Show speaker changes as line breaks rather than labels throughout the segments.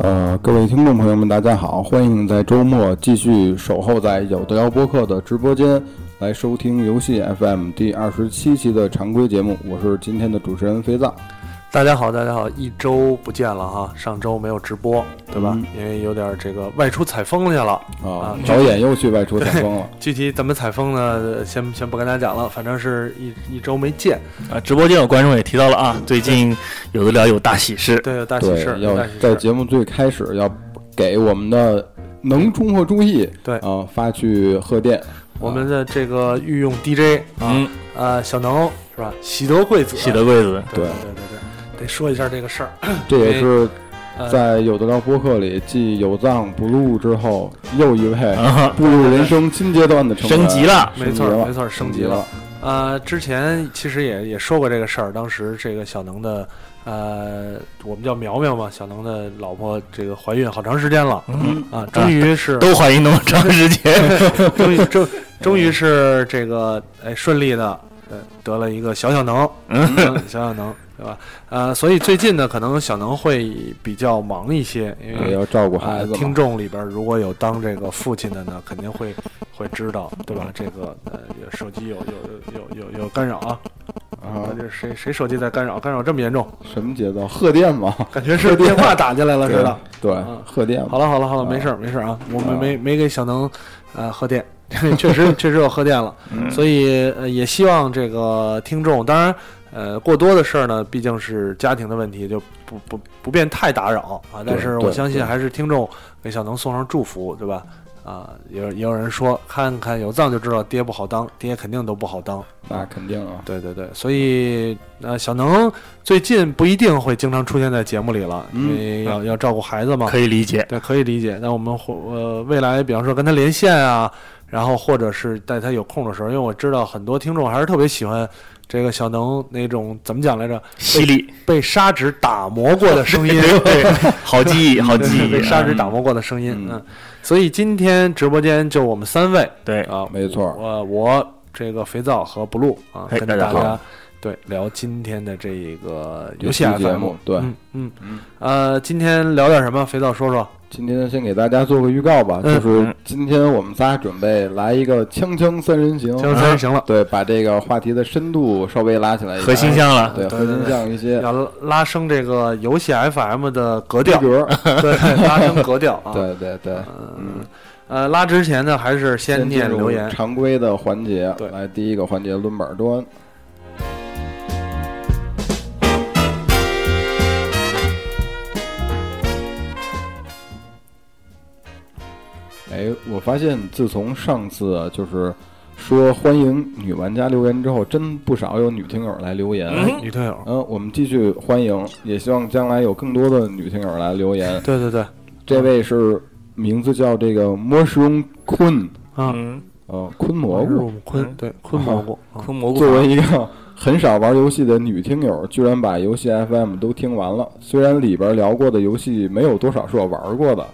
呃，各位听众朋友们，大家好，欢迎在周末继续守候在有的聊播客的直播间，来收听游戏 FM 第二十七期的常规节目。我是今天的主持人肥皂，
大家好，大家好，一周不见了哈，上周没有直播，对吧？
嗯
因为有点这个外出采风去了。
啊
啊，
导演又去外出采风 了。
具体怎么采风呢？呃先先不跟大家讲了，反正是一一周没见。
啊，直播间有观众也提到了啊，最近有的聊有大喜事，
对，有大喜
对
事，，有
要
大喜
在
事。
节目最开始要给我们的能中或中意，
对
啊，发去贺电。
我们的这个御用 DJ 啊，
嗯，
呃，小能是吧？喜得贵子，
喜得贵子，
对对对对对，得说一下这个事儿。
啊这也是
呃
在有的聊播客里继有藏 blue 之后，又一 位
啊，
步入人生新阶段的成员
升级了，
没错
升级了
没错升级
级
了。呃，之前其实也也说过这个事儿，当时这个小能的，呃，我们叫苗苗嘛，小能的老婆这个怀孕好长时间了，
嗯
啊，终于是，
都怀孕那么长时间，
终于终终于是这个哎顺利的呃得了一个小小能，嗯，小小能对吧？呃，所以最近呢，可能小能会比较忙一些，因
也
为
哎要照顾
啊
孩，子
听
嘛。
众里边如果有当这个父亲的呢，肯定会会知道，对
嗯
吧？这个呃，有手机有有有有有有干扰啊，
啊
到，底是谁谁手机在干扰？干扰这么严重，
什么节奏？贺电 嘛，
感觉是电话打进来了似的。
对
嗯，
贺电嘛。
好了好了好了，没事儿没事儿啊，我们没没给小能呃贺电， 确实确实有贺电了，所以呃也希望这个听众，当然呃过多的事儿呢，毕竟是家庭的问题，就不不不便太打扰啊。但是
对
我相信
对
还是听众给小能送上祝福，对吧？啊，也有也有人说，看看有藏就知道爹不好当，爹肯定都不好当。
那肯定啊，
对对对，所以呃，小能最近不一定会经常出现在节目里了，因为要要照顾孩子嘛。
可以理解。
对，可以理解。那我们会呃未来，比方说跟他连线啊，然后或者是在他有空的时候，因为我知道很多听众还是特别喜欢这个小能那种怎么讲来着，
犀利，
被砂纸打磨过的声音。
对，好记忆，好
对
记 忆，
被砂纸
嗯
打，磨过的声音，
嗯
嗯，所以今天直播间就我们三位
对，
啊，
没错。
我我这个肥皂和 blue 啊，
哎
跟
大家
大
好
家对聊今天的这一个游
这
戏
期节
FM，
目对，
嗯嗯呃，今天聊点什么？肥皂说说，
今天先给大家做个预告吧，就
嗯
是今天我们仨准备来一个锵锵三人行，啊
行行行了。
对，把这个话题的深度稍微拉起来一点，
核心向了，
对
对
核心像一些
要拉升这个游戏 FM 的格调
逼，格，
对，拉升格调啊。，
对对对，
嗯，呃，拉之前呢，还是先
进
念
入
留言。
常规的环节，
对
来第一个环节论板端。哎，我发现自从上次啊就是说欢迎女玩家留言之后，真不少有女听友来留言。
嗯
女队友，
嗯，我们继续欢迎，也希望将来有更多的女听友来留言。
对对对，嗯
这位是名字叫这个魔石翁坤，
啊，
嗯，
呃，坤蘑菇。
入坤，对，坤蘑菇啊，
昆蘑菇
作为一个很少玩游戏的女听友，居然把游戏 FM 都听完了。虽然里边聊过的游戏没有多少是我玩过的，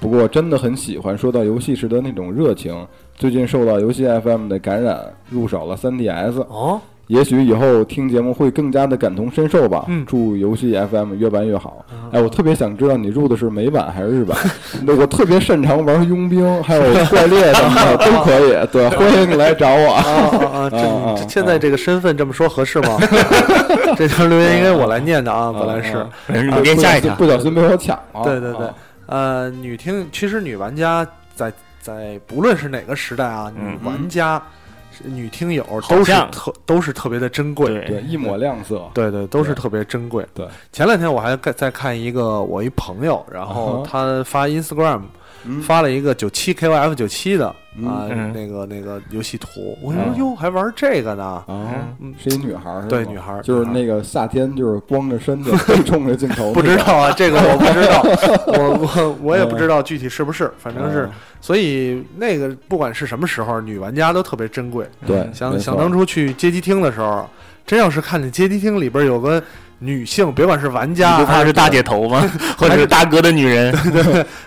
不过真的很喜欢说到游戏时的那种热情。最近受到游戏 FM 的感染，入手了 3DS，
哦，
也许以后听节目会更加的感同身受吧。
嗯
祝游戏 FM 越办越好。哎，我特别想知道你入的是美版还是日版？ 那我特别擅长玩佣兵，还有怪猎什么的都可以。对，欢迎你来找我。
啊啊啊！这
啊啊
你这现在这个身份这么说合适吗？这条留言应该我来念的啊，本来是
啊，
嗯你别下一条，
不小心被我抢了。
对对对
啊，
呃，女听其实女玩家在在不论是哪个时代啊，
嗯
女玩家、是女听友
好
都是
像
特都是特别的珍贵，
对，
对，
一抹亮色。
对对，都是
对
特别珍贵。
对，
前两天我还在在看一个我一朋友，然
啊
后
哈
他发 Instagram
嗯
发了一个九七 KOF 九七的
嗯
啊
嗯
那个那个游戏图，我说
嗯
哟还玩这个呢，
啊
嗯，
是一女孩儿是吗，
对女孩儿嗯
就是那个夏天，就是光着身子背冲着镜头那个，
不知道啊，这个我不知道，我 我我也不知道具体是不是，反正是
嗯，
所以那个不管是什么时候，女玩家都特别珍贵。
对，
想
嗯没
想
错
当初去街机厅的时候，真要是看见街机厅里边有个女性，别管是玩
你
家
不怕
还
是
是
大姐头 吗？或者是大哥的女人？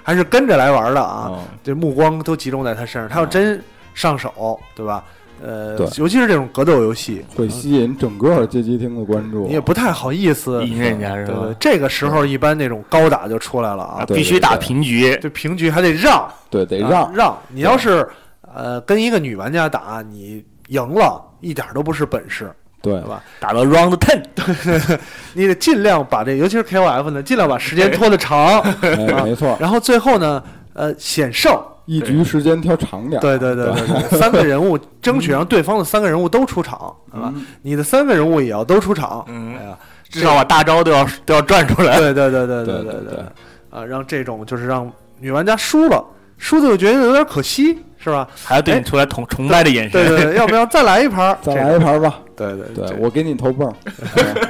还是跟着来玩的啊，
啊，
这目光都集中在她身上。她要真上手，对吧？呃
对，
尤其是这种格斗游戏，
会吸引整个街机厅的关注。
你也不太好意思
引人家是
对对
吧？，
这个时候一般那种高打就出来了
啊，
啊，
对
必须
对
打
对
平局，
这平局还得让
对，得
啊
让
让。你要是呃跟一个女玩家打，你赢了一点都不是本事，
对
对吧？
打到 round ten，
你得尽量把这，尤其是 KOF 呢，尽量把时间拖得长，
哎，没 错，
然后最后呢，呃，险胜。
一局时间挑长点儿。
对对对对对，三个人物争取让对方的三个人物都出场，对
嗯
吧？你的三个人物也要都出场。
嗯
哎呀，
至少把大招都要都要转出来。
对对对对
对
对
对对
对，啊，让这种就是让女玩家输了，输的就觉得有点可惜，是吧？
还要对你出来崇崇拜的眼
对
神。
对，对，要不要再来一盘儿？
再来一盘吧，
这个。对
对
对
我给你投泵，
嗯，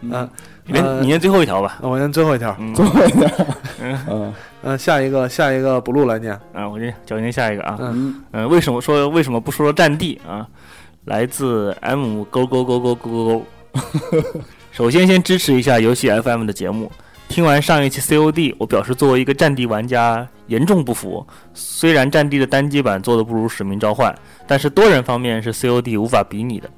你念
呃
你念最后一条吧。
那我念最后一条。
嗯
最后一点儿，嗯
嗯，下一个下一个 blue 来念。
啊，我这叫您下一个啊。
嗯，
嗯，为什么说为什么不说战地啊？来自 M 勾勾勾勾勾勾勾。 首先，先支持一下游戏 FM 的节目。听完上一期 COD，我表示作为一个战地玩家严重不服。虽然战地的单机版做的不如《使命召唤》，但是多人方面是 COD 无法比拟的。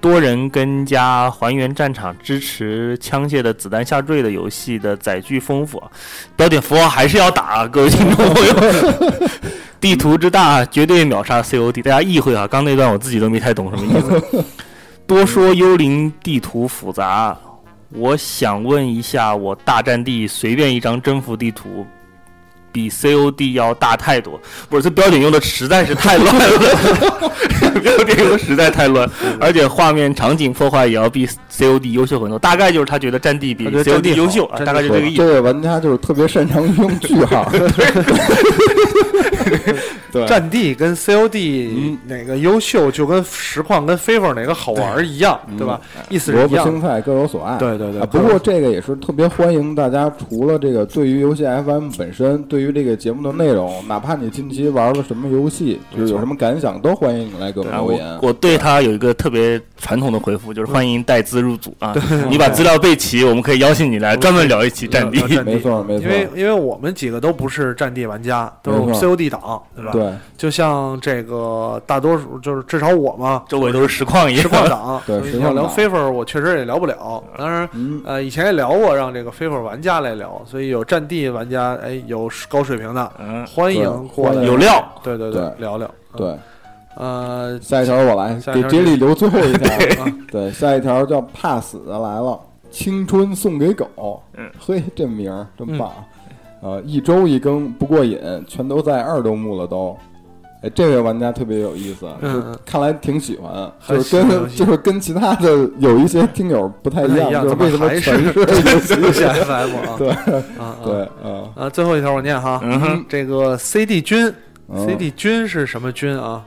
多人跟加还原战场、支持枪械的子弹下坠的游戏的载具丰富啊，标点符号还是要打啊，各位听众朋友。 地图之大，绝对秒杀 COD。大家意会啊，刚那段我自己都没太懂什么意思。多说幽灵地图复杂，我想问一下，我大战地随便一张征服地图，比 COD 要大太多。不是，这标点用的实在是太乱了， 标点用的实在太乱，而且画面场景破坏也要比 COD 优秀很多。大概就是他觉得战地比
他觉得战地
COD
好
优秀啊，
战地
大概就这个意
这
思。
位玩家就是特别擅长用句 号，对，
战地跟 COD
嗯
哪个优秀，就跟实况跟 favor 哪个好玩儿一样，
嗯
对吧？意思是
萝
一
卜
样
青
的。
菜各有所爱。
对对对
啊不过这个也是特别欢迎大家，除了这个对于游戏 FM 本身，对于这个节目的内容，哪怕你近期玩了什么游戏，就是有什么感想，都欢迎你来给我们
啊，
留
我
言。
我对他有一个特别传统的回复，就是欢迎带资入组啊！你把资料备齐，我们可以邀请你来专门聊一期战地。
聊聊战地
没错没错
因，为因为我们几个都不是战地玩家，都是我们
没
COD 党，对吧？
对
就像这个大多数，就是至少我 嘛，
周围都是实况一样，
实况 党，
对
所以
实
要
况
聊
党
favor，我确实也聊不了。当然，
嗯
呃，以前也聊过，让这个 favor 玩家来聊，所以有战地玩家，哎，有高水平的，
嗯，
欢迎
对
过来
欢迎
有料。
对对对
对
聊聊。
对，
呃，
下一条我来
下一
给
条
杰
你
里留最后 一条。 对，下一条叫怕死的来了，青春送给狗。
嗯，
嘿，这名儿真棒。
嗯
呃，一周一更不过瘾，全都在二周目了都。哎，这位玩家特别有意思，
嗯
就
嗯
看来挺喜欢，
很
就是
喜欢游
跟
戏
就是跟其他的有一些听友不太
不太一样
样，就是为什
怎么
么
还
全
是
是 游戏
游戏 FM 啊，
对
啊，啊
对，嗯
啊，最后一条我念哈，
嗯哼，
这个 CD 君
嗯
，CD 君是什么君啊？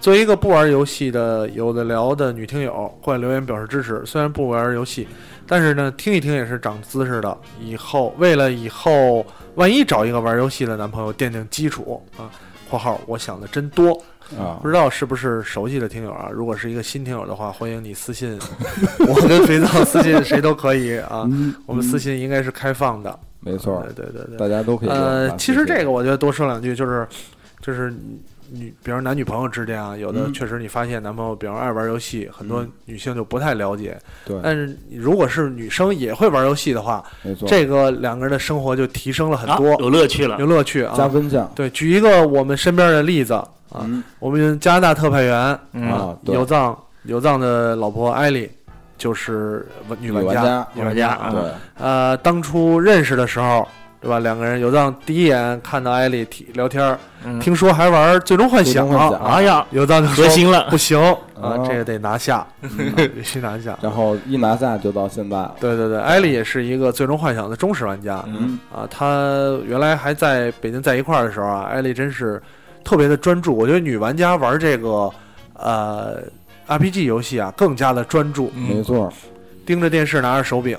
作为一个不玩游戏的有的聊的女听友，过来留言表示支持。虽然不玩游戏，但是呢，听一听也是长姿势的。以后为了以后万一找一个玩游戏的男朋友奠定基础啊。（括号我想的真多，
啊
不，知道是不是熟悉的听友啊？如果是一个新听友的话，欢迎你私信我跟肥皂私信谁都可以啊。
嗯
我们私信应该是开放的，
没错，
对对对对。
大家都可以给我们
呃
发，
其实
私信
这个我觉得多说两句，就是就是女，比如男女朋友之间啊，有的
嗯
确实你发现男朋友，比如爱玩游戏，很多
嗯
女性就不太了解。
对，
但是你如果是女生也会玩游戏的话，
没错，
这个两个人的生活就提升了很
啊
多，
有乐趣了
有。乐趣
加
啊。
分项
对，举一个我们身边的例子啊，
嗯
我们加拿大特派员
嗯
啊
啊，对
有藏有藏的老婆艾莉。就是文女玩
女玩家哦
女玩家
啊
啊，
对，
呃，当初认识的时候，对吧？两个人有藏第一眼看到艾丽提聊天儿，
嗯
听说还玩《最终幻想
最终》幻想
啊，
哎呀，
有藏就说
核心了
不行啊
哦，
这个得 拿下，啊必须拿下。
然后一拿下就到现在了，
对对对，艾丽也是一个《最终幻想》的忠实玩家
嗯
啊。她原来还在北京在一块儿的时候啊，艾丽真是特别的专注。我觉得女玩家玩这个呃 RPG 游戏啊，更加的专注，
嗯
没错，
盯着电视，拿着手柄，一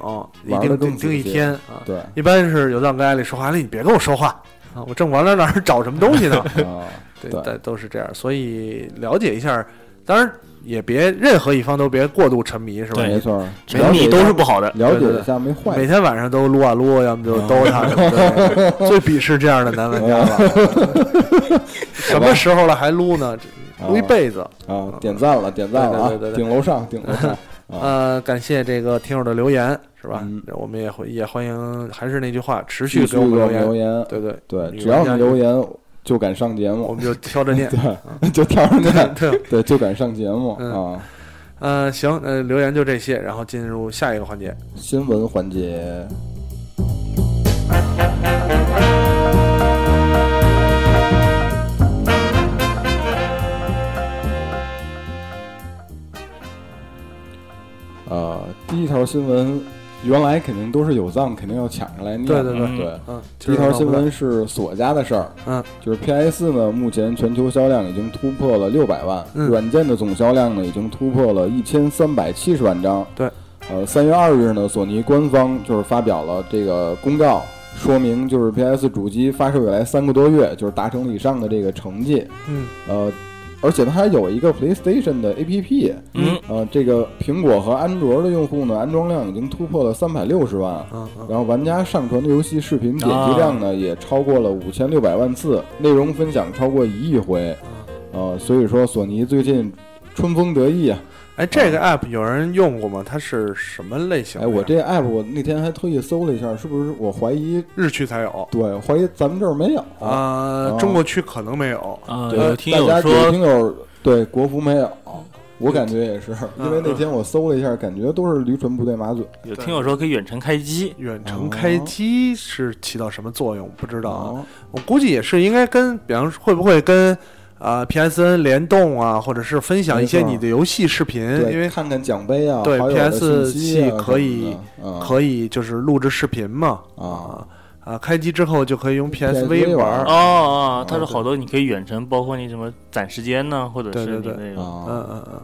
嗯玩得
盯
更
盯盯
仔
一
细
天啊。
对
一般是有藏跟艾丽说话，艾哎丽你别跟我说话啊，我正玩到哪儿找什么东西 呢？
啊，
对
对，
但都是这样，所以了解一下，当然也别任何一方都别过度沉迷，是吧？
没错，
沉迷都是不好的。
了解一下没坏
每
处，
天晚上都撸啊撸，要么就兜 他， 对最鄙视这样的男玩家了。什么时候了还撸呢？这撸一辈子。
啊，点赞了，点赞了啊！
对对对对
顶楼上，顶楼上，
呃，感谢这个听友的留言，是吧
哦嗯？
我们也会也欢迎，还是那句话， 持
继
续
续给
给我们
我
留
们留
言，
言，
对对
对，
你
只要你
家
留言就敢上节目，
我们就挑着 念。
对，就跳上去，
对，
对，就敢上节目
嗯
啊！
呃，行，呃，留言就这些，然后进入下一个环节。
新闻环节，呃，第一条新闻原来肯定都是有藏，肯定要抢着来念，
对对
对
对
嗯，
第一
就是
条
让
新
我们
闻是索家的事儿，
嗯，
就是 PS 四呢，目前全球销量已经突破了六百万，
嗯
软件的总销量呢已经突破了一千三百七十万张。
对，
呃，三月二日呢，索尼官方就是发表了这个公告，说明就是 PS 主机发售以来三个多月，就是达成了以上的这个成绩。
嗯
呃，而且它还有一个 PlayStation 的 APP，
嗯，
呃，这个苹果和安卓的用户呢，安装量已经突破了三百六十万。
嗯嗯
然后玩家上传的游戏视频点
啊
击量呢，也超过了五千六百万次，内容分享超过一亿回，
嗯
呃，所以说索尼最近春风得意啊！
哎，这个 app 有人用过吗？它是什么类型的
哎，
呀？
我这 app 我那天还特意搜了一下，是不是我怀疑？
日区才有
对，怀疑咱们这儿没有啊？
啊
哦，
中国区可能没有。
啊，
对
有听
大
友
家有
说
听友对国服没有，
嗯
我感觉也是，因为那天我搜了一下，感觉都是驴唇不对马嘴。
有听友说可以远程开机，
远
哦
程开机是起到什么作用？不知道啊，
啊
我估计也是应该跟，比方说会不会跟啊 PSN 联动啊，或者是分享一些
没错
你的游戏视频，
对，
因为
看看奖杯啊，
对
好友的
PS
信息啊
系
什么
可以
的啊
可以就是录制视频嘛
啊。
啊，开机之后就可以用
PSV
玩
玩
儿
哦哦，他说
对
好多你可以远程，包括你什么攒时间呢，或者
对
是
对
你
对
那个，
啊，
嗯嗯嗯。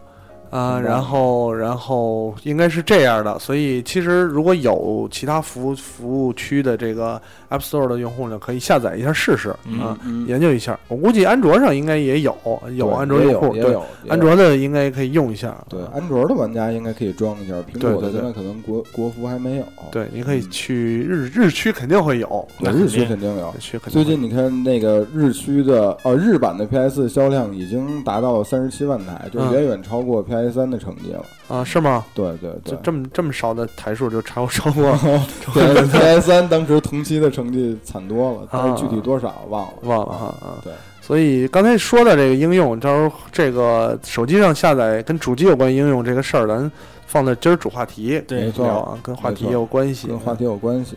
啊，
明白
然后，然后应该是这样的，所以其实如果有其他服务服务区的这个 App Store 的用户呢，可以下载一下试试
嗯
啊，
嗯
研究一下。我估计安卓上应该也有有
对
安卓
也
用户，
也
对
有也
安
有
卓的应该可以用一下。
对
啊
安卓的玩家应该可以装一下，苹
对
果的
对对
现在可能国国服还没有。
对，你可以去日日区肯定会有，
对，
那
日
肯
区
定
肯定有
日。区肯
最
定会
近你看那个日区的呃日版的 PS 销量已经达到了三十七万台，就是
嗯
远远超过 PS 三的成绩了。
有啊，是吗？
对对
这
对
这么这么少的台数就超超过
，PS 三当时同期的成绩惨多了，但是具体多少忘了。
啊忘了哈啊。
对，
所以刚才说到这个应用，到时候这个手机上下载跟主机有关应用这个事儿，咱放在今儿主话题
对
没
聊
错，
啊，跟话题
没错
也有关系。
跟话题有关系。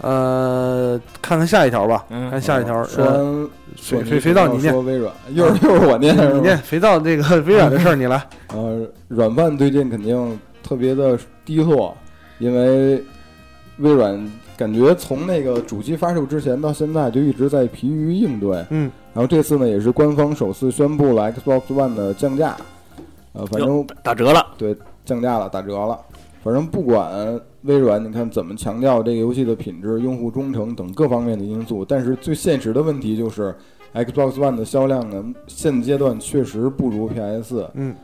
呃，看看下一条吧，
嗯
看下一条。
说
呃
完索
肥
尼
肥肥皂
朋友
你
嗯
念，
说呃微软，一会儿一会儿我念是
你
吗
念肥皂这个微软的事儿，你来。
呃，软饭最近肯定特别的低落，因为微软感觉从那个主机发售之前到现在就一直在疲于应对，
嗯，
然后这次呢也是官方首次宣布了 Xbox One 的降价，呃，反正
打折了，
对降价了，打折了。反正不管微软你看怎么强调这个游戏的品质、用户忠诚等各方面的因素，但是最现实的问题就是 Xbox One 的销量呢，现阶段确实不如 PS 4
嗯，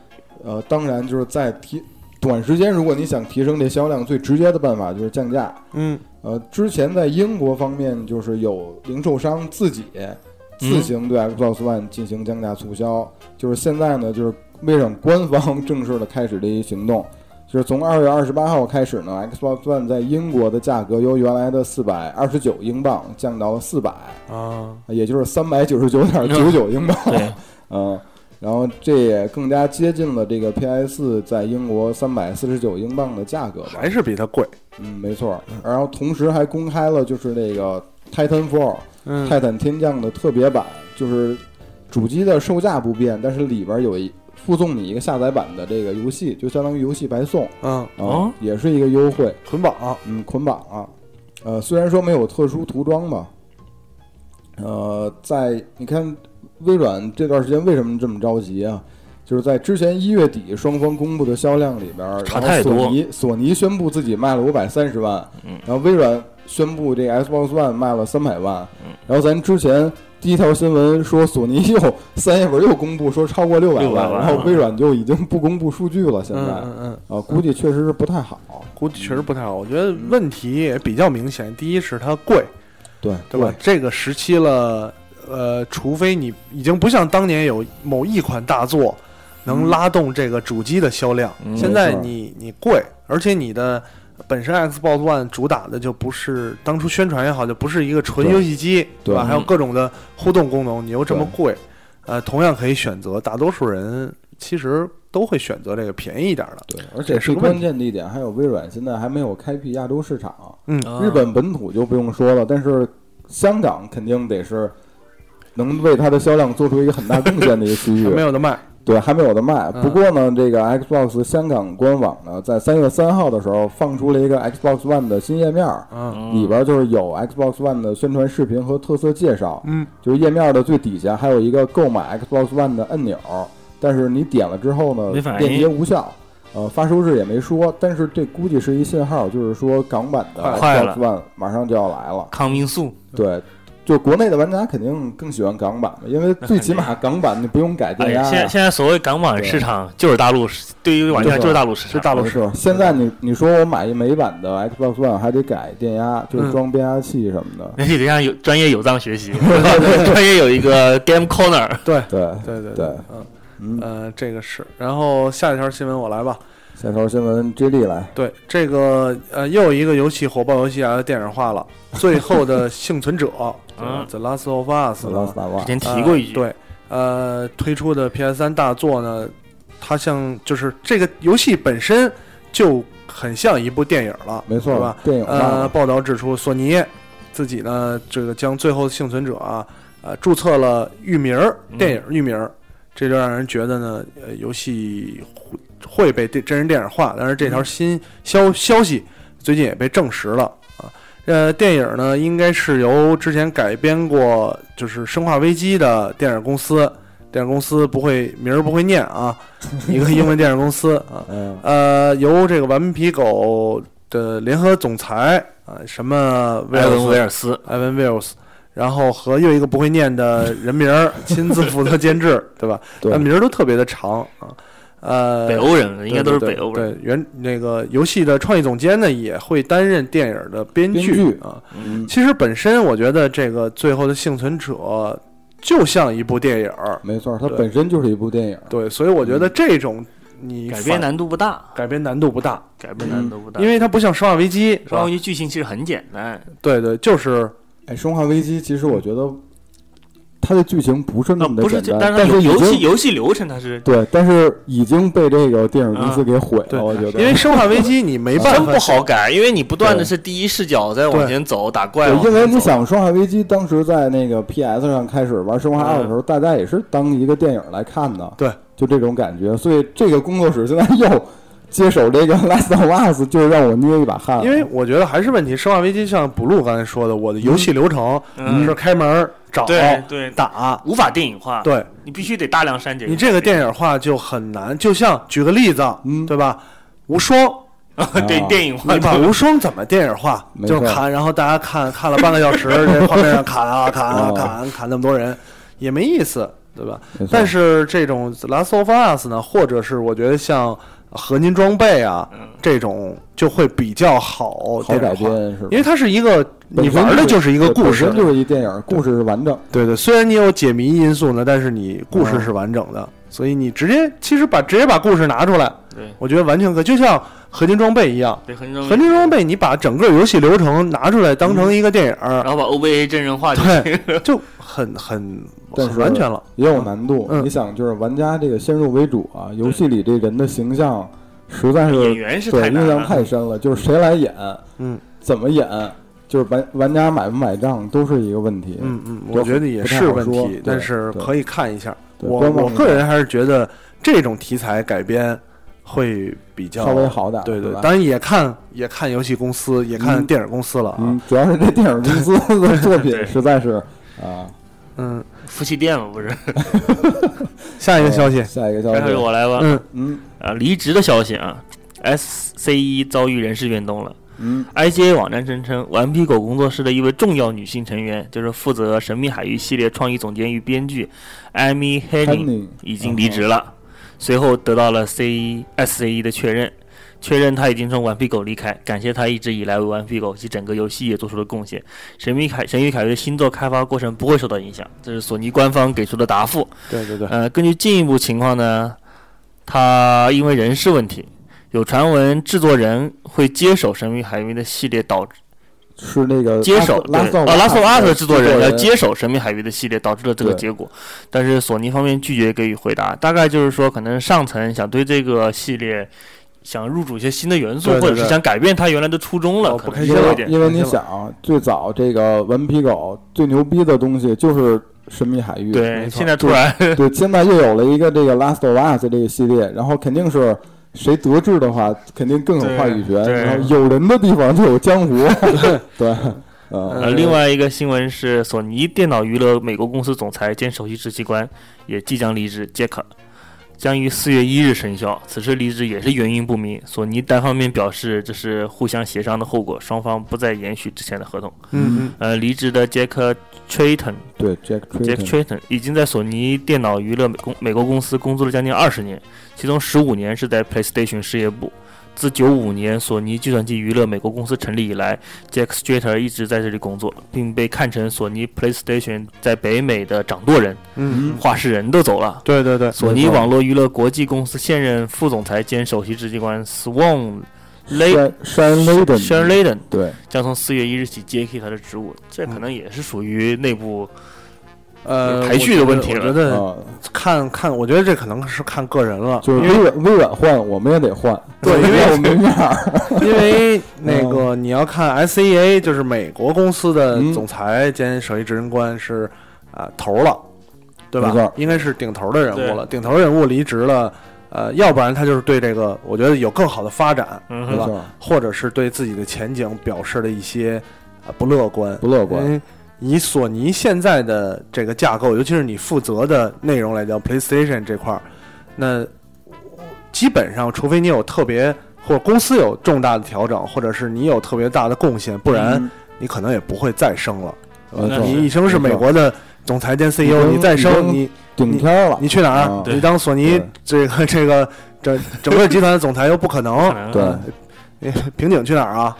呃，当然就是在提短时间，如果你想提升这销量，最直接的办法就是降价。
嗯
呃，之前在英国方面，就是有零售商自己自行对 Xbox One 进行降价促销，就是现在呢，就是微软官方 正式的开始这一行动，就是从二月二十八号开始呢，Xbox One 在英国的价格由原来的四百二十九英镑降到了四百，
啊，
也就是三百九十九点九九英镑。
对，
嗯，然后这也更加接近了这个 PS 在英国三百四十九英镑的价格吧。
还是比它贵。
嗯，没错。然后同时还公开了就是那个 Titanfall
嗯
泰坦天降的特别版，就是主机的售价不变，但是里边有一附送你一个下载版的这个游戏，就相当于游戏白送啊、
嗯，
哦
也是一个优惠。
捆绑
嗯，捆绑啊，呃，虽然说没有特殊涂装吧，呃，在你看微软这段时间为什么这么着急啊？就是在之前一月底双方公布的销量里边儿，
差
然后
太
索
多
尼索尼宣布自己卖了五百三十万，
嗯
然后微软宣布这 Xbox One 卖了三百万，
嗯
然后咱之前。第一条新闻说，索尼又三月份又公布说超过六百
600万
万，
了
然后微软就已经不公布数据了。现在
嗯
啊、
嗯嗯，
估计确实是不太好。
估计确实不太好。我觉得问题也比较明显，第一是它贵，
对
对吧？？这个时期了，呃，除非你已经不像当年有某一款大作能拉动这个主机的销量，
嗯
现在
没错
你你贵，而且你的本身 Xbox One 主打的就不是当初宣传也好，就不是一个纯
对
游戏机，
对
吧？还有
嗯
各种的互动功能，你又这么
对
贵，呃，同样可以选择，大多数人其实都会选择这个便宜一点的。
对，而且最关键的一点，还有微软现在还没有开辟亚洲市场，
嗯
啊
日本本土就不用说了，但是香港肯定得是能为它的销量做出一个很大贡献的一个区域
还。没有的卖，
对，还没有的卖。
嗯
不过呢，这个 Xbox 香港官网呢，在三月三号的时候放出了一个 Xbox One 的新页面儿，
嗯
里边就是有 Xbox One 的宣传视频和特色介绍。
嗯，
就是页面的最底下还有一个购买 Xbox One 的按钮，但是你点了之后呢
没反，应
链接无效。呃，发售日也没说，但是这估计是一信号，就是说港版的
快了
Xbox One 马上就要来了。
康明素，
对，就国内的玩家肯定更喜欢港版嘛，因为最起码港版你不用改
哎
电
呀，
压、
现在
呀。
现在所谓港版市场就是大陆市，对于玩家就是大陆市
是
场，
大陆
没
市
错，现在你你说我买一美版的 Xbox One 还得改电压，
嗯
就是装变压器什么的。
而且得让有专业有藏学习，专业有一个 Game Corner，
对，
对对
对
嗯
嗯，
呃，这个是。然后下一条新闻我来吧。
下条新闻 J D 来，
对，这个呃，又有一个游戏火爆游戏啊，电影化了，《最后的幸存 者》
嗯
The Last of Us
死
呢
了死了
之，前提过一句，
呃对，呃，推出的 PS 三大作呢，它像就是这个游戏本身就很像一部电影了，
没
对
错
吧？
电影
呃，
嘛，
报道指出，索尼自己呢，这个将《最后的幸存者》啊，呃，注册了域名儿，
嗯
电影域名儿，这就让人觉得呢，呃，游戏会会被电真人电影化。但是这条新消消息最近也被证实了啊。呃，电影呢，应该是由之前改编过就是《生化危机》的电影公司，电影公司不会名儿不会念啊，一个英文电影公司啊，
嗯，
呃，由这个顽皮狗的联合总裁啊、什么威
埃
尔
文威
斯，
尔斯，
埃文威尔斯，然后和又一个不会念的人名 儿亲自负责监制，对吧？
对
那名儿都特别的长啊，呃，
北欧人应该都是
对对
北欧人，
对对原那个游戏的创意总监呢，也会担任电影的编
编
剧
剧
啊。
嗯
其实本身我觉得这个最后的幸存者就像一部电影儿，
没错，它
对
本身就是一部电影。
对，所以我
嗯
觉得这种你
改
反
编难度不大，
改编难度不大，
改编难度不
嗯
大，
因为它不像《生化危机》是吧，
双鱼剧情其实很简单，
对对，就是
哎，《生化危机》其实我觉得它的剧情不是那
啊
么
那
的
呃不是
嗯简
就，
单，但
但是
是已
游戏
经
游戏流程它是
对，但是已经被这个电影公司给毁
啊对
了，我觉得，
因为《生化危机》你没办
真
法
不，好改，因为你不断的是第一视角在往前走，打怪
对，
往前走，
因为你想，《生化危机》当时在那个 PS 上开始玩《生化二》的时候，大家也是当一个电影来看的，
嗯对，
就这种感觉。所以这个工作室现在又接手这个《Last of Us》，就是让我捏一把汗。
因为我觉得还是问题，《生化危机》像 blue 刚才说的，我的游戏流程
嗯
是开门儿找
对对
打，
无法电影化，
对
你必须得大量删减。
你这个电影化就很难。就像举个例子，
嗯
对吧？无双，
对 电影化
你，把无双怎么电影化？
没
就是
错
砍，然后大家看看了半个小 时，这画面上砍啊砍啊
哦
砍砍那么多人，也没意思，对吧？
没错
但是这种 The Last of Us 呢，或者是我觉得像合金装备啊、这种，就会比较好
好改
电影化
编是吧
因为它是一个
本
你
身
玩的就是一个故
对
事
本身，就是一电影，故事是完整。
对对。虽然你有解谜因素呢，但是你故
嗯
事是完整的，所以你直接其实把直接把故事拿出来，
对
我觉得完全可以就像合金装备一样。
对很容易
合金装备，你把整个游戏流程拿出来当成一个电影儿
然，后把 OVA 真人化就行，
对，就很很
但
很
是
完全了。
也有难度。
嗯
你想，就是玩家这个先入为主啊，游戏里这人的形象实在
演
是
员是
对
太难
印象
了，
太深了，就是谁来演，
嗯，
怎么演，就是玩玩家买不买账都是一个问题。
嗯嗯，
就
我觉得也
不太
是
好
问
说
题
对，
但是
对
可以看一下。
对
我
观望
我
一
个
下
人还是觉得这种题材改编会比较
稍微好点儿
对对
对吧，
当然也看也看游戏公司，也看
嗯
电影公司了啊
嗯。，主要是这电影公司的作品实在 是啊。
嗯，
夫妻店嘛不是？
下一个消息
呃，下一个消
然后
息，
我来吧，
嗯，
嗯
啊，离职的消息啊，SCE 遭遇人事变动了。
嗯
IGA 网站声称，顽皮狗工作室的一位重要女性成员，就是负责《神秘海域》系列创意总监与编剧艾米·
h e
黑
n n
宁
y
哦
已经离职了，随后得到了 C S C E 呃的确认。确认他已经从顽皮狗离开，感谢他一直以来为顽皮狗及整个游戏也做出了贡献。神秘凯神与凯瑞的新作开发过程不会受到影响，这是索尼官方给出的答复。
对对对，
呃，根据进一步情况呢，他因为人事问题，有传闻制作人会接手《神秘海域》的系列导致
是那个
接手
拉
对
索
呃拉索瓦的制作人
人
要接手《神秘海域》的系列，导致了这个
对
结果。但是索尼方面拒绝给予回答，大概就是说，可能上层想对这个系列想入主一些新的元素，
对对
或者
对
是想改变它原来的初衷了，
哦不
可能
开
是
因
心了
有哎一点
为。因为
开
你
心了
想，最早这个顽皮狗最牛逼的东西就是神秘海域，
对，
没错
现在突然
对，现在又有了一个这个 Last of Us 这个系列，然后肯定是谁得志的话，肯定更有话语权。
对对
然后有人的地方就有江湖， 对，呃，
呃，另外一个新闻是，索尼电脑娱乐美国公司总裁兼首席执行官也即将离职，杰克将于四月一日生效。此次离职也是原因不明，索尼单方面表示这是互相协商的后果，双方不再延续之前的合同。
嗯
呃，离职的杰克 Trayton
对，Jack
Jack
Tretton，
Tretton 已经在索尼电脑娱乐美公美国公司工作了将近二十年，其中十五年是在 PlayStation 事业部。自九五年索尼计算机娱乐美国公司成立以来，Jack Strater 一直在这里工作，并被看成索尼 PlayStation 在北美的掌舵人，
嗯嗯，
话事人都走了。
对对对，
索尼网络娱乐国际公司现任副总裁兼首席执行官 Swan Lay
Sean
Sharon
Layden，
Layden
对，
将从四月一日起接替他的职务，这可能也是属于内部
呃，
排序的问题
我
了
觉得我
啊，
觉得看看，我觉得这可能是看个人了，
就是微软微软换，我们也得换，
对因为
我们没面儿，
因为那个你要看 SEA，就是美国公司的
嗯
总裁兼首席执行官是啊、头儿了，对吧
没错？
应该是顶头的人物了，顶头人物离职了，呃，要不然他就是对这个我觉得有更好的发展，
嗯
对
没
吧？
错，
或者是对自己的前景表示了一些啊、不乐观，
不乐观
因，为哎你索尼现在的这个架构，尤其是你负责的内容来讲，PlayStation 这块儿，那基本上，除非你有特别或者公司有重大的调整，或者是你有特别大的贡献，不然
嗯
你可能也不会再升了。
没
那
错
你已经是美国的总裁兼 CEO，
已经
你再
已
升，
经
你
顶天儿了
你，去哪儿
啊？
你当索尼这个这个整整个集团的总裁又不可
可
能。
能
对，
瓶颈去哪儿啊？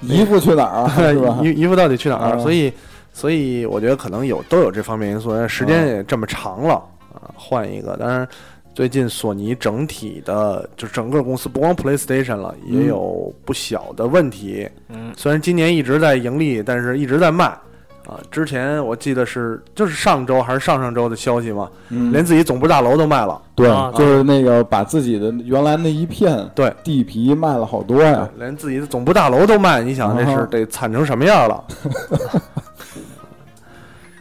姨父去哪儿啊？ 是吧？
姨姨夫到底去哪儿？
啊
所以，所以我觉得可能有都有这方面因素，但时间
嗯
也这么长了啊，换一个。当然，最近索尼整体的就整个公司不光 PlayStation 了，
嗯
也有不小的问题。
嗯，
虽然今年一直在盈利，但是一直在卖啊。之前我记得是就是上周还是上上周的消息嘛，
嗯
连自己总部大楼都卖了，
对
啊，
就是那个把自己的原来那一片
对
地皮卖了好多呀，
连自己的总部大楼都卖，你想这
啊
是
哈
得惨成什么 样了？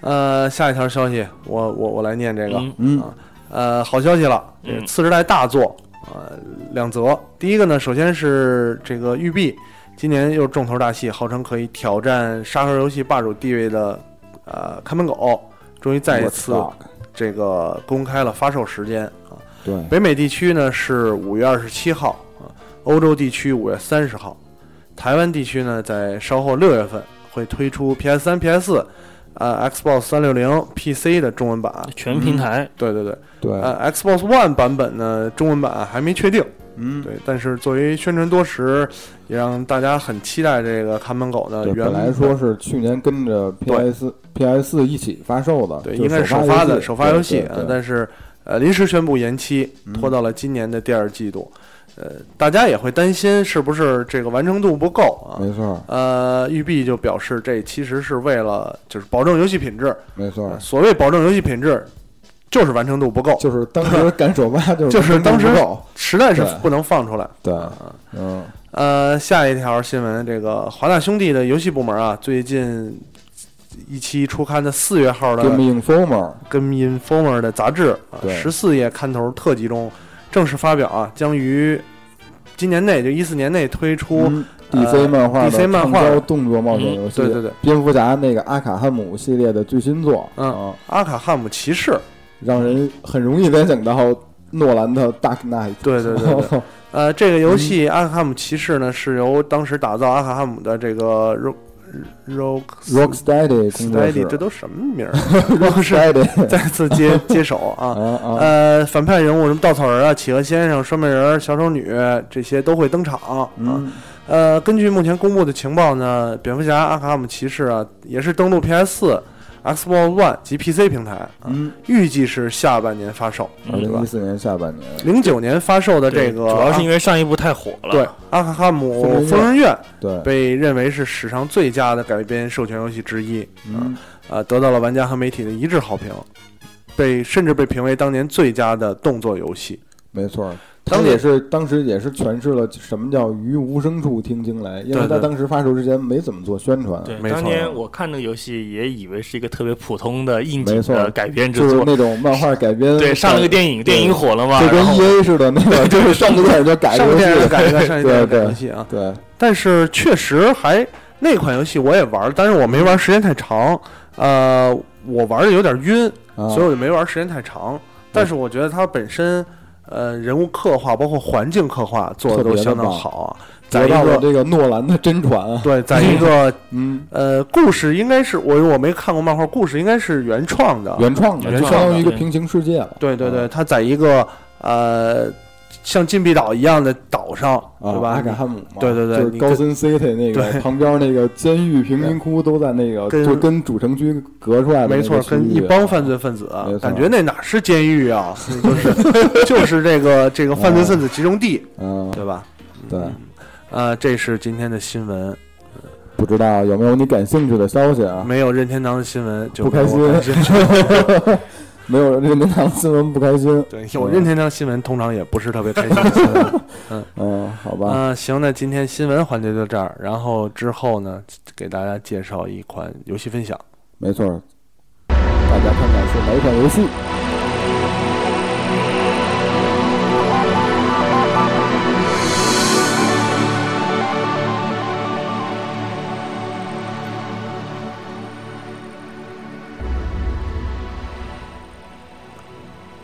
呃，下一条消息，我我我来念这个，
嗯
嗯
呃，好消息了，这
嗯
次时代大作，呃，两则，第一个呢，首先是这个育碧今年又重头大戏，号称可以挑战沙盒游戏霸主地位的呃看门狗，终于再一次
我操
这个公开了发售时间啊，
对，
北美地区呢是五月二十七号啊，欧洲地区五月三十号，台湾地区呢在稍后六月份会推出 PS 三、PS 四、呃 Xbox 三六零、PC 的中文版。
全平台，
对对对，
对，
呃 Xbox One 版本呢中文版还没确定，
嗯，
对，但是作为宣传多时，也让大家很期待这个看门狗的
对，
呃原
本来
本
说是去年跟着 PS PS 一起发售的，
对，
就
应该是
首
首发的
的
首发游戏啊
对，嗯对
但是呃临时宣布延期，拖到了今年的第二季度。呃，大家也会担心是不是这个完成度不够啊？
没错
呃，育碧就表示这其实是为了就是保证游戏品质。
没错
呃，所谓保证游戏品质，就是完成度不够，
啊就是当时干首 发就是
就是当时
不够
实在是
对
不能放出来。
对
啊
嗯
呃，下一条新闻，这个华纳兄弟的游戏部门啊，最近一期出刊的四月号的
，Game Informer
跟 Informer 的杂志啊，
对
十四页刊头特辑中正式发表啊，将于今年内就一四年内推出、
嗯 DC 漫画的
DC 呃漫画嗯
畅销动作冒险游戏，
对对对
蝙蝠侠那个阿卡汉姆系列的最新作，
嗯
啊，
阿卡汉姆 骑士，
让人很容易联想到诺兰的 Dark Knight，
对对对 对，
嗯
呃，这个游戏《阿卡汉姆骑士》呢，是由当时打造阿卡汉姆的这个 Ro- Rock
Rocksteady 工作
Steady，
室
这都什么 名儿？
，Rocksteady
再次接接手 啊！
啊啊，
呃，反派人物什么稻草人啊、企鹅先生、双面人、小丑女这些都会登场啊。
嗯
呃，根据目前公布的情报呢，蝙蝠侠、阿卡姆骑士啊，也是登陆 PS 4 Xbox One 及 PC 平台，啊，
嗯，
预计是下半年发售。
二零一四年下半年，
零九年发售的这个
嗯主
啊，
要是因为上一部太火了。
对，《阿卡姆
疯人院
疯人院》
对，
被认为是史上最佳的改编授权游戏之一，
嗯
呃，得到了玩家和媒体的一致好评，被甚至被评为当年最佳的动作游戏。
没错，
当
他
时
也是当时也是诠释了什么叫于无声处听惊来，因为
对
他
对
当时发售之前没怎么做宣传，
对，
没错
当年我看那个游戏也以为是一个特别普通的应景
没错
的改编之
就是
作，
那种漫画改编，
对，上了个电影，
对
电影火了嘛，
就跟
然后
E A 似的，那个就是上个电影就改
上
个
一电
游
影
戏，
改一个，上一电
对
影改
对
游戏啊，
对，
但是确实还那款游戏我也玩，但是我没玩时间太长，呃，我玩的有点晕，
啊嗯
所以我就没玩时间太长。但是我觉得它本身，呃，人物刻画包括环境刻画做的都相当好啊，在
得
一
到了
个
这个诺兰的真传啊，
对，在一个
嗯，
呃，故事应该是我我没看过漫画，故事应该是原啊创的，
原嗯创的，
原
就
创的
相当于一个
对
平行世界了，
对对对，它在一个呃像禁闭岛一样的岛上，
啊，
对吧？
阿卡汉姆嘛，
对对对
就是
你
高
跟
森 City 那个
对
旁边那个监狱、贫民窟都在那个，
跟
就跟主城区隔出来的那
没
个
错，
区域啊
跟一帮犯罪分子啊
没，错
感觉那哪是监狱啊， 就 是就是这个这个犯罪分子集中地，
嗯，
对吧？
对，
呃，这是今天的新闻，
不知道有没有你感兴趣的消息 啊？
没有任天堂的新闻就
不开
没有我
心， 没有任天堂新闻不开心，
对，有任天堂新闻通常也不是特别开心的 新闻。
嗯，好吧，
嗯、行，那今天新闻环节就这儿，然后之后呢，给大家介绍一款游戏分享。
没错，大家看看是哪一款游戏？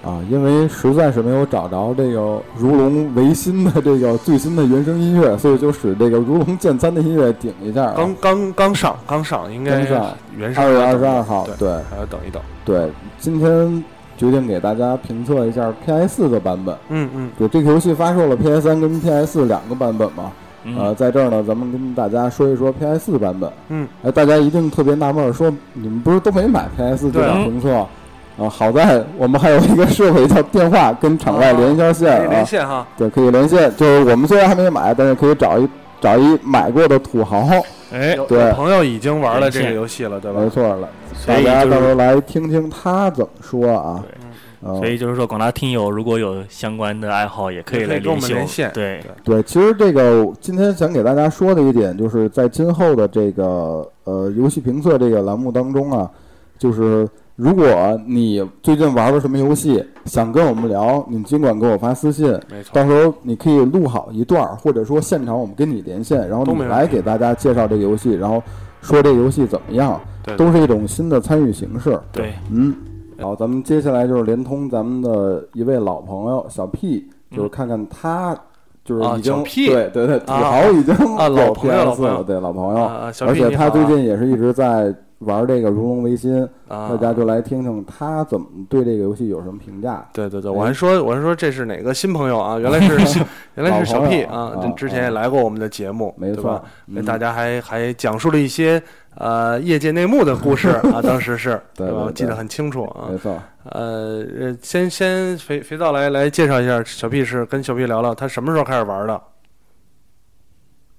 啊，因为实在是没有找着这个如龙维新的这个最新的原声音乐，所以就使这个如龙剑三的音乐顶一下啊。
刚刚刚上，刚上，应该
刚上
原上
二月二十二号
对，，
对。
还要等一等。
对，今天决定给大家评测一下 PS 4的版本。
嗯嗯，
对，这个游戏发售了 PS 3跟 PS 4两个版本嘛。
嗯
呃，在这儿呢，咱们跟大家说一说 PS 4版本。
嗯，
哎，大家一定特别纳闷儿，说你们不是都没买 PS 4这
对
款
嗯
评测？啊，好在我们还有一个设备叫电话，跟场外连一下线
可以
儿
连
啊，
线哈。
对，可以连线。就是我们虽然还没买，但是可以找一找一买过的土豪，
哎，
有
对
有朋友已经玩了这个
连线
游戏了，对吧
没？错了。
所
大
以
家
就
到时
是
候来听听他怎么说啊。
对
嗯
所以就是说，广大听友如果有相关的爱好，也可以
也可以
来
跟我们
系
连
们
线
对
对
对，其实这个我今天想给大家说的一点，就是在今后的这个呃游戏评测这个栏目当中啊，就是如果你最近玩了什么游戏，想跟我们聊，你尽管给我发私信，
没错，
到时候你可以录好一段儿，或者说现场我们跟你连线，然后
都
你
没问题
来给大家介绍这个游戏，然后说这个游戏怎么样，
对
都是一种新的参与形式。
对，
嗯，好，咱们接下来就是连通咱们的一位老朋友小 P，就是看看他就是已经、
啊小 P
对对对，土
啊
豪已经
啊老
有
朋友老
PS
朋友
了，对老朋友，
啊，小
而
B
且
你好
他
啊
最近也是一直在玩这个《如龙维新》
啊
大，家就来听听他怎么对这个游戏有什么评价。
对
嗯
对对，我还说我还说这是哪个新朋友啊？ 原来是原来是小 P
老
啊
朋友啊，
这之前也来过我们的节目，
没
对
错
吧？，
嗯
大家还还讲述了一些呃业界内幕的 故事啊，当时是
对对
吧？我记得很清楚啊
没。错，
呃，呃先先肥肥皂来来介绍一下小 P 是跟小 P 聊聊他什么时候开始玩的？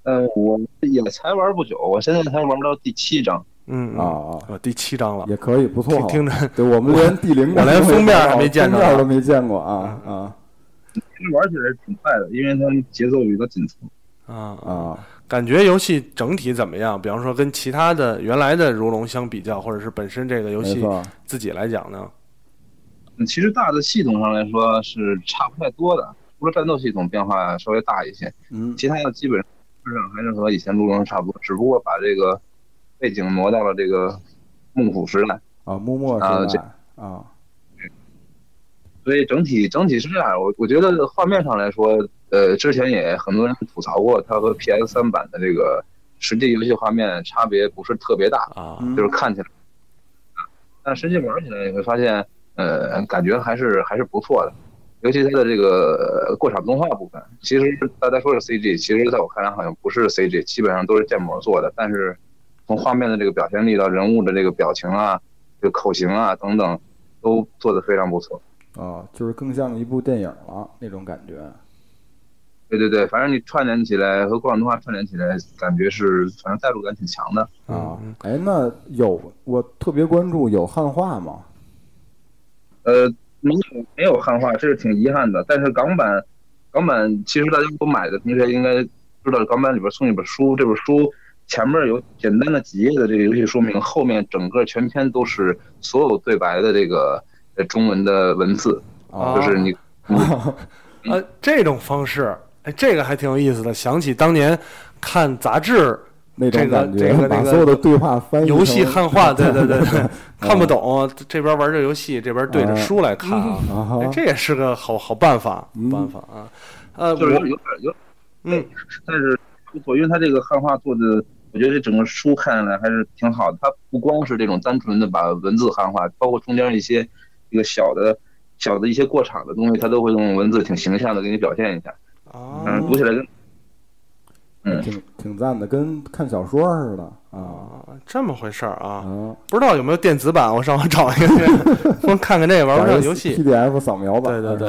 呃，我也才玩不久，我现在才玩到第七章。
啊，
嗯嗯
啊，
呃第七章了，
也可以，不错
听。听着
对我们连第零
我连封面还没见着
封面都没见过啊啊
其实玩起来挺快的，因为它节奏比较紧凑。
啊
啊！
感觉游戏整体怎么样？比方说跟其他的原来的如龙相比较，或者是本身这个游
没
戏
错，
自己来讲呢？
嗯其实大的系统上来说是差不太多的，除了战斗系统变化稍微大一些，
嗯，
其他的基本上还是和以前如龙差不多，只不过把这个背景挪到了这个幕府时代。
啊，默默
啊
是
这
吧？啊，
所以整体整体是这样，我我觉得画面上来说，呃，之前也很多人吐槽过它和 PS 三版的这个实际游戏画面差别不是特别大，
啊，
就是看起来，但实际玩起来你会发现，呃，感觉还是还是不错的，尤其它的这个呃过场动画部分，其实大家说是 CG，其实在我看来好像不是 CG，基本上都是建模做的，但是从画面的这个表现力到人物的这个表情啊、这个口型啊等等，都做得非常不错。
啊，就是更像一部电影了那种感觉。
对对对，反正你串联起来和过场动画串联起来，感觉是反正代入感挺强的。
嗯
啊，哎，那有我特别关注有汉化吗？
呃，没有没有汉化，这是挺遗憾的。但是港版，港版其实大家都买的同学应该知道，港版里边送一本书，这本书前面有简单的几页的这个游戏说明，后面整个全篇都是所有对白的这个呃中文的文字，
啊
就是你
嗯呃，这种方式，哎，这个还挺有意思的。想起当年看杂志，
那种
这个
感觉，
这个
把
那个
所有的对话翻译
游戏
成
汉化，对对对，对看不懂，这边玩着游戏，这边对着书来看啊，
啊哈
哎，这也是个好好办法，办法啊。呃，
就是有
我
有点有，
嗯，
但是不错，因为它这个汉化做的，我觉得这整个书看下来还是挺好的。它不光是这种单纯的把文字汉化，包括中间一些这个小的、小的一些过场的东西，它都会用文字挺形象的给你表现一下。
啊，
嗯，读起来跟
挺挺赞的，跟看小说似的啊
啊这么回事儿啊，
啊！
不知道有没有电子版，我上网找一个， 我看看这个玩不上游 戏。
PDF 扫描版，
对对对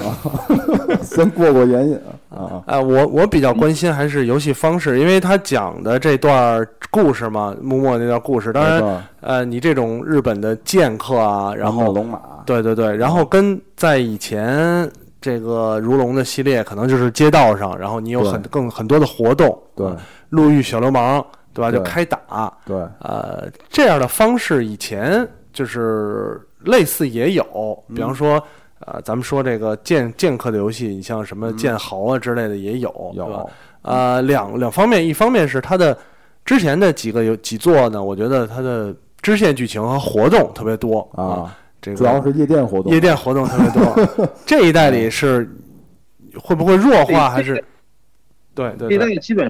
对， 先过过眼瘾啊
啊，我我比较关心还是游戏方式，因为他讲的这段故事嘛，幕末那段故事，当
没
然
错，
呃，你这种日本的剑客啊，然后
龙马，
对对对，然后跟在以前这个如龙的系列，可能就是街道上，然后你有
对
很更很多的活动，
对
啊路遇小流氓，对吧？
对
就开打，
对
呃，这样的方式以前就是类似也有，
嗯
比方说。呃，咱们说这个剑剑客的游戏，你像什么剑豪啊之类的也有，对
嗯
吧
有？
呃，两两方面，一方面是它的之前的几个有几座呢，我觉得它的支线剧情和活动特别多
啊，
这个
主要是夜店活动
夜，店活动特别多。 这一代里是会不会弱化，还是对对对
这类基本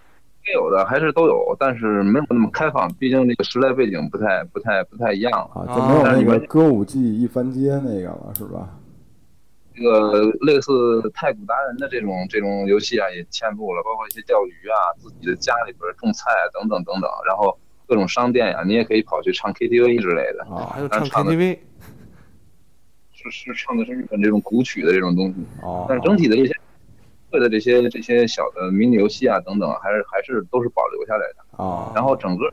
该有的还是都有，但是没有那么开放，毕竟这个时代背景不太、不太、不太一样了。
啊，就没有
啊
那个歌舞伎一番街那个了，是吧？
这个类似太古达人的这种这种游戏啊，也嵌入了，包括一些钓鱼啊、自己的家里边种菜啊等等等等，然后各种商店呀、你也可以跑去唱 KTV 之类的，
啊
还有唱
那唱的
KTV
是是唱的是日本这种古曲的这种东西。
哦
但是整体的这些会的这些这些小的迷你游戏啊等等，还是还是都是保留下来的。
啊
然后整个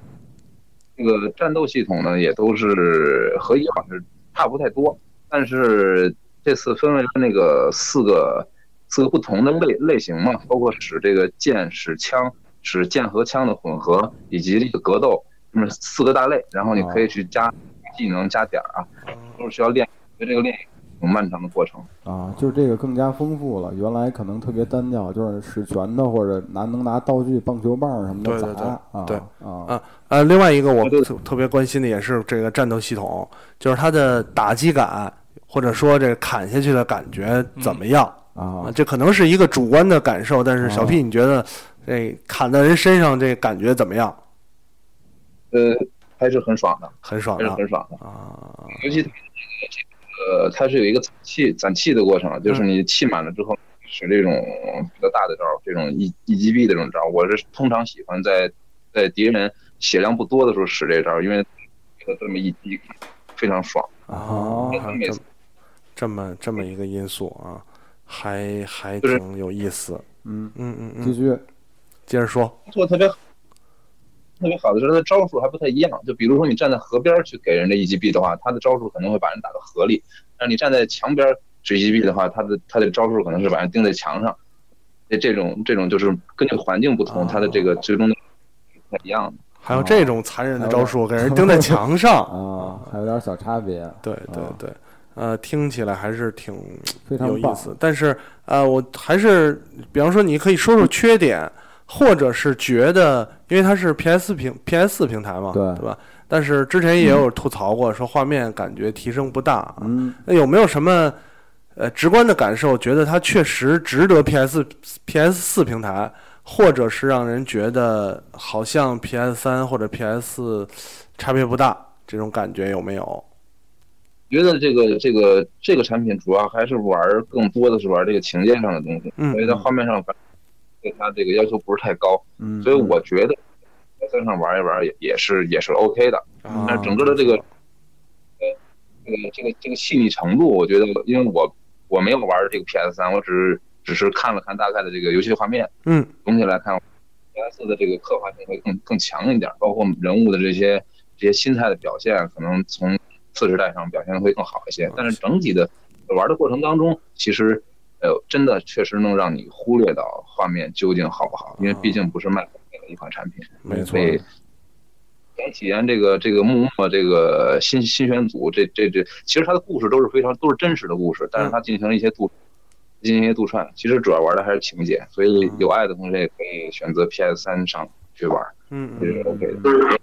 这个战斗系统呢，也都是和以往是差不太多，但是这次分为了那个四个四个不同的类类型嘛，包括使这个剑、使枪、使剑和枪的混合，以及这个格斗，这么四个大类。然后你可以去加技能、加点儿啊，都是需要练，所以这个练挺漫长的过程。
啊，就是这个更加丰富了。原来可能特别单调，就是使拳头或者拿能拿道具、棒球棒什么的
对对
砸啊，
对
啊
啊呃，另外一个我
对
特特别关心的也是这个战斗系统，就是它的打击感。或者说这个砍下去的感觉怎么样、啊？
啊，
这可能是一个主观的感受，但是小
啊
P 你觉得这砍到人身上这感觉怎么样？
呃，还是很爽的，
很爽
还是
的
很爽的。
啊！
尤其它这个呃，它是有一个攒气攒气的过程，啊就是你气满了之后使这种比较大的招儿，这种一一击毙的这种招儿。我是通常喜欢在在敌人血量不多的时候使这招儿，因为给他这么一击非常爽。
啊，
他每
这
次
这么这么一个因素啊，还还
就是
挺有意思。
嗯，
嗯嗯
继
嗯，
续
接着说。
做得特别好特别好的是它的招数还不太一样，就比如说你站在河边儿去给人这一击毙的话，他的招数可能会把人打到河里；让你站在墙边儿去一击毙的话，他的他的招数可能是把人钉在墙上。这这种这种就是根据环境不同，他的这个最终的不太一样的。
还有这种残忍的招数，给人钉在 墙上。
啊，还有点小差别，
对对对，呃，听起来还是挺
非常
有
棒
意思。但是呃，我还是比方说，你可以说说缺点，或者是觉得，因为它是 PS 平 PS 四平台嘛，
对
吧？但是之前也有吐槽过，说画面感觉提升不大。
嗯，
那有没有什么呃直观的感受？觉得它确实值得 PS PS 四平台，或者是让人觉得好像 PS 三或者 PS 四差别不大，这种感觉有没有？
觉得这个这个这个产品主要还是玩儿更多的是玩儿这个情节上的东西，
嗯
所以在画面上反对它这个要求不是太高，
嗯，
所以我觉得在三上玩一玩也也是也是 OK 的。
啊
但是整个的这个呃这个这个这个细腻程度，我觉得因为我我没有玩儿这个 PS 三，我只是只是看了看大概的这个游戏画面，
嗯，
总体来看，PS 的这个刻画性会更更强一点，包括人物的这些这些心态的表现，可能从次时代上表现的会更好一
嗯
些。但是整体的玩的过程当中，其实呃，真的确实能让你忽略到画面究竟好不好，因为毕竟不是卖画面的一款产品，
没错
所，以。想体验这个这个木木这个新新选组这这这，其实它的故事都是非常都是真实的故事，但是它进行了一些杜进行一些杜串，其实主要玩的还是情节，所以有爱的同学也可以选择 PS 三上去玩，
嗯
这
嗯，
是 OK 的。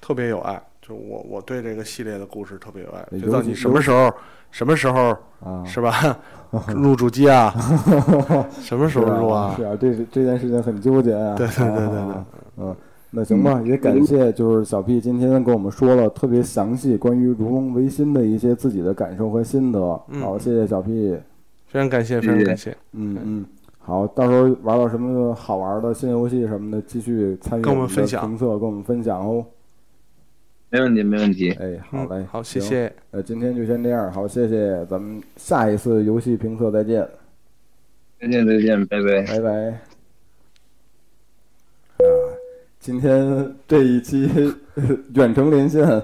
特别有爱，就我我对这个系列的故事特别有爱。
尤
不知道
其
你什么时候什么时候
啊，
是吧？入主机啊？什么时候入啊
是？啊，这是这件事情很纠结啊。
对对对对对
啊嗯，那行吧，也感谢就是小 P 今天跟我们说了特别详细关于《如龙维新》的一些自己的感受和心得。
嗯
好，谢谢小 P。
非常感谢，非常感谢，
嗯嗯，好，到时候玩到什么好玩的新游戏什么的，继续参与
跟我们
的
分享
评测，跟我们分享哦。嗯
没问题，没问题。
哎，好嘞
嗯，好，谢
行。
谢，
呃，今天就先这样，好，谢谢，咱们下一次游戏评测再见，
再见，再见，拜拜。
拜拜。啊，今天这一期 远程连线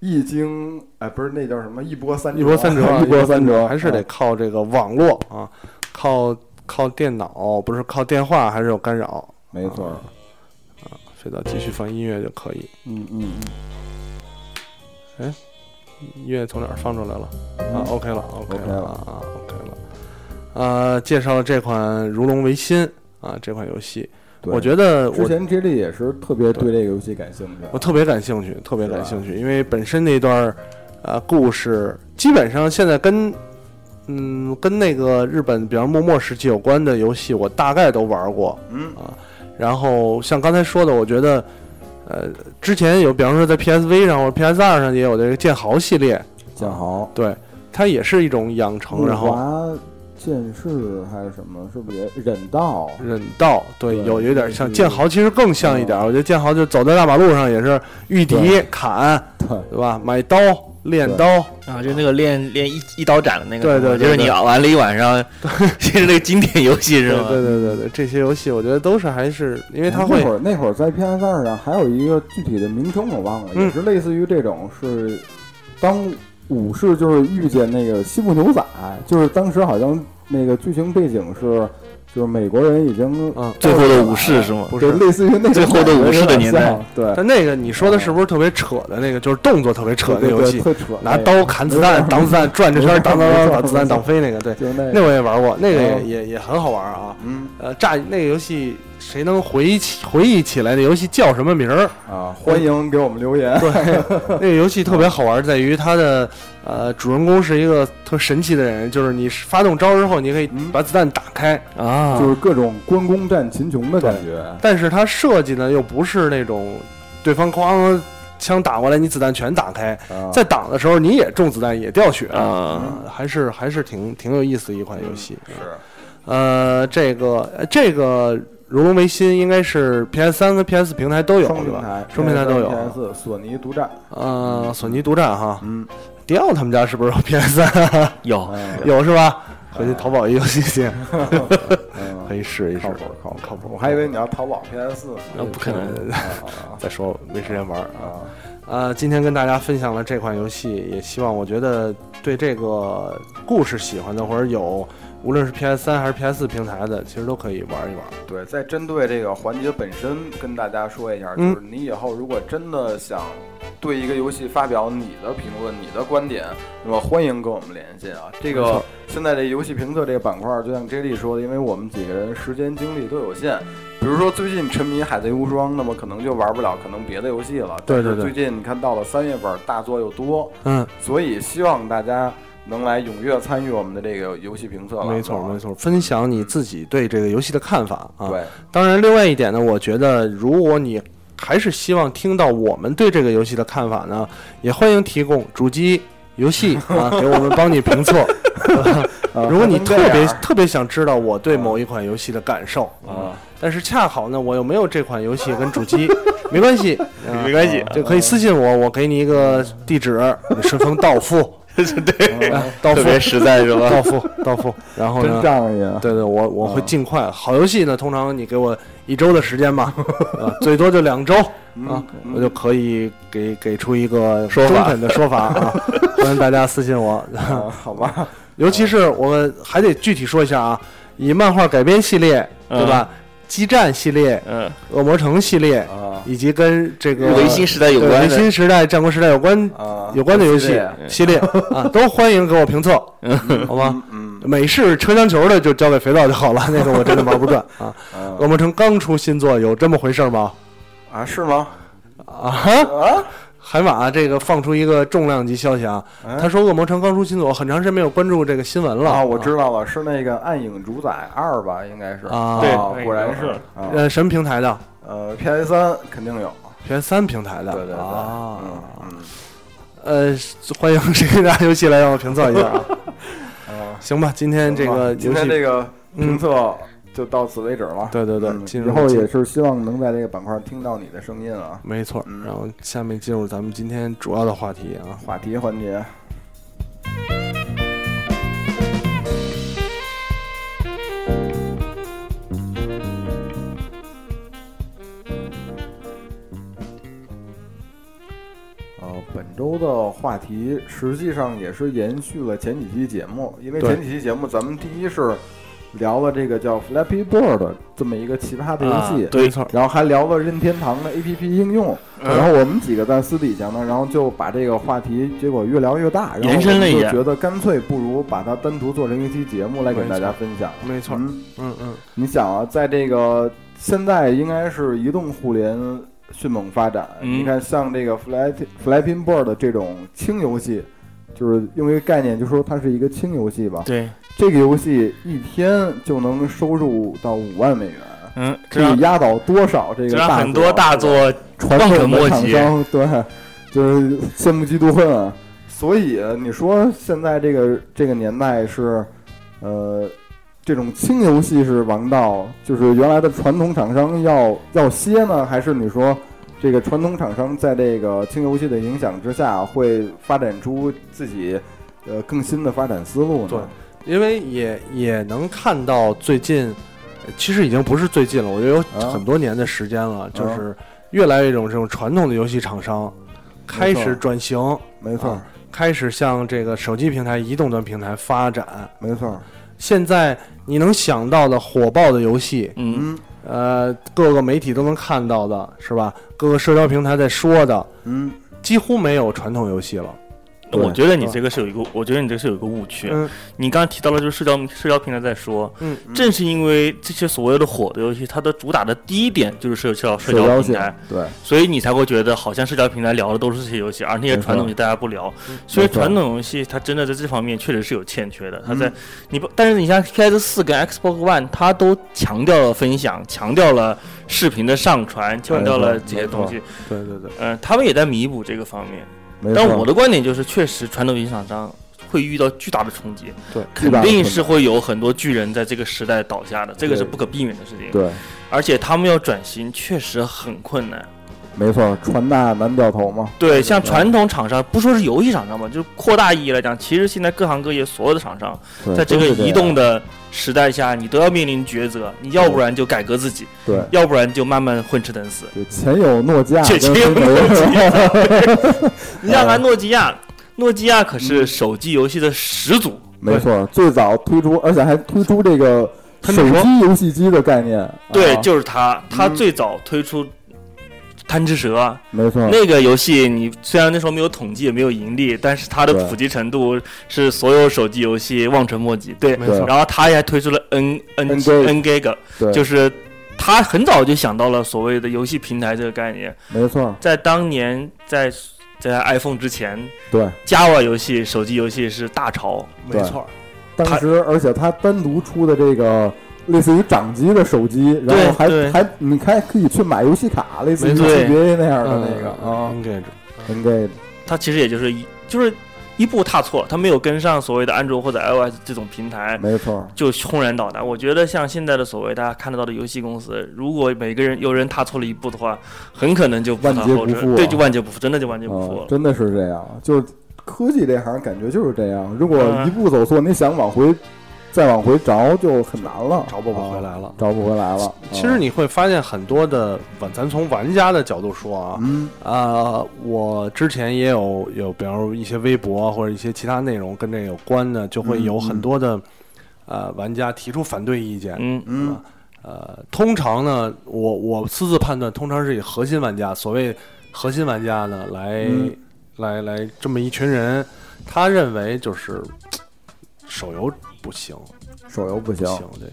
一经哎，不是那叫什么一波三
一波三折 啊，
一波三折，
还是得
啊
靠这个网络啊，靠靠电脑，不是靠电话，还是有干扰。
没错
啊
儿，
飞到继续放音乐就可以，
嗯嗯嗯。
音乐从哪儿放出来了？啊，OK 了，OK
嗯，OK
了
了
啊，OK 了。呃，介绍了这款《如龙维新》啊，这款游戏，
对
我觉得我
之前 J D 也是特别对这个游戏感兴趣啊，
我特别感兴趣，特别
是吧
感兴趣，因为本身那段儿呃故事，基本上现在跟嗯跟那个日本，比方幕末时期有关的游戏，我大概都玩过，
嗯
啊，然后像刚才说的，我觉得呃之前有，比方说在 PSV 上或者 PS 二上也有这个剑豪系列，
建豪，
对，它也是一种养
嗯
成，然后
华剑士还是什么，是不是也忍道？
忍道，对，
对嗯
有有点像
就是
剑豪，其实更像一点儿，我觉得剑豪就走在大马路上也是御敌
对
砍，
对，
对吧？买刀。练
对
刀，
啊，就那个练练一一刀斩的那个，
对对对
就是你熬完了一晚上， 这是那个经典游戏是
对
吗？
对对对对，这些游戏我觉得都是还是因为它
那
会
会儿那会儿在 PS 二上还有一个具体的名称我忘了，
嗯
也是类似于这种是当武士就是遇见那个西部牛仔，就是当时好像那个剧情背景是就是美国人已经
嗯，
啊最后的武士是吗？
不，
就是类似于那种
最后的武士的
感觉有点
年代
像，对，
但那个你说的是不是特别扯的那个，就是动作特别扯的
对
游
对
戏，
特扯，哎
拿刀砍子弹、挡子弹、转着圈儿挡挡挡把子弹挡飞那个，对，
就那
那
个，
我也玩过，那个也
嗯
也也很好玩啊。
嗯
呃，乍那个游戏谁能回忆起回忆起来那游戏叫什么名 儿？
啊，欢迎给我们留言，
那个游戏特别好玩，在于它的呃主人公是一个特神奇的人，就是你发动招之后，你可以
嗯
把子弹打开，
啊，
就是各种关公战秦琼的感觉，
但是它设计呢又不是那种对方哐枪打过来，你子弹全打开，
啊
在挡的时候你也中子弹也掉血，
啊，
呃还是还是挺挺有意思的一款游戏。
嗯是
呃，这个呃这个《如龙维新》应该是 PS 三和 PS 平台都有
双
对
平
吧
台，？
双平台都有。
PS 索尼独占，
呃，索尼独占哈，
嗯，
迪奥他们家 是不是有 PS 三？
啊
有
有是吧？
呃
回去淘宝一游戏去，
嗯
可以试一
靠。
试
谱靠谱
靠谱
我还以为你要淘宝 PS 四呢。
嗯
那不可能
啊
再说没时间玩儿
啊啊！啊
呃，今天跟大家分享了这款游戏，也希望我觉得对这个故事喜欢的，或者有无论是 PS 三还是 PS 四平台的，其实都可以玩一玩。
对，再针对这个环节本身跟大家说一下，就
嗯
是你以后如果真的想对一个游戏发表你的评论、你的观点，那么欢迎跟我们联系啊。这
没
个
错
现在这游戏评测这个板块，就像 J D 说的，因为我们几个人时间精力都有限。比如说最近沉迷《海贼无双》，那么可能就玩不了可能别的游戏了。
对
但是
对对
最近你看到了三月份大作又多，
嗯，
所以希望大家能来踊跃参与我们的这个游戏评测了。
没错，没错，分享你自己对这个游戏的看法啊。
对，
当然，另外一点呢，我觉得如果你还是希望听到我们对这个游戏的看法呢，也欢迎提供主机游 戏啊，给我们帮你评测。
啊
如果你
还能这
特别
样
特别想知道我对某一款游戏的感受
啊，
但是恰好呢，我又没有这款游戏跟主 机，没关系，啊
没关系
就可以私信我，我给你一个地址，你顺丰到付，
对，
啊到付
特，别实在是吧？
到付，到付，然后呢
真？仗义啊！
对对，我我会尽快。好游戏呢，通常你给我一周的时 间吧，啊，最多就两周
嗯
啊，我就可以给给出一个中肯的说法 啊。欢迎大家私信我，
啊 好吧，
尤其是我们还得具体说一下啊，以漫画改编系列
嗯
对吧？激战系列、
嗯，
恶魔城系列，
啊
以及跟这个
维新时代有
对
关
维
的，
新时代、战国时代有关
啊，
有关的游戏
嗯
系列啊，都欢迎给我评测，好吗？
嗯
美式车厢球的就交给肥皂就好了，那个我真的玩不转啊。
啊
恶魔城刚出新作，有这么回事吗？
啊，是吗？
啊哈！海马、这个放出一个重量级消息啊，他说恶魔城刚出新作，我很长时间没有关注这个新闻了
哎啊，我知道了，是那个《暗影主宰二》吧，应该是
啊
对
果然是啊
呃，什么平台的
呃，PS 三肯定有，
？PS 三平台的
对对对，
啊，
嗯
呃，欢迎谁拿游戏来让我评测一下 啊？
嗯啊，
行吧，今天这个
今
游
天
戏嗯
这个评测就到此为止了。
对对对
嗯
进
以
入
后也是希望能在这个板块听到你的声音啊。
没错，然后下面进入咱们今天主要的话题啊。
话题环节，呃，本周的话题实际上也是延续了前几期节目，因为
对
前几期节目咱们第一是聊了这个叫 Flappy Bird 这么一个奇葩的游戏，
啊对
没错，
然后还聊了任天堂的 APP 应用，
嗯
然后我们几个在私底下呢，然后就把这个话题结果越聊越大，然后
延伸了一
我们
下
就觉得干脆不如把它单独做成一期节目来给大家分享。
没错，
嗯，
嗯嗯，
你想啊，在这个现在应该是移动互联迅猛发展，
嗯
你看像这个 Flat Flapping Bird 这种轻游戏，就是用一个概念，就说它是一个轻游戏吧。
对，
这个游戏一天就能收入到五万美元。
嗯，
可
这让
以压倒多少这
这
个
让
大
很多大
作啊
作
传
望尘
统
莫
的厂
及
商，对，就是羡慕嫉妒恨啊。所以你说现在这个这个年代是，呃，这种轻游戏是王道，就是原来的传统厂商要要歇呢，还是你说这个传统厂商在这个轻游戏的影响之下，会发展出自己呃更新的发展思路呢？
对因为也也能看到最近，呃其实已经不是最近了，我觉得有
啊
很多年的时间了，就是越来越一种这种传统的游戏厂商开始转型，
没错，
啊开始向这个手机平台、移动端平台发展。
没错，
现在你能想到的火爆的游戏，
嗯，
嗯
呃，各个媒体都能看到的，是吧？各个社交平台在说的，
嗯，
几乎没有传统游戏了。
对
我觉得你这个是有一个，我觉得你这个是有一个误区。
嗯
你刚刚提到了，就是社交社交平台在说，
嗯，
正是因为这些所谓的火的游戏，它的主打的第一点就是社交社
交
交平
性
台，
对，
所以你才会觉得好像社交平台聊的都是这些游戏，而那些
没错嗯
传统游戏大家不聊。所以
没错
传统游戏它真的在这方面确实是有欠缺的。它在
嗯
你不，但是你像 PS 四跟 Xbox One，它都强调了分享，强调了视频的上传，强调了这些东西。
对对对，
嗯，他们也在弥补这个方面。
没错。
但我的观点就是，确实传统游戏厂商会遇到巨大的冲击，
对
巨
肯
大的
定
冲击
是会有很多巨人在这个时代倒下的，这个是
对
不可避免的事情。
对。
而且他们要转型确实很困难。
没错，船大难掉头嘛。
对，像传统厂商，不说是游戏厂商吧，就是扩大意义来讲，其实现在各行各业所有的厂商，
对
在这个
真是
移
样
动的时代下，你都要面临抉择，你要不然就改革自己，
对，
要不然就慢慢混吃等死。
对前有诺基亚
且
跟飞
前有
牛，
你像咱诺基亚，诺基亚可是手机游戏的始祖，
没错，最早推出，而且还推出这个
喷
手
着说
机游戏机的概念。
对，
啊
就是它，它
嗯
最早推出。贪吃蛇
没错，
那个游戏，你虽然那时候没有统计，也没有盈利，但是它的
对
普及程度是所有手机游戏望尘莫及。对，
没错
对。
然后他也推出了 N N
N-Gage
N Gag，
对，
就是他很早就想到了所谓的游戏平台这个概念，
没错，
在当年在在 iPhone 之前
对，
，Java 游戏、手机游戏是大潮，
没错儿，
当时而且它单独出的这个类似于掌机的手机，然后还
对
还你还可以去买游戏卡，类似于
没错
GBA 那样的
嗯
那个啊，
，Engage，
应该
它其实也就是一就是一步踏错，它没有跟上所谓的安卓或者 iOS 这种平台，
没错，
就轰然倒弹。我觉得像现在的所谓大家看得到的游戏公司，如果每个人有人踏错了一步的话，很可能就步
万
踏
劫
后
不复
尘，对，
啊
就万劫不复，哦真的就万劫不复
啊
了，。
真的是这样，就是科技这行感觉就是这样，如果
嗯
一步走错，你想往回再往回找就很难了，
找不
啊
回，来了。
找不回来了。
其
啊
实你会发现很多的玩，咱从玩家的角度说啊，
嗯
啊，我之前也有有，比方说一些微博或者一些其他内容跟这有关的，就
嗯
会有很多的、呃玩家提出反对意见。
嗯，
嗯
呃，通常呢，我我私自判断，通常是以核心玩家，所谓核心玩家呢，来、
嗯
来来这么一群人，他认为就是嘖手游不行，
手游不
不
行
行，对，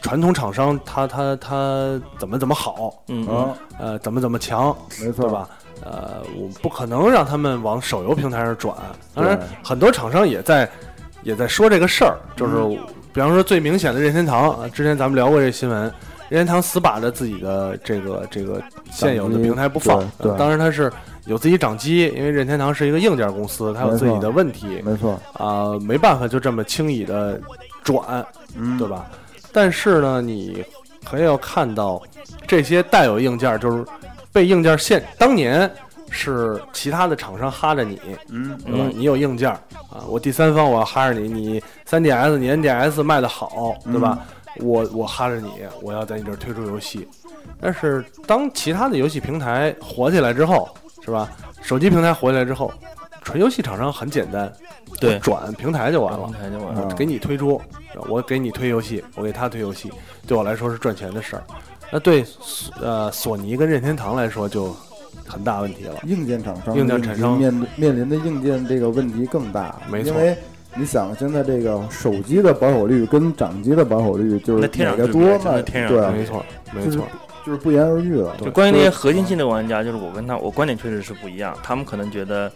传统厂商他他他怎么怎么好，
嗯嗯
啊，
呃，怎么怎么强，
没错
对吧？呃，我不可能让他们往手游平台上转。当然
对，
很多厂商也在也在说这个事儿，就是、
嗯
比方说最明显的任天堂啊，之前咱们聊过这新闻，任天堂死把着自己的这个这个现有的平台不放。
对对
呃当然它是有自己掌机，因为任天堂是一个硬件公司，它有自己的问题
没错，
啊、没办法就这么轻易的转，
嗯
对吧？但是呢，你很要看到这些带有硬件儿，就是被硬件儿限。当年是其他的厂商哈着你，
嗯
对吧？你有硬件儿啊，我第三方我要哈着你，你 3DS、你 NDS 卖的好，对吧？我我哈着你，我要在你这儿推出游戏。但是当其他的游戏平台火起来之后，是吧？手机平台火起来之后，纯游戏厂商很简单，
对
我转平台就完了
平。台就完了。
嗯
我啊给你推出，我给你推游戏，我给他推游戏，对我来说是赚钱的事儿。那对索呃索尼跟任天堂来说就很大问题了。
硬件厂商
硬件厂商
面临面临的硬件这个问题更大，
没错
因为你想现在这个手机的保有率跟掌机的保有率就是
那天壤
哪个
之
多
别真
呢？
的天壤之
对，
没错，没
就是
错，
就是不言而喻了。
就关于那些
就是
核心性的玩家，就是我跟他，我观点确实是不一样。他们可能觉得，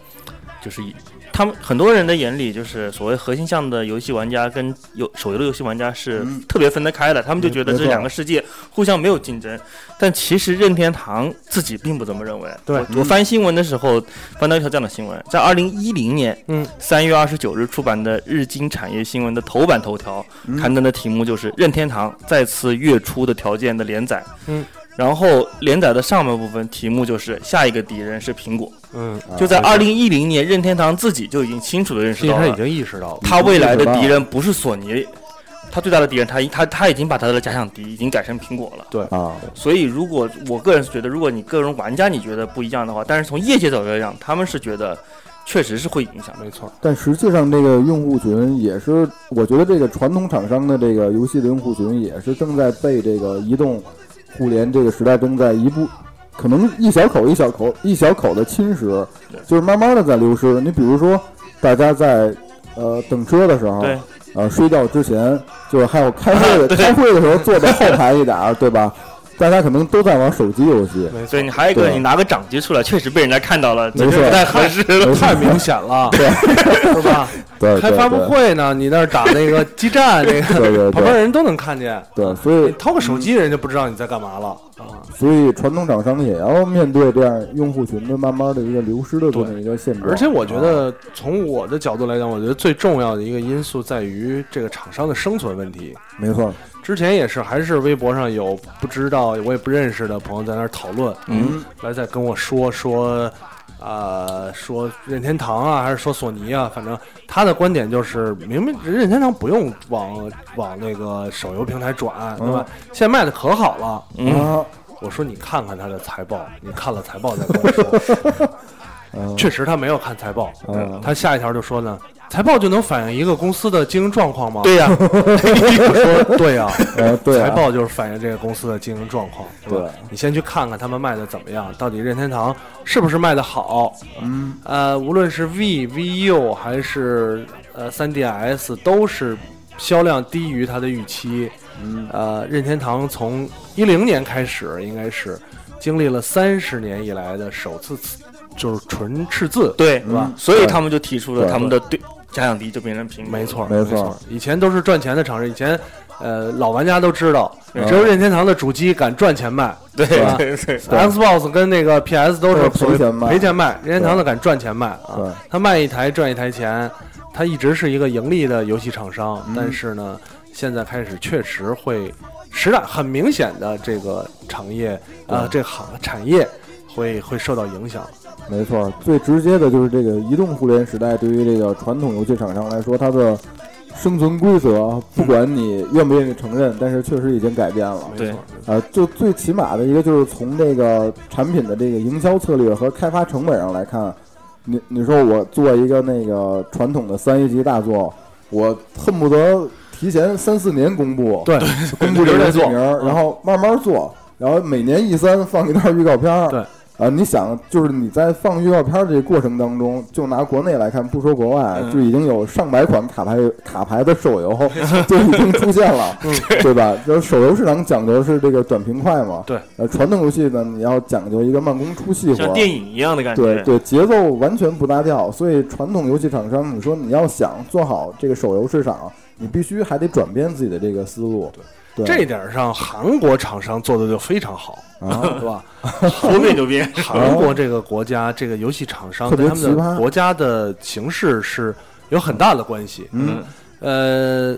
就是以他们很多人的眼里，就是所谓核心向的游戏玩家跟游手游的游戏玩家是
嗯
特别分得开的，他们就觉得
没
这
错
两个世界互相没有竞争。但其实任天堂自己并不这么认为。
对
我我翻新闻的时候翻到一条这样的新闻，在二零一零年
嗯
三月二十九日出版的《日经产业新闻》的头版头条，
嗯
刊登的题目就是“任天堂再次跃出的条件”的连载。
嗯，
然后连载的上半部分题目就是“下一个敌人是苹果
嗯，”。
就在
啊
二零一零年，任天堂自己就已经清楚的认
其
识
实嗯
到
他已
了，
经意识到了。
他未来的敌人不是索尼，他最大的敌人他他他已经把他的假想敌已经改成苹果了。
啊，
所以，如果我个人是觉得，如果你个人玩家你觉得不一样的话，但是从业界角度来讲，他们是觉得确实是会影响的。
没错，
但实际上这个用户群也是，我觉得这个传统厂商的这个游戏的用户群也是正在被这个移动互联这个时代正在一步。可能一小口一小口一小口的侵蚀
对，
就是慢慢的在流失。你比如说，大家在呃等车的时候，
对，
呃，睡觉之前，就是还有开 会的开会的时候坐在后排一点儿，对吧？大家可能都在玩手机游戏，
没
所
错
以，你还有一个，
对啊
你拿个掌机出来，确实被人家看到了，
没
这就
错
不太合适了。
没错
太明 显了，
对
是吧？
对，
开
对
发布，会呢，你那儿打那个基站， 那
对对
个
对
旁边人都能看见。
对对，所嗯以
你掏个手机，人就不知道你在干嘛了啊！
所以传统厂商也要面对这样用户群的慢慢的一个流失的这么一个现状。
而且我觉
啊，
得，从我的角度来讲，我觉得最重要的一个因素在于这个厂商的生存问题。
没错，
之前也是，还是微博上有不知道我也不认识的朋友在那儿讨论，
嗯，
来在跟我说说，啊，说任天堂啊，还是说索尼啊，反正他的观点就是，明明任天堂不用往往那个手游平台转，对吧？现在卖的可好了。
嗯，
啊，
我说你看看他的财报，你看了财报再跟我说。
嗯
确实他没有看财报，
嗯
他下一条就说呢，财报就能反映一个公司的经营状况吗？
对呀、嗯
我说对 呀、
呃，对啊，
财报就是反映这个公司的经营状况，对吧
对？
你先去看看他们卖的怎么样，到底任天堂是不是卖的好？
嗯，
呃，无论是 V、VU 还是呃 3DS，都是销量低于它的预期。
嗯，
呃，任天堂从一零年开始，应该是经历了三十年以来的首次次就是纯赤字，
对，
是吧？
所以他们就提出了
对啊
他们的对假想敌就变成平民，
没错，
没错
错。以前都是赚钱的厂商，以前呃老玩家都知道，
嗯
只有任天堂的主机敢赚钱卖
对
是
啊
吧
对对，
，Xbox 跟那个 PS 都
都是
是
赔钱卖
赔钱卖，任天堂的敢赚钱卖
嗯对
啊，他卖一台赚一台钱，他一直是一个盈利的游戏厂商，
嗯
但是呢，现在开始确实会实打很明显的这个行业啊，这行产业会会受到影响。
没错，最直接的就是这个移动互联时代，对于这个传统游戏厂商来说，它的生存规则，不管你愿不愿意承认，但是确实已经改变了。
没
对
错，
啊，就最起码的一个就是从这个产品的这个营销策略和开发成本上来看，你你说我做一个那个传统的三 A 级大作，我恨不得提前三四年公布，
对，
公布这个
在
剧
做
名儿，然后慢慢做，然后每年一三放一段预告片儿。
对
啊，你想，就是你在放预告片儿这个过程当中，就拿国内来看，不说国外，
嗯
就已经有上百款卡牌卡牌的手游就已经出现了，对吧？就是手游市场讲究是这个短平快嘛，
对。
呃，传统游戏呢，你要讲究一个慢工出细活
像
儿，
电影一样的感
对
觉，
对，节奏完全不搭调，所以传统游戏厂商，你说你要想做好这个手游市场，你必须还得转变自己的这个思路。对，
这一点上韩国厂商做的就非常好，
啊
是吧？
多变就变，
韩国这个国家，这个游戏厂商
特别
跟他们
奇葩
的国家的形势是有很大的关系。
嗯，
呃，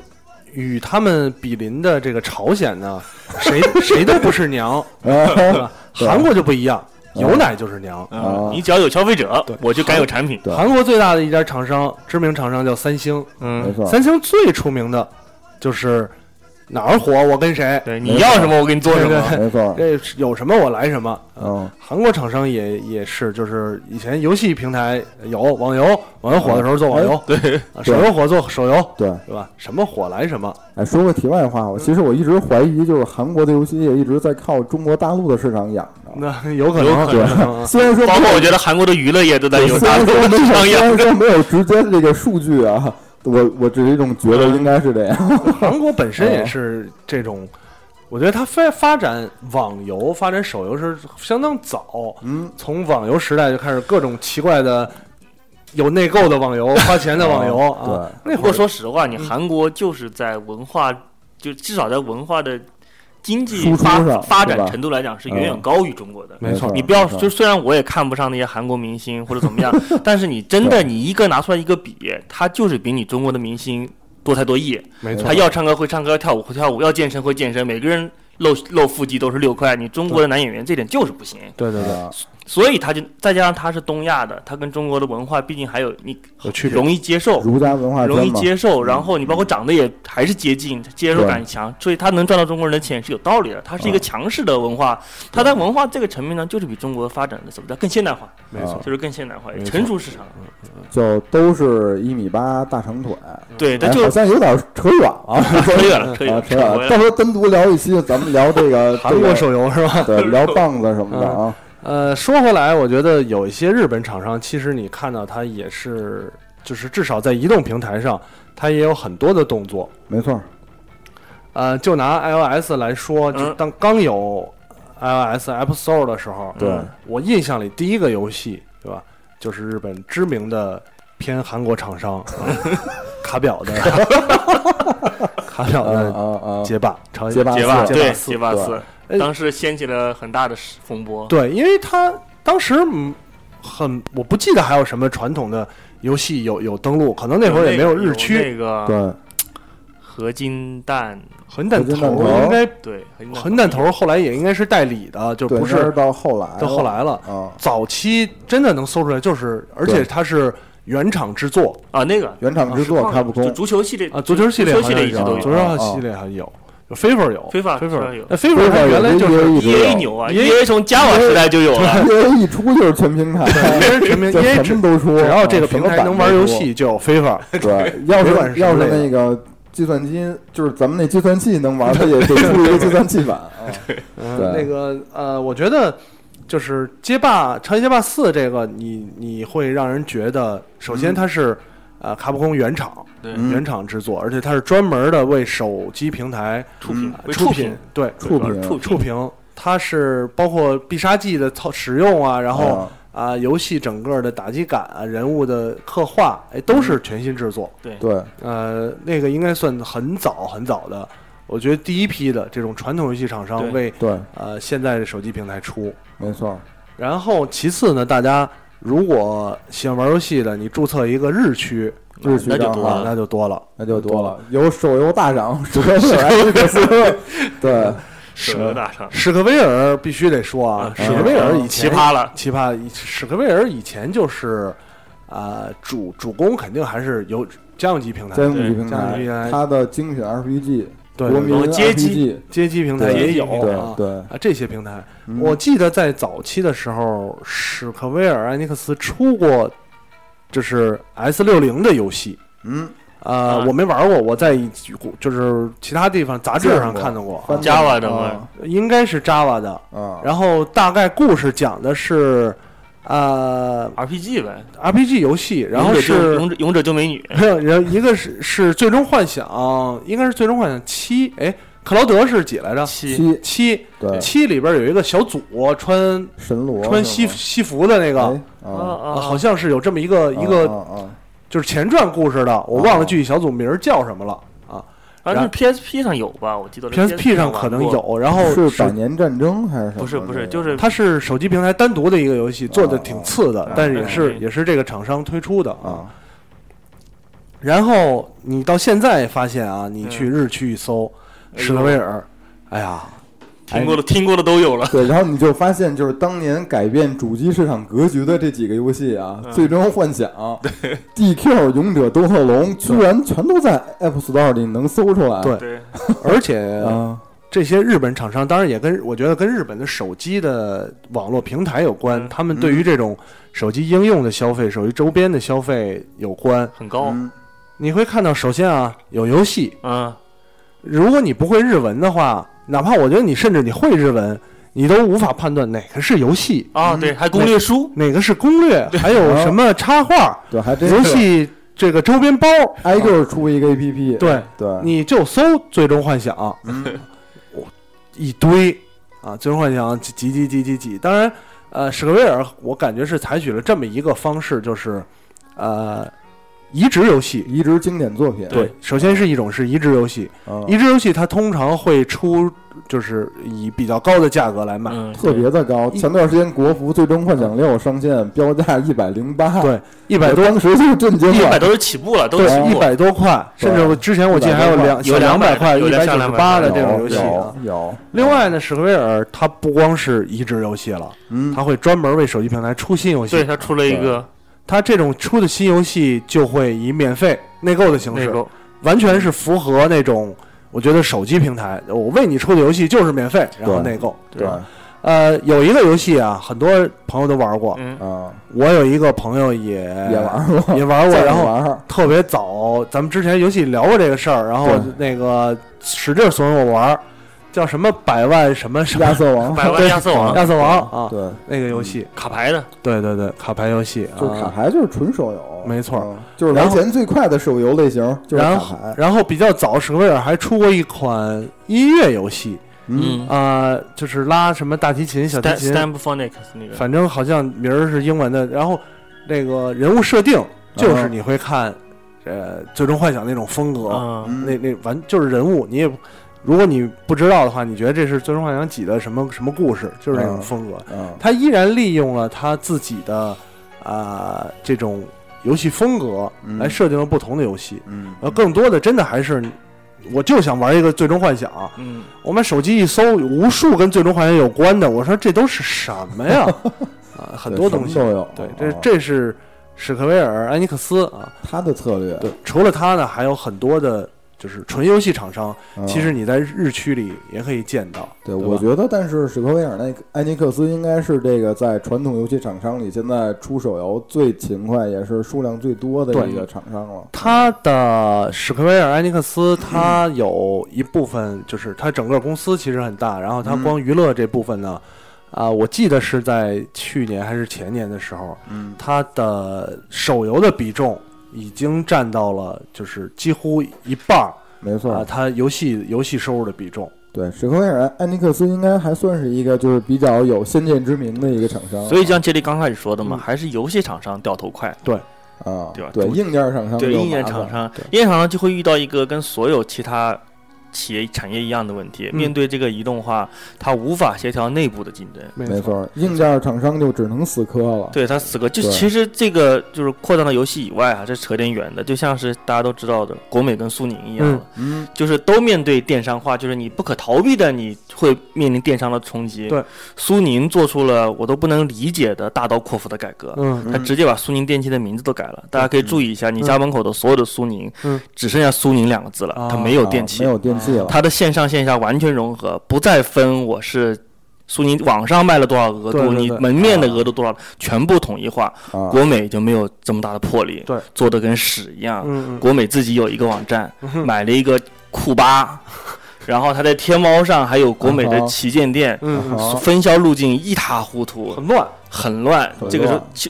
与他们比邻的这个朝鲜呢，谁 谁都不是娘，
啊
是吧？韩国就不一样，有奶就是娘。
啊
嗯，你只要有消费者
对，
我就敢有产品，
对
韩国最大的一家厂商，知名厂商叫三星，
没
嗯，
错，
三星最出名的就是哪儿火我跟谁，
对，你要什么我给你做什么，
没 错，
这有什么我来什么。
嗯，
韩国厂商也也是，就是以前游戏平台有网游，网游火的时候做网游，对，手游火做手游，
对。
对吧？什么火来什么，
哎，说个题外话，我其实我一直怀疑，就是韩国的游戏业一直在靠中国大陆的市场养着。
那有可
有
能，
可
对
能，啊
虽然说
包
没
括
有
我觉得韩国的娱乐业都在有
虽
大
然
陆
说
的
没有，
商
虽
业，
然说没有直接的这个数据啊，我我只是一种觉
嗯
得应该是这样。
韩国本身也是这种，我觉得它发发展网游、发展手游是相当早，
嗯，
从网游时代就开始各种奇怪的。有内购的网游，花钱的网游啊
哦，
那会
不过
儿
说实话，你韩国就是在文化，就至少在文化的经济
输出
发
上
发
对
展
吧
程度来讲，是远
嗯
远高于中国的。
没错
你不要，就
没错
虽然我也看不上那些韩国明星或者怎么样，但是你真的你一个拿出来一个比，他就是比你中国的明星多才多艺。
没错
他，要唱歌会唱歌，跳舞会跳舞，要健身会健身，每个人露露腹肌都是六块。你中国的男演员这点就是不行，
对对对，
啊
所以他就再加上他是东亚的，他跟中国的文化毕竟还有你
有区别。
容易接受，
儒家文化
容
圈
易
嘛，
接受，然
嗯
后你包括长得也还是接近，接受感强，所以他能赚到中国人的钱是有道理的。他是一个强势的文化，他在文化这个层面呢，就是比中国发展的怎么叫更现代化，
没错
啊
就是更现代化，
没错
成熟市场。
就都是一米八大长腿，
嗯
对，但
哎
就
好
是
像有点扯远了啊，
哎
扯远了，扯远
啊
了，
扯
扯
远
远
了。
了。
到时候单独聊一期，咱们聊这个
韩国手游是吧？
这个对聊棒子什么
嗯
的啊，
呃，说回来，我觉得有一些日本厂商，其实你看到它也是，就是至少在移动平台上，它也有很多的动作。
没错，
呃，就拿 iOS 来说，就
嗯
当刚有 iOS App Store 的时候，呃
对
嗯
我印象里第一个游戏，对吧？就是日本知名的偏韩国厂 商、啊卡表的卡表
啊
的嗯
啊啊，
街霸，朝
街霸
结
四
巴
街
对
四
结巴
对
四
哎，
当时掀起了很大的风波。
对，因为他当时嗯很，我不记得还有什么传统的游戏有有登录，可能那会儿也没有日区，
那个
对，
合金蛋，
横蛋
合金弹
头
头
应该
对，合金
横蛋头后来也应该是代理的，就
对
不
应该
是
到后来了，
到后来了。
啊，
早期真的能搜出来，就是而且
对
它是原厂制作
啊，那个
原厂制作卡普
就
空，
足球系列
啊，足球系列好
足球系
像
列一
有，
直都
啊
足
有
球系列还有，有 FIFA 有
FIFA
有
有，
那 FIFA 它原来就是
一直有
，EA 牛啊
EA
，EA 从 Java 时代就有了。
，EA 一出就是全平台，
因为全民，因
就
为
什
只
么都出，
只要这个
啊
平台能玩游，戏就有 FIFA，
什么 版都
没
出对，要是
管是什么
要是那个计算机，就是咱们那计算器能玩，它也得出一个计算器 版啊，
嗯，那个呃，我觉得就是街霸《超级街霸四》这个，你你会让人觉得，首先它是、呃卡普空原厂，
对
嗯
原厂制作，而且它是专门的为手机平台
触屏
呃
啊为
触
触
屏，对
触
主要
屏
是触
触屏，它是包括必杀技的操使用啊，然后
啊
啊、游戏整个的打击感啊、人物的刻画，哎，都是全新制作。
对，
对，
呃，那个应该算很早很早的，我觉得第一批的这种传统游戏厂商
对
为
对，
呃现在的手机平台出。
没错，
然后其次呢，大家如果喜欢玩游戏的，你注册一个日区
日区
那就
账
多
号
啊
了，
那就多了。嗯
那就多了，有手游大赏，手 游艾克斯，
嗯
对，
蛇的大厂
史克威尔必须得说啊，
嗯
史克威尔以
奇
前
哦
葩了，
奇葩，以史克威尔以前就是，啊、主主攻肯定还是有家用机平台，
在用机平
家用机
台
平，台
它的精选 RPG，
对
国
对
民
有街机
RPG，
街机平
对
台也有
对
啊
对嗯
啊这些平台，我记得在早期的时候，史克威尔艾尼克斯出过，就是 S 六零的游戏。
嗯，
啊，
啊
我没玩过，我在一就是其他地方杂志上看到过，
翻
啊
的
Java 的
啊
吗
应该是 Java 的。
啊，
然后大概故事讲的是，呃
RPG 呗，
，RPG 游戏，然后
勇者救
是
勇者勇者救美女，
没有， 然后一个是是最终幻想，应该是最终幻想七，哎，克劳德是几来
啊
着？
七
七
啊七
对
七里边有一个小组穿
神罗
穿西
是吗
西服的那个，
哎
啊
啊，
啊，
啊，
好像是有这么一个一个
啊啊
就是前传故事的，我忘了具体小组名儿叫什么了啊。
好像是 PSP 上有吧？我记得
PSP 上可能
玩过，
有，然
啊
后
是百年战争还是什么？
不是不
这
是，
个
就是
它是手机平台单独的一个游戏，做的
啊
挺次的，但是也是也是这个厂商推出的啊。
嗯
啊，
然后你到现在发现啊，你去日区一搜
哎呦
史克威尔，哎呀，
听过的听过的都有了，
对，然后你就发现，就是当年改变主机市场格局的这几个游戏啊，
嗯
最终幻想》、DQ、勇 者斗恶龙，居然全都在 App Store 里能搜出来。
对嗯
对，
而且
嗯
啊，
这些日本厂商当然也跟我觉得跟日本的手机的网络平台有关，
嗯
他们对于这种手机应用的消费、手机周边的消费有关。
很高，
嗯
你会看到，首先啊，有游戏，
嗯，
如果你不会日文的话，哪怕我觉得你甚至你会日文，你都无法判断哪个是游戏，
啊，对，还攻略书，
哪个是攻略，还有什么插画、
对，还真是
游戏这个周边包，
挨个出一个 APP。
对
对，
你就搜《最终幻想》
嗯
一堆啊，《最终幻想》几几几几几几。当然，呃，史克威尔我感觉是采取了这么一个方式，就是呃，移植游戏。
移植经典作品。
对，
首先是一种是移植游戏，
啊，
移植游戏它通常会出，就是以比较高的价格来卖。
嗯，
特别的高。前段时间，《国服最终幻想六》上线，标价一百零八，
嗯对，一百
我
多，
当时就震惊
一百
了。
都是起步了，都是起
对，一
步，
百多块，甚至我之前我记得还有两
有
两
200
百块、一
有
百
的
九
上
十
200
八的这种
有
游戏啊
有。有，
另外呢，史克威尔它不光是移植游戏了，
嗯
它会专门为手机平台出新游
对
戏。
他出了一个
它这种出的新游戏就会以免费内购的形
那
式，
个，
完全是符合那种我觉得手机平台，我为你出的游戏就是免费，然后
对
内购。
对啊
呃，有一个游戏啊，很多朋友都玩过，
嗯，
啊，
我有一个朋友也
也玩过，
也玩 过，然后
玩儿
特别早，咱们之前游戏聊过这个事儿，然后
对
那个使劲怂恿我玩儿，叫什么百万什么什么
亚瑟王，
百万亚瑟王
亚瑟王啊，
对，嗯
那个游戏，
卡牌的，
对对对，卡牌游戏
就是卡
啊。
牌就是纯手游，
没错
嗯，就是来钱最快的手游类型就是
然
卡
后
牌，，
然后比较早，史克威尔还出过一款音乐游戏
嗯，
啊、呃就是拉什么大提琴、小提
Stamp
琴，
Stamp Phonics 那个，
反正好像名儿是英文的。然后那个人物设定就是你会看，呃，最终幻想那种风格，
嗯，
嗯嗯
那那完就是人物，你也如果你不知道的话，你觉得这是《最终幻想几》的什么什么故事，就是那种
嗯
风格。
嗯
他依然利用了他自己的啊、这种游戏风格
嗯
来设定了不同的游戏，
嗯
呃，更多的真的还是。我就想玩一个《最终幻想》，
嗯，
我们手机一搜，无数跟《最终幻想》有关的。我说这都是什么呀？ 啊，很多东
对
西
什么都有
对，这
啊
这是史克威尔、艾尼克斯啊，
他的策略，
对，除了它呢，还有很多的，就是纯游戏厂商，
嗯
其实你在日区里也可以见到。
对，
吧
我觉得，但是史克威尔那个艾尼克斯应该是这个在传统游戏厂商里现在出手游最勤快，也是数量最多的
对
一个厂商了。
它的史克威尔艾尼克斯，它有一部分就是它整个公司其实很大，然后
嗯
它光娱乐这部分呢，啊、我记得是在去年还是前年的时候，
嗯，
它的手游的比重已经占到了就是几乎一半儿
没
啊、
错，
它游戏游戏收入的比重。
对，史克威尔艾尼克斯应该还算是一个就是比较有先见之明的一个厂商，
所以就像杰里刚开始说的嘛，还是游戏厂商掉头快，
啊
对吧，
对
都
硬件厂商
对
就
硬件
麻烦
厂商
对，
硬件厂商就会遇到一个跟所有其他企业产业一样的问题，面对这个移动化，它无法协调内部的竞争。
没
没，错，硬件厂商就只能死磕了。
对它死磕，就
对
其实这个就是扩展到游戏以外啊，这扯点远的，就像是大家都知道的国美跟苏宁一样，
嗯
嗯，
就是都面对电商化，就是你不可逃避的，你会面临电商的冲击。
对，
苏宁做出了我都不能理解的大刀阔斧的改革，
嗯，
他直接把苏宁电器的名字都改了。大家可
嗯
以注意一下，你家门口的所有的苏宁
嗯，
只剩下苏宁两个字了，
啊
它没有
啊
电器嗯
没，有电器了。
它的线上线下完全融合，不再分我是。苏宁网上卖了多少额
对
度？
对对
你门面的额度多少？全部统一化。
啊，
国美就没有这么大的魄力，
对，
做的跟屎一样。
嗯
国美自己有一个网站，
嗯，
买了一个库巴， 然后他在天猫上还有国美
啊
的旗舰店，
嗯，
好，
分销路径一塌糊涂，
很乱，
很乱
很。乱
这个时候其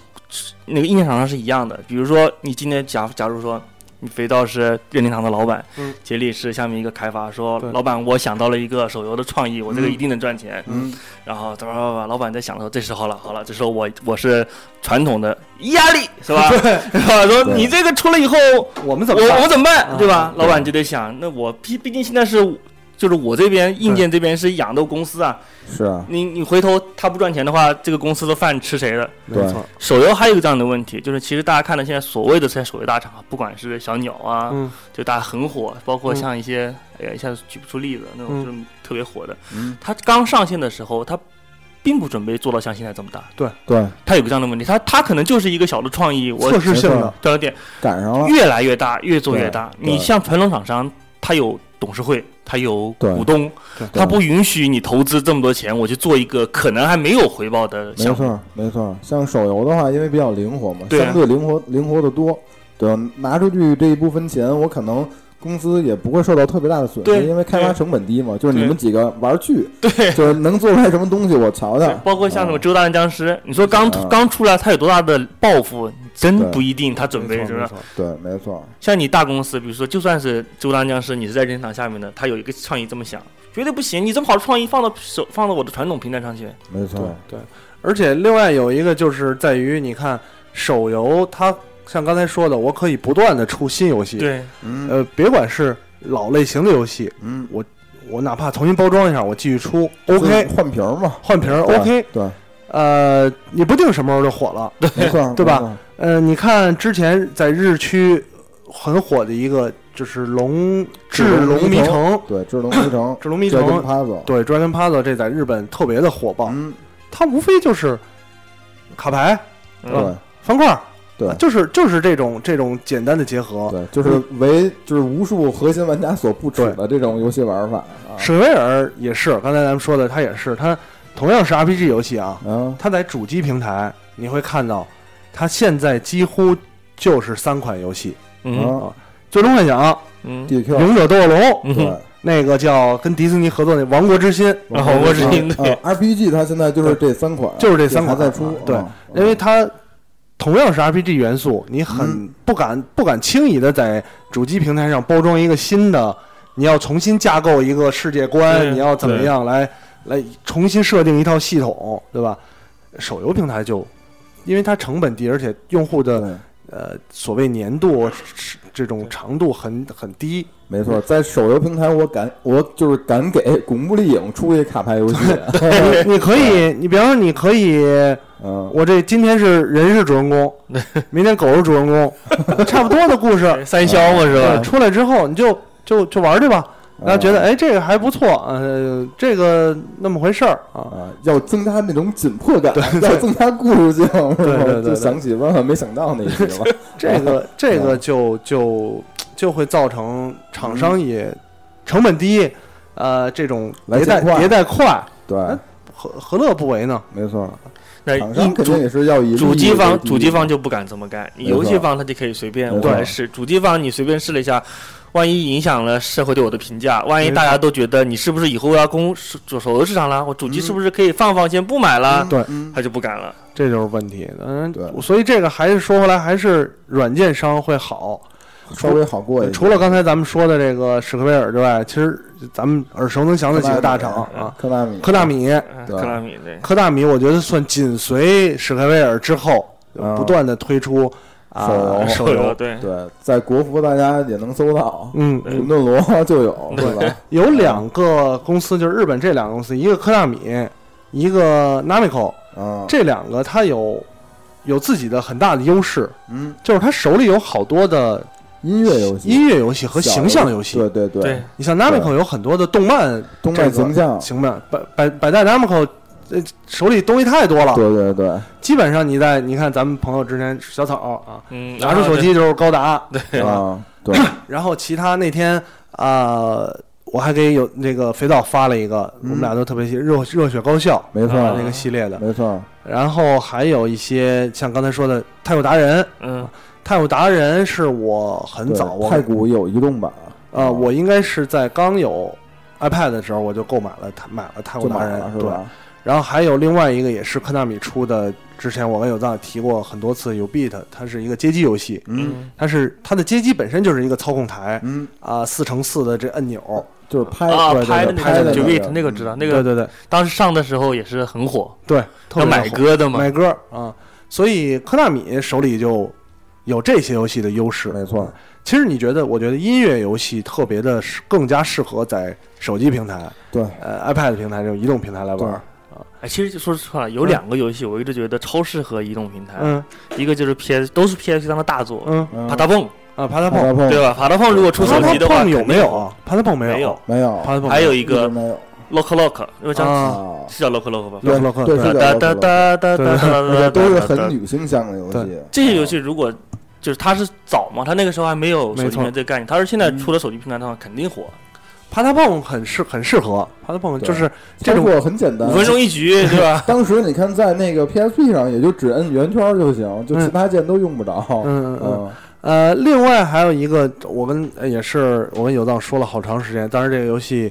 那个硬件厂商是一样的，比如说你今天假假如说。你肥皂是任天堂的老板，
嗯
杰力是下面一个开发，说
对
老板，我想到了一个手游的创意，我这个
嗯
一定能赚钱。
嗯，
然后他说，老板在想的时候，这时候了，好了，这时候我我是传统的压力是吧？是吧？说
对
你这个出了以后，
我们怎么
我我
办？
们怎么办，
啊
对吧？老板就得想，那我毕毕竟现在是，就是我这边硬件这边是养豆公司啊，
是啊，
你你回头他不赚钱的话，这个公司的饭吃谁的？
没错，
手游还有一个这样的问题，就是其实大家看到现在所谓的这些手游大厂啊，不管是小鸟啊，
嗯
就大家很火，包括像一些，哎呀一下子举不出例子那种
嗯
就是特别火的
嗯，
它刚上线的时候，它并不准备做到像现在这么大，
对，
它有个这样的问题，它它可能就是一个小的创意，我
测试性的，
找点。
赶上了，
越来越大，越做越大。
啊对
你像传统厂商，它有董事会，它有
对
股东
对，
它不允许你投资这么多钱，我去做一个可能还没有回报的
没
项目。
错没错。像手游的话，因为比较灵活嘛，
对啊
相对灵活灵活的多。对吧，拿出去这一部分钱，我可能公司也不会受到特别大的损
对
失，因为开发成本低嘛。就是你
对
们几个玩剧，
对，
就是能做出来什么东西，我瞧瞧。
包括像什么《植物大战僵尸》，你说刚
嗯
刚出来，它有多大的抱负，真
对
不一定。它准备
没
是
错没？
吧
错
对，没错，
像你大公司，比如说就算是《植物大战僵尸》，你是在任天堂下面的，它有一个创意这么想，绝对不行。你这么好的创意放到手放到我的传统平台上去，
没错，
对对，而且另外有一个就是在于，你看手游它像刚才说的，我可以不断的出新游戏，
对
嗯
呃，别管是老类型的游戏，
嗯
我哪怕重新包装一下，我继续出
就是
，OK，
换屏嘛
换屏儿
对
，OK，
对，
呃，你不定什么时候就火了。
没错，
对吧
没错？
呃，你看之前在日区很火的一个就是《龙智龙迷城》，《，
对，智龙迷城
智龙迷
这
城
跟》趴走，
对《Dragon Puzzle》这在日本特别的火爆，
嗯，
它无非就是卡牌、
对。
方块儿，
嗯对
就是啊就是这种这种简单的结合。
对，就是为就是无数核心玩家所不耻的这种游戏玩法啊。
史威尔也是，刚才咱们说的，他也是，他同样是 RPG 游戏啊，
啊，
它在主机平台你会看到，它现在几乎就是三款游戏，
嗯
啊
《最终幻想》
嗯，
《
，DQ，
勇者斗恶龙》
嗯
对，啊
哼
那个叫跟迪士尼合作那《王国之心》，
然后我是应对。
啊，RPG 它现在就是这三款，
就是这三款
还在出，
对
啊
因为它同样是 RPG 元素，你很
嗯
不敢不敢轻易的在主机平台上包装一个新的，你要重新架构一个世界
对
观，你要怎么样来来重新设定一套系统，对吧？手游平台就因为它成本低，而且用户的
对，
呃所谓粘度是这种长度很很低，
没错，在手游平台我敢我就是敢给《古墓丽影》出一卡牌游戏，
你你可以，你比方说你可以。
嗯，
我这今天是人是主人公，明天狗是主人 公，差不多的故事。
三消啊嘛是
对，
吧？
出来之后你就就就玩去吧，然后觉得哎这个还不错，呃，这个那么回事儿啊。
啊，要增加那种紧迫感，要增加故事性，是吧
对对对
就想起万万没想到那一集了，
这个这个就就就会造成厂商也成本低，呃，这种
来
迭代
钱快
迭代快，哎
对，
何何乐不为呢？
没错，
那
哎
厂商
硬
肯定也是要以
主
利益
机
为
方
第一
主机方就不敢这么干，你
没错
游戏方他就可以随便
没
我
错
来试，主机方你随便试了一下，万一影响了社会对我的评价，万一
没错
大家都觉得你是不是以后要攻手手游市场了，我主机是不是可以放放先不买了
嗯，
对
嗯
啊他就不敢了。
这就是问题。嗯
对，
所以这个还是说回来，还是软件商会好。
稍微好过一点。
除了刚才咱们说的这个史克威尔之外，其实咱们耳熟能详的几个大厂啊，
科纳米，
科纳米，
对
啊克拉米对，
科纳米，我觉得算紧随史克威尔之后，
嗯
不断的推出啊
手游
手游，
对，
对，在国服大家也能搜到，
嗯，
混沌罗就有，对吧？
有两个公司，就是日本这两个公司，一个科纳米，一个 Namco，
啊，
这两个它有有自己的很大的优势，
嗯，
就是它手里有好多的
音乐游戏、
音乐游戏和
小
形象游戏。
对对对啊
对，
你像 Namco 有很多的动漫
动
这
漫
个
形象，
形象，百百百代 Namco 呃手里东西太多了，
对对对，
基本上你在你看咱们朋友之前小草啊，
嗯，
拿出手机就是高达，
啊， 对，
然后其他那天啊、呃我还给有那个肥皂发了一个，我们俩都特别喜热热血高校
没错
啊
儿
那个系列的，
没错儿，
然后还有一些像刚才说的泰晤达人，
嗯，
泰晤达人是我很
对
早我
太古有移动版
啊、我应该是在刚有 iPad 的时候我就购买了泰买了泰
就
晤达
买
人
了是
对，
吧？
然后还有另外一个也是科纳米出的，之前我跟有藏提过很多次，有 Beat，它是一个街机游戏，
嗯
它是它的街机本身就是一个操控台
嗯，
啊，四乘四的这按钮，
就是拍
啊
对对
拍的
对
那
拍
个
的
九 bit 那
那
个知道，那
嗯对
个
对对
当时上的时候也是很火，
对，特别
要买
火
歌的嘛
买，歌啊，所以科纳米手里就有这些游戏的优势。
嗯没错儿，
其实你觉得，我觉得音乐游戏特别的适更加适合在手机平台、
对，
呃 iPad 平台这种移动平台来玩儿。
哎，其实就说实话，
嗯
有两个游戏我一直觉得超适合移动平台，
嗯
一个就是 PS，都是 PS 上的大作，
嗯
嗯
爬塔蹦，
啊，爬塔
大
碰，
碰
对吧？爬塔蹦嗯如果出手
爬塔
机的话，
碰有
肯定
没有？啊？爬塔碰没
没有
没有
爬塔碰
还有
一
一
一直
个
没有
Lock Lock，因为叫
啊，
是叫 Lock Lock 吧？
洛
对
克洛克
对
对
是
哒
的，
哒哒哒哒哒哒
对，
哒，
都是很
哒
女性向的游戏啊
对，
这些游戏如果就是它是早嘛，它那个时候还没有手
没
机
错
平台这个概念，它是现在出了手机平台的话，肯定火。
爬塔碰很适很适合爬塔碰，
对
就是这
操
种
作很简单，
五分钟一局，对吧？
当时你看，在那个 PSP 上，也就只摁圆圈儿就行，
嗯
就其他键都用不着。
嗯嗯嗯呃，另外还有一个，我跟呃也是我跟有藏说了好长时间，当然这个游戏，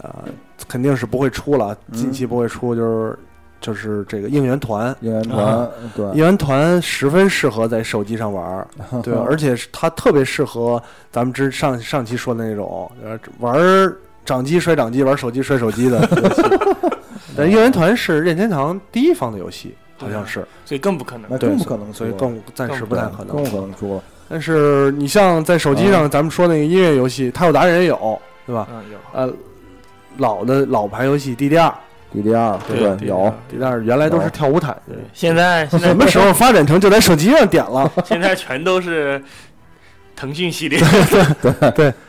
呃，肯定是不会出了，近期不会出，就是就是这个应援团，
应援团
啊，
对
应援团十分适合在手机上玩儿，
嗯
对，而且是它特别适合咱们之上上期说的那种，呃，玩儿掌机摔掌机，玩手机摔手机的游戏。 但应援团是任天堂第一方的游戏，好像是，
所以更不可能
那。
对
更不可能出
所
了，
以更暂时不太可能，
更不可能出了。
但是你像在手机
啊
上，咱们说那个音乐游戏，它有达人也有，对吧？
嗯，有
啊
呃，老的老牌游戏 DDR，DDR
DDR
对
对有，
原来都是
有
跳舞毯，
对，现在现
什
在
么时候发展成就在手机上点 了？
现在全都是腾讯系列，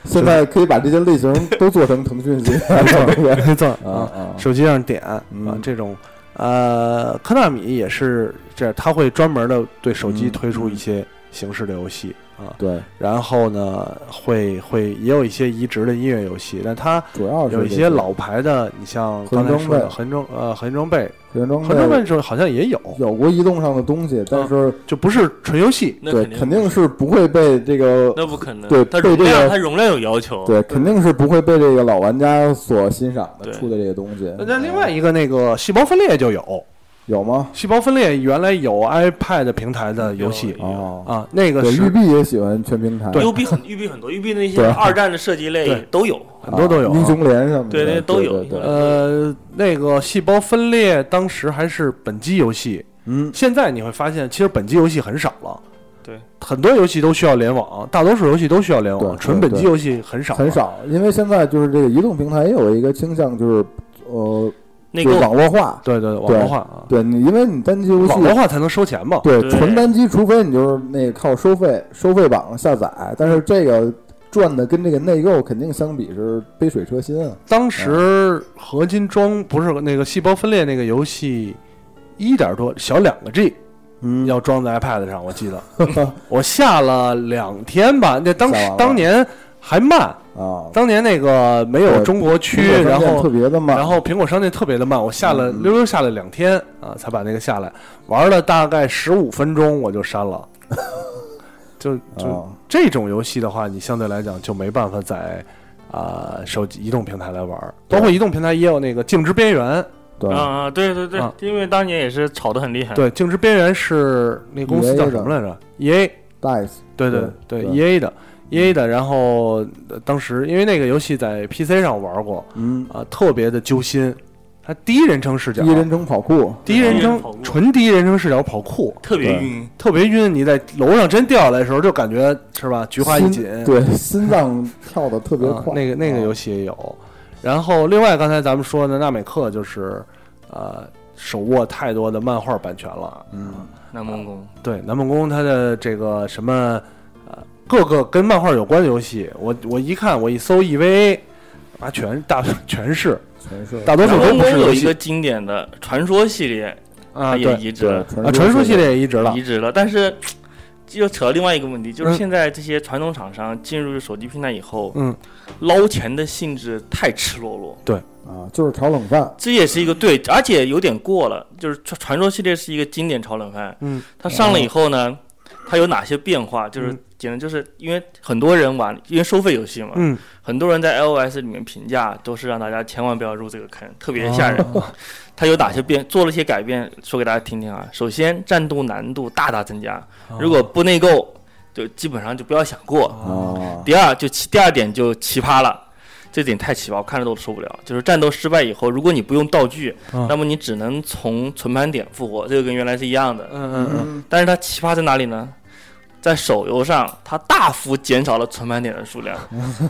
现在可以把这些类型都做成腾讯系列 了
没错
啊
啊，
啊，
手机上点啊
嗯，
这种呃，科纳米也是这样，他会专门的对手机
嗯
推出一些形式的游戏啊，
对，
然后呢，会会也有一些移植的音乐游戏，但它
主要是
有一
这
些老牌的，你像刚才说的横中呃横中贝
原装
横
备
中问时候好像也有，
有过移动上的东西，但是
就不是纯游戏。
那
对
肯
肯定是不会被这个
那不可能，
对
它
对
容
这个
量它容量有要求，
对肯定是不会被这个老玩家所欣赏的
对
出的这个东西。
那另外一个那个细胞分裂就有，
有吗？
细胞分裂原来有 iPad 平台的游戏
有
哦，
啊，那个
对，
是
育碧也喜欢全平台，啊
育碧很育碧很多，育碧那些
对
二战的射击类
对
都有，
很多都有啊。
英雄联什么的，
对那
对
些都有
对对对
呃，那个细胞分裂当时还是本机游戏，
嗯，
现在你会发现其实本机游戏很少了。
对，
很多游戏都需要联网，大多数游戏都需要联网，
对
纯
对
本机
对
游戏很少，啊
很。少，因为现在就是这个移动平台也有一个倾向，就是呃，
那
就是
个
网络化。
对对，网
对
络化啊，
对你，因为你单机游戏
网，络化才能收钱嘛。
对
对
纯单机，除非你就是那个靠收费收费榜下载，但是这个赚的跟这个内购肯定相比是杯水车薪啊。
当时合金装不是那个细胞分裂那个游戏，一点多小两个 G
嗯
要装在 iPad 上，我记得 我下了两天吧。那当
下完
时
了
当年还慢，
啊，
当年那个没有
对
中国区，
苹果商
然
店
后
特别的慢，嗯
然后苹果商店特别的慢，我下了溜溜下了两天啊，才把那个下来，玩了大概十五分钟我就删 了。就就
啊，
这种游戏的话，你相对来讲就没办法在啊、手机移动平台来玩儿，包括移动平台也有那个《静之边缘》。
对，
啊，对对对
啊，
因为当年也是炒得很
哎
厉害，
对，《静之边缘》是那公司
EA
叫什么来着？EA。？E
DICE
对对
对
对
嗯
对
，EA 的 EA 的，然后呃当时因为那个游戏在 PC 上玩过，
嗯，
啊、特别的揪心。它第一人称视
第
角，
一人称跑酷，
第一人
第一人
称
跑酷
纯第一人称视角跑酷，
特别
对
晕，
特别晕。你在楼上真掉下来的时候，就感觉是吧，菊花一
心
紧，
对，心脏跳的特别
啊，
快。
那个那个
啊
游戏也有。然后另外刚才咱们说的纳美克就是，呃，手握太多的漫画版权了。
嗯，
南梦宫
对，南梦宫它的这个什么，呃，各个跟漫画有关的游戏，我我一看我一搜 EVA，啊，全大 全是，
全是
大多数
南
都
梦
不
宫
是
有
游
一
戏
个经典的传说系列，
啊，
它也
对
移植
对
了，
啊，传说系
列
列也移植了
移，植了。但是又扯到另外一个问题，就
嗯
是现在这些传统厂商进入手机平台以后，
嗯，
捞钱的性质太赤裸裸，
啊，就是炒冷饭，
这也是一个对，而且有点过了。就是传传说系列是一个经典炒冷饭，
嗯，哦
它上了以后呢，它有哪些变化？就是
嗯
简直就是因为很多人玩，因为收费游戏嘛，
嗯，
很多人在 iOS 里面评价都是让大家千万不要入这个坑，特别吓
哦
人。它有哪些变，做了一些改变，说给大家听听啊。首先，战斗难度大大增加，
哦
如果不内购，就基本上就不要想过。
啊，
第二就奇，第二点就奇葩了，这点太奇葩，我看着都受不了。就是战斗失败以后，如果你不用道具，
嗯
那么你只能从存盘点复活，这个跟原来是一样的。
嗯嗯嗯，
但是它奇葩在哪里呢？在手游上，它大幅减少了存盘点的 数量，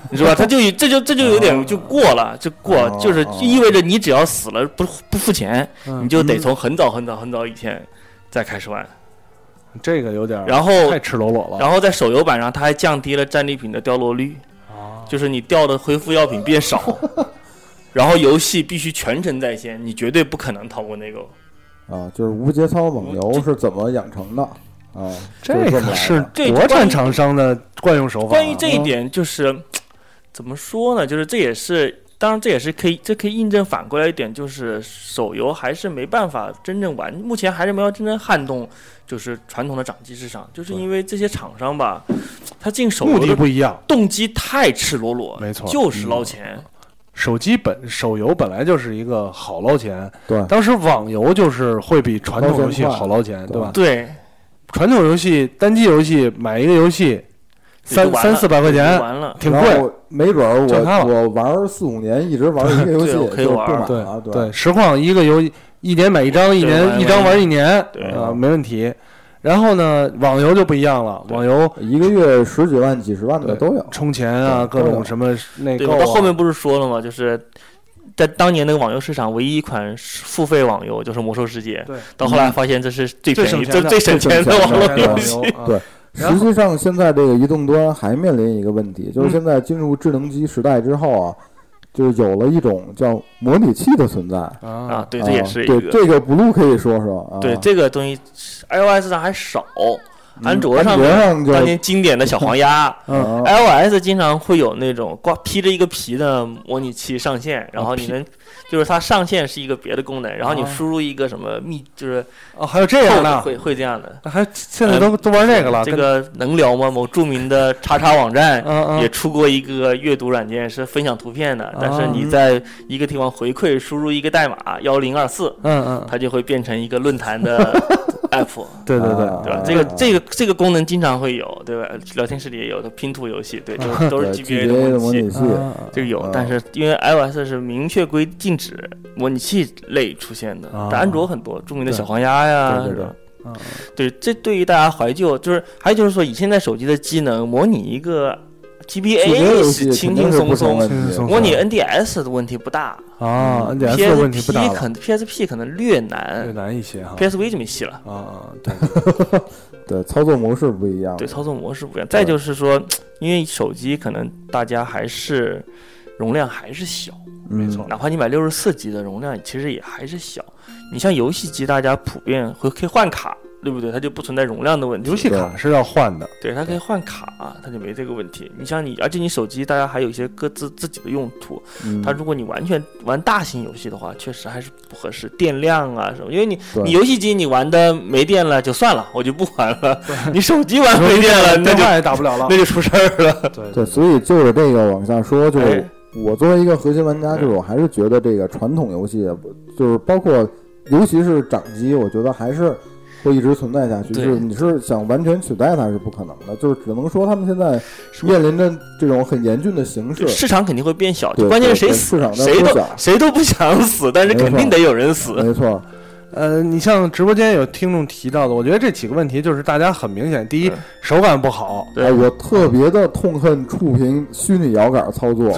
你知道吧？它就有这就这就有
哦
点就过了，就过，
哦
就是
哦
意味着你只要死了不不付钱，
嗯
你就得从很早很早很早以前再开始玩。
嗯这个有点儿
然后
太赤裸裸了，
然后在手游版上，它还降低了战利品的掉落率，
哦
就是你掉的恢复药品 变少，然后游戏必须全程在线，你绝对不可能逃过那个。
啊，就是无节操网游是怎么养成的啊？
这
就是这么来
个
的
是
这
国
关
产
于
厂商的惯用手法啊。
关于这一点，就是怎么说呢？就是这也是，当然这也是可以，这可以印证反过来一点，就是手游还是没办法真正玩，目前还是没有真正撼动，就是传统的掌机市场，就是因为这些厂商吧，它进手
目
游
的
的
不一样。
动机太赤裸裸，
没错嗯
就是捞钱。
手机本手游本来就是一个好捞钱，
对
当时网游就是会比传统游戏好捞钱，
对
对吧？
对，
传统游戏单机游戏买一个游戏
就
三
完
三
了
四百块
就
钱，
完了。
挺
然
贵。
后没准儿
就它
我我玩四五年，一直玩一个游戏，
对我可以
就不
玩
买
对
了，对
对，实况一个游一年买一张，一
对玩
年一张玩一年，
对
啊，没问题。然后呢，网游就不一样了，
对
网游
一个月十几万、几十万的
对
都有。
充钱啊，
对
各种什么内
对，
购
我
啊，
到后面不是说了吗？就是在当年那个网游市场，唯一一款付费网游就是《魔兽世界》。
对，
到后来发现这是最
最
便宜、
省钱
最
的
最省钱的
最省
网
钱
络
的
游
网
戏。
啊
对
然
实
后
际上，现在这个移动端还面临一个问题，
嗯
就是现在进入智能机时代之后啊，就是有了一种叫模拟器的存在。
啊
啊，，
对，这也是一
啊、
个
对这个 blue 可以说说啊。嗯
对这个东西，iOS 上还少，安卓
安
上
卓
面
上就
当年经典的小黄鸭
嗯
，iOS 经常会有那种挂披着一个皮的模拟器上线，然
啊
后你能就是它上线是一个别的功能，然后你
啊
输入一个什么密，就是
哦，还有这样的，
会会这样的。
那还现在都都玩这个了，
嗯这
跟
个能聊吗？某著名的叉叉网站
嗯嗯
也出过一个阅读软件，是分享图片的，但
嗯
是你在一个地方回馈输入一个代码幺零二四，
嗯嗯，
它就会变成一个论坛的 app，
对对对，
啊
对吧？这个
啊
这个这个功能经常会有，对吧？聊天室里也有，的拼图游戏，对，
嗯
都都是
对的
GBA 的
模
模拟
拟
器。
器，
啊
这个有
啊，
但是因为 iOS 是明确规禁止模拟器类出现的
啊，
但安卓很多著名的
对
小黄鸭呀，
对对
是吧
对
啊
对，这对于大家怀旧，就是还有就是说，以现在手机的机能模拟一个
手机游
GBA
戏
是
肯
轻轻
定是
松
不成
松
问，
轻轻
题
松松
模拟 NDS 的问题不大
啊，NDS
嗯
的问题不大
，PSP
了，
可 PSP 可能略
略
难
难一些哈。
，PSV 就没戏了。
啊啊，对，
对，操作模式不一样。
对，操作模式不一样。再就是说，因为手机可能大家还是容量还是小，
没
错
哪怕你买六十四 G 的容量，其实也还是小。你像游戏机，大家普遍会可以换卡，对不对？它就不存在容量的问题。
游戏卡是要换的，
对，它可以换卡，它就没这个问题。你像你，而且你手机，大家还有一些各自自己的用途。
嗯，
它如果你完全玩大型游戏的话，确实还是不合适，电量啊什么。因为你
对
你游戏机你玩的没电了就算了，我就不玩了。你手机玩 没电了，那
电
就
话也打不了了
那。就出事儿了。
对
对，所以就是这个往下说，就
哎
是我作为一个核心玩家，就是我还是觉得这个传统游戏，就是包括尤其是掌机，我觉得还是会一直存在下去。就
对
是你是想完全取代它是不可能的，就是只能说他们现在面临着这种很严峻的形势
就。市场肯定会变小，
对
就关键是
对
谁
对市
死
场，在
谁
缩
都
小
谁都不想死，但是
没错
肯定得有人死。
没错，
呃，你像直播间有听众提到的，我觉得这几个问题就是大家很明显，第一
对
手感不好，
对
哎，我特别的痛恨触屏虚拟摇杆操 作，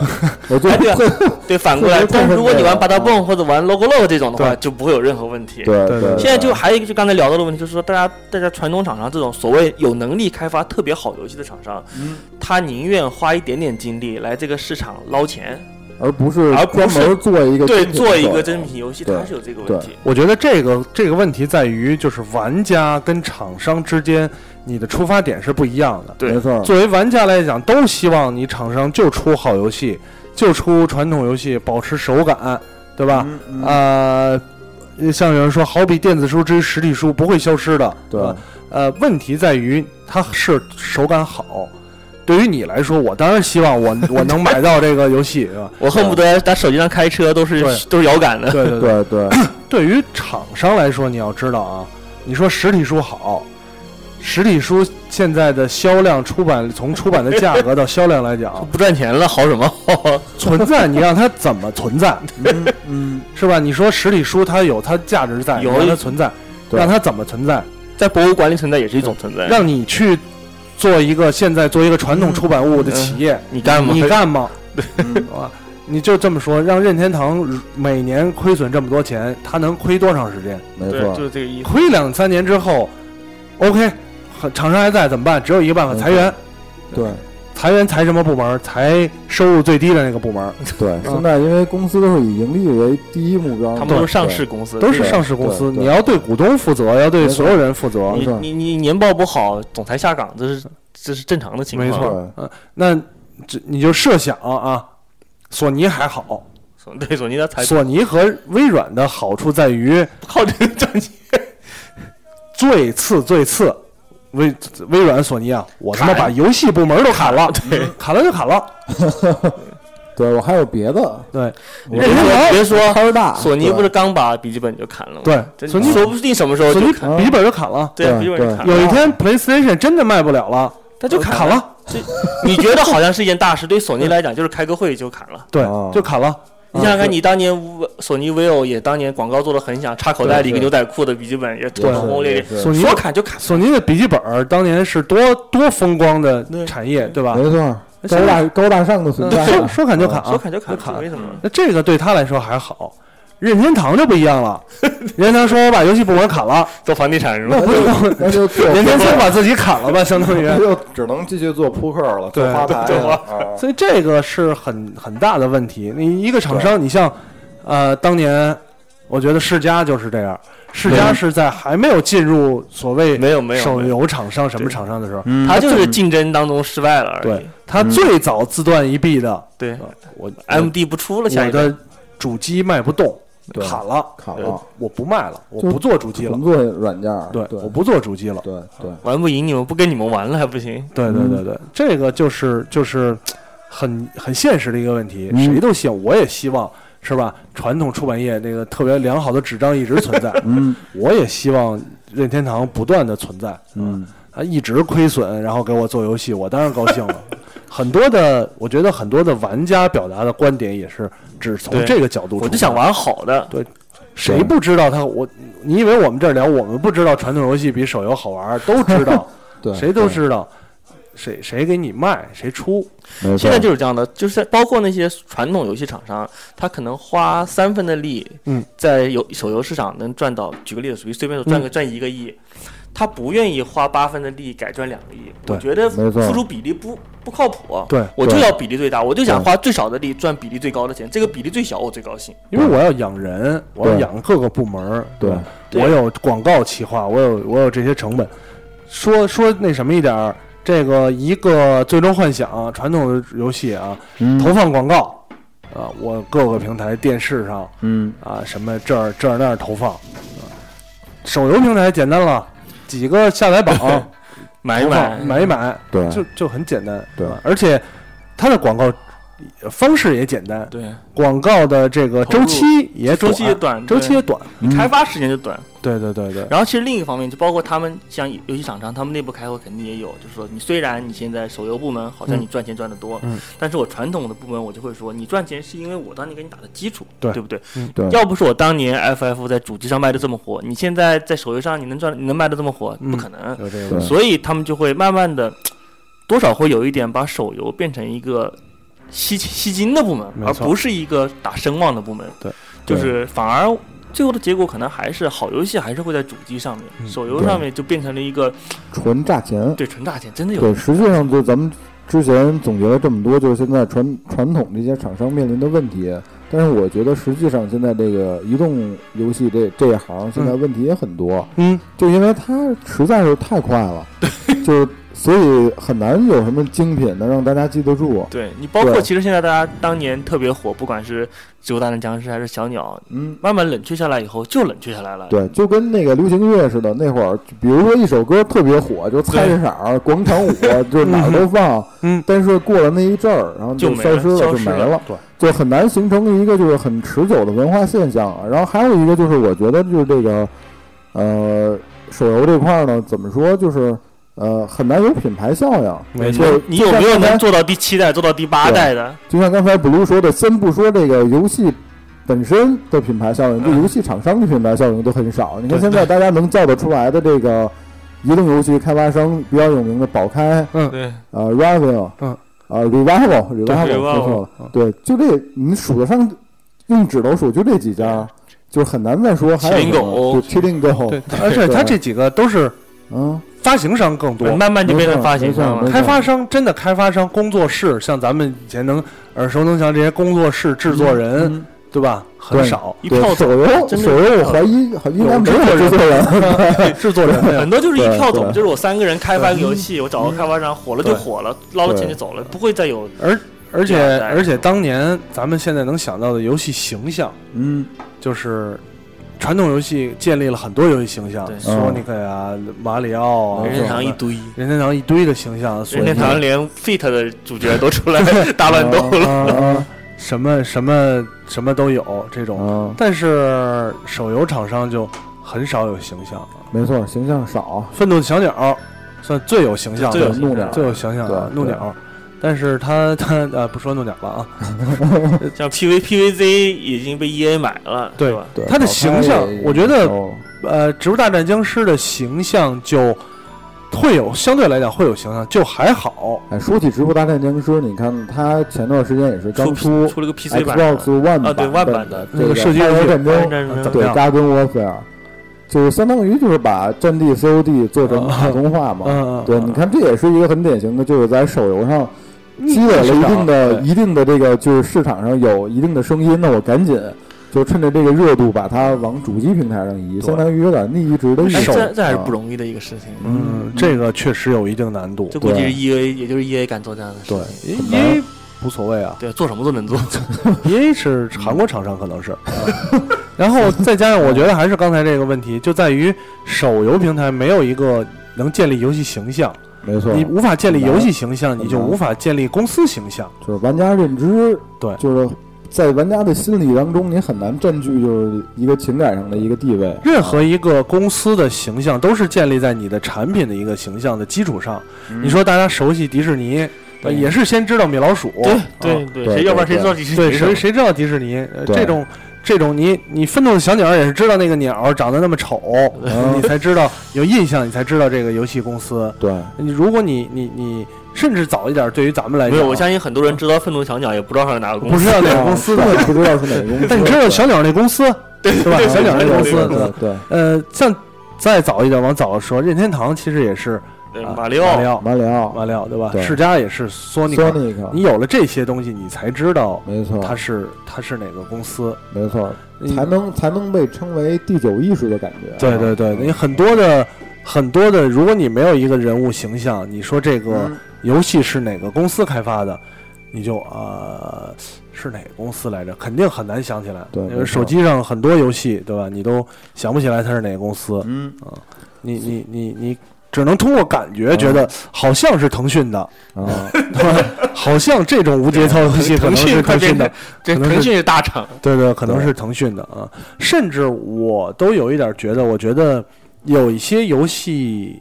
我就
哎对啊
恨。
对，反过来
特别，
但
过分
是
嗯
如果你玩
这
八
个
大泵或者玩 logo logo 这种的话，
对
就不会有任何问题。
对
对对
对，
现在就还有一个，就刚才聊到的问题，就是说大家大家传统厂商这种所谓有能力开发特别好游戏的厂商，
嗯
他宁愿花一点点精力来这个市场捞钱，
而不是
而不
专门做一个
对，
精品
做一个
的
真品游戏，
对
它是有这个问题。
我觉得这个这个问题在于，就是玩家跟厂商之间，你的出发点是不一样的。
对
没
嗯
错，
作为玩家来讲，都希望你厂商就出好游戏，就出传统游戏，保持手感，对吧？
嗯嗯
呃，像有人说，好比电子书之于实体书不会消失的，
对
吧？呃，问题在于它是手感好。对于你来说，我当然希望我我能买到这个游戏，对吧？
我恨不得打手机上开车都是
对
都是摇杆的，，
对对
对
对。
对，
对于厂商来说，你要知道啊，你说实体书好，实体书现在的销量、出版从出版的价格到销量来讲
不赚钱了，好什么？
存在你让它怎么 存在，
嗯嗯，
是吧？你说实体书它有它价值在，你
有
让它存在，
对
让它怎么存在？
在博物馆里存在也是一种存在。
让你去做一个现在做一个传统出版物的企业，
你干吗？
你干吗？
嗯
啊，你就这么说，让任天堂每年亏损这么多钱，它能亏多长时间？
没
对，
错
就，是这个意思。
亏两三年之后，OK，很厂商还在怎么办？只有一个办法，
嗯
裁员。
对
裁员裁什么部门？裁收入最低的那个部门，
对。现在因为公司都是以盈利为第一目标的，
他们都
对
是上市，公司，
都是
对
上市公司。
对对
你要对股东负责，要对
没错
所有人负责
没。
你
错
你你年报不好，总裁下岗，这是这是正常的情况。
没
对
错嗯，那这你就设想啊，索尼还好，
索，对索尼的裁
索尼和微软的好处在于
不靠这个赚钱，
最次最次。微微软、索尼啊，我他妈
砍
把游戏部门都砍 了，砍了就砍了。
对我还有别的，
对
我
别说别说
摊儿大，
索尼
对
不是刚把笔记本就砍了吗？
对
真
索尼
说不定什么时候
索
就
尼
砍，
笔记本就砍了，
对
对
笔记本就砍了。
有一天 PlayStation 真的卖不了了，
他就
砍
砍了。这你觉得好像是一件大事，对索尼来讲就是开个会就砍了。
对
哦，
就砍了。
你想想看，你当年 V- 索尼 vivo 也当年广告做的很响，插口袋里一个牛仔裤的笔记本也
对
轰轰烈烈，
对
索尼
说砍就砍。
索尼的笔记本儿当年是多多风光的产业，对吧？
没错，高大高大上的存在
说
啊，
说砍就砍
说
啊，
砍就砍，为什么？
那这个对他来说还好。任天堂就不一样了，任天堂说我把游戏部门砍了，
做房地产是吧
那？就那就做
任天堂把自己砍了吧，相当于。
就只能继续做扑克了，做
对
花牌
对
了
花
啊，
所以这个是很很大的问题。你一个厂商，你像，呃，当年我觉得世嘉就是这样，世嘉是在还没有进入所谓
没有没有
手
没有嗯
游厂商什么厂商的时候，
他就是竞争当中失败了而
嗯对
已。
他最早自断一臂的，
对
我我
，MD 不出了，下
我
一代
的主机卖不动，
对
砍了，
砍了，
我不卖了，我
就
不做主机了
纯，做软件儿，
对，
对
我不做主机了，
对对，
玩不赢你们，不跟你们玩了还不行？
对对
嗯
对对，这个就是就是很很现实的一个问题，
嗯
谁都希望，我也希望。是吧？传统出版业这个特别良好的纸张一直存 在，
嗯
我也希望任天堂不断的存在。
嗯，
啊，一直亏损，然后给我做游戏，我当然高 兴了。很多的，我觉得很多的玩家表达的观点也是只从
对
这个角度，
我就想。玩好的，
谁不知道他？我你以为我们这儿聊，我们不知道传统游戏比手游好玩儿？都知道，
对，
谁都知道，谁谁给你卖，谁出。
对，没错
现在就是这样的，就是包括那些传统游戏厂商，他可能花三分的力，
嗯，
在游手游市场能赚到，举个例子，随随便说赚个、赚一个亿，他不愿意花八分的力改赚两个亿，
对
我觉得
没错
付出比例不不靠谱，啊
对
我
对
就要比例最大，我就想花最少的力赚比例最高的钱，这个比例最小我最高兴，
因为我要养人，我要
对
养各个部门儿，
对
吧我有广告企划，我有我有这些成本。说说那什么一点儿，这个一个最终幻想传统的游戏啊，
嗯
投放广告，啊，我各个平台电视上
嗯
啊，什么这儿这儿那儿投放，啊手游平台简单了，几个下 载榜
买一
投放
买，
买一买，
对
就就很简单，啊
对
吧而且它的广告方式也简单，
对，
广告的这个周期也
周
短，
期也短，
啊周期嗯
对
也短，
开发时间就短。
对对对对，
然后其实另一方面，就包括他们像游戏厂商，他们内部开会肯定也有，就是说你虽然你现在手游部门好像你赚钱赚得多，
嗯
但是我传统的部门我就会说，你赚钱是因为我当年给你打的基础，
对
不对？
嗯
对
要不是我当年 FF 在主机上卖的这么火，你现在在手游上你能赚你能卖的这么火，
嗯
不可能。
有这
对
个问题
所以他们就会慢慢的，多少会有一点把手游变成一个吸吸金的部门，
没
而
错
不是一个打声望的部门。
对，
就是反而最后的结果可能还是好游戏还是会在主机上面，
嗯
手游上面就变成了一个
纯炸钱。
对纯大钱，真的有
对，实际上就咱们之前总结了这么多，就是现在传传统这些厂商面临的问题。但是我觉得，实际上现在这个移动游戏这这一行，现在问题也很多。
嗯，
就因为它实在是太快了，就是所以很难有什么精品能让大家记得住。
对你包括
对
其实现在大家当年特别火，不管是《植物大战僵尸》还是《小鸟》，
嗯，
慢慢冷却下来以后就冷却下来了。
对，就跟那个流行乐似的，那会儿比如说一首歌特别火，就菜市场、广场舞，就是哪儿都放。
嗯，
但是过了那一阵儿，然后
就没
消
了
失
消
就
失
没
了
了，对，就很难形成一个就是很持久的文化现象啊。然后还有一个就是，我觉得就是这个，呃，手游这块儿呢，怎么说就是。呃，很难有品牌效应。
没
你
错
就
你
就
有
像
没有
刚才
能做到第七代、做到第八
对
代的？
就像刚才 blue 说的，先不说这个游戏本身的品牌效应，就游戏厂商的品牌效应都很少。你看现在大家能叫得出来的这个移动游戏开发商比较有名的宝开、
对，
呃 Raven、
嗯、
呃 Revival、Revival
对
说错了，对，就这你数得上，用指头数就这几家，就是很难再说还有
麒麟
什么对
狗
麒麟狗，
对，而且它这几个都是
嗯，
发行商更多，
慢慢就变成发行
没错
商
没
了
错。
开发商真的开发商工作室，像咱们以前能耳熟能详这些工作室制作人，
嗯
对吧？很
对
少，
一
对
炮
手游
真的
手游我怀疑应该没有制作人，
制作人没有
很多就是一票走，
对
就是我三个人开发个游戏，我找个开发商，火了就
对
火了，捞了钱就走了，不会再有。
而而
第
且
二代
而且当年咱们现在能想到的游戏形象，
嗯，
就是传统游戏建立了很多游戏形象
对
，Sonic 啊、
嗯
马里奥啊，
任天堂一
什么的
堆，
任天堂一堆的形象，所
任
以哦
天堂连 Fit 的主角都出来 大乱斗了。
了
啊什么什么什么都有这种，
啊。
但是手游厂商就很少有形象了。
没错，形象少，
愤怒的小鸟算最有形象
最有
的
形，
怒点，
最有形象的
对
怒鸟。但是他他呃不说怒鸟了啊，
像 PV PVZ 已经被 EA 买了，
对
吧？
对
他的形象我觉得
哦
呃，《植物大战僵尸》的形象就会有相对来讲会有形象，就还好。
哎，说起《直播大战僵尸》，你看他前段时间也是刚
出
出
出了个哎 PC 版的
Xbox One
啊，对
万
万版的
这
那个射击游戏
《战
战
争》，
争
怎么
对
样
《Garden Warfare》，就是相当于就是把《战地》《COD》做成卡通化嘛。
嗯，
对，你看这也是一个很典型的，就是在手游上积累了一定的、一定的这个，就是市场上有一定的声音，那我赶紧就趁着这个热度把它往主机平台上移，
对
相当于有点逆移植的意
哎
思。
这这还是不
啊
容易的一个事情，
嗯，这个确实有一定难度
这。估计是
对
EA，也就是 EA 敢做这样的事
对
情。
因
难
为无所谓啊
对，做什么都能做。
因为是韩国厂商可能 是。然后再加上，我觉得还是刚才这个问题，就在于手游平台没有一个能建立游戏形象，
没错，
你无法建立游戏形象，
难
你就无法建立公司形
啊
象。
就是玩家认知，
对
就是在玩家的心理当中，你很难占据就是一个情感上的一个地位。
任何一个公司的形象都是建立在你的产品的一个形象的基础上。你说大家熟悉迪士尼，呃
嗯对
也是先知道米老鼠，啊
对
对
谁要不然谁知道你是
对，
谁
谁谁知道迪士尼？呃
对
这种这种你你愤怒的小鸟也是知道那个鸟长得那么丑，呃你才知道有印象，你才知道这个游戏公司。
对，
你如果你你你甚至早一点，对于咱们来
没
讲，
有，我相信很多人知道愤怒小鸟，也不知道它是哪个公
不
司。
知道哪个公司的，
我也不知道是哪个公司，
但你知道小鸟那公司，对
哦
吧？
对
小鸟那
对
公司，
对
对吧
对对，
呃，像再早一点往早了说，任天堂其实也是
对
啊
马里
马里
奥，
奥，
马里奥、
马里奥对吧？
对
世嘉也是索尼，
索尼克，
你有了这些东西，你才知道
没错，
它是它是哪个公司。
没错，
你
才能才能被称为第九艺术的感觉。啊嗯
对对对，你很多的很多的，如果你没有一个人物形象，你说这
嗯
个
啊
游戏是哪个公司开发的，你就呃是哪个公司来着？肯定很难想起来。
对
因
没
为
错
手机上嗯很多游戏，对吧？你都想不起来它是哪个公司。
嗯，
你你你你只能通过感觉觉得好像是腾讯的，
啊，
好像这种无节操游 戏可能是腾讯的，，
这
可能是
腾讯是大厂，
对对，可能是腾讯的啊。甚至我都有一点觉得，我觉得有一些游戏，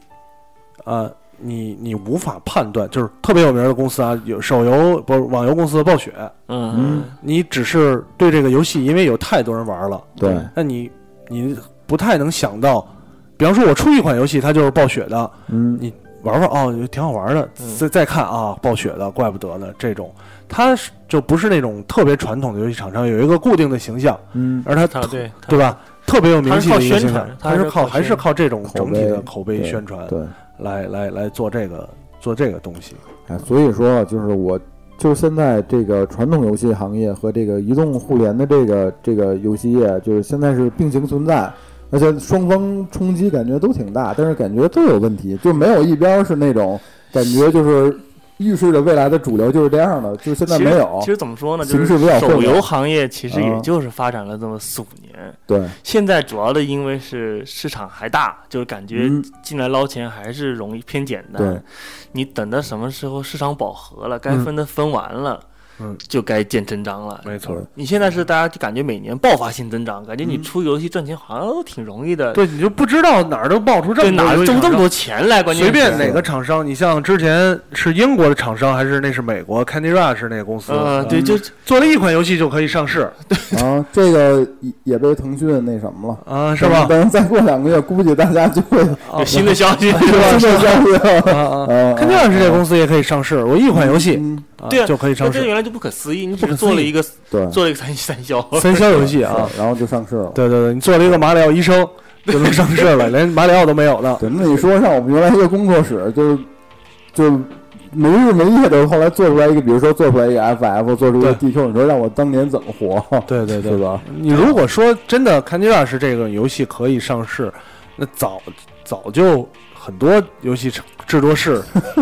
啊，你你无法判断，就是特别有名的公司啊，有手游不是网游公司暴雪，
嗯，
你只是对这个游戏，因为有太多人玩了，
对，
那你你不太能想到，比方说我出一款游戏，它就是暴雪的，
嗯，
你玩玩哦，挺好玩的，
嗯
再再看啊，暴雪的，怪不得呢，这种，它是就不是那种特别传统的游戏厂商，有一个固定的形象，
嗯，
而它
他啊对
对吧？特别有名气的一个
它是靠宣
形象
传，
它是靠
它
还
是
是
靠
靠这种整体的
口
口
碑
碑宣传
对，
来来来做这个做这个东西，
哎，所以说啊就是我，就是现在这个传统游戏行业和这个移动互联的这个这个游戏业，就是现在是并行存在，而且双方冲击感觉都挺大，但是感觉都有问题，就没有一边是那种感觉就是预示着未来的主流就是这样的，就是现在
其
没
实
有
其，实怎么说呢，就
形势
是
比较混
手游
乱
行业其实
啊
也就是发展了这么四五年，
对，
现在主要的因为是市场还大，就是感觉
嗯
进来捞钱还是容易偏简单。
对
你等到什么时候市场饱和了，该分的分完了，
嗯
就该见真章了。
没
错
你现在是大家就感觉每年爆发性增长，感觉你出游戏赚钱好像都挺容易的，
对，你就不知道哪儿都爆出这
对，
么多
哪
游戏
挣这
厂
么
商
多钱来？关键
随便
是
哪个厂商，你像之前是英国的厂商，还是那是美国 Candy Rush 那个公司，嗯
呃，对，就
做了一款游戏就可以上市
然后啊这个也也被腾讯那什么了，
啊，是吧？
等再过两个月，估计大家就 会
有新的消 息。
真的消息
啊
了，
啊
啊
，Candy Rush 这公司也可以上市，我一款游戏
嗯
啊
对啊，
就可以
那
上
这
市，
原来就不可思议，你
不可
只
思议
做了一个
对，
做了一个三三消，
三消游戏啊，
然后就上市了。
对对对，你做了一个马里奥医 生就能上市了，连马里奥都没有呢。
对，那你说像我们原来一个工作室，就是就没日没夜的，后来做出来一个，比如说做出来一个 FF，做出一个 DQ，你说让我当年怎么活？
对对对
是吧？
你如果说真的 Candy Rush 这个游戏可以上市，那早早就很多游戏制作 室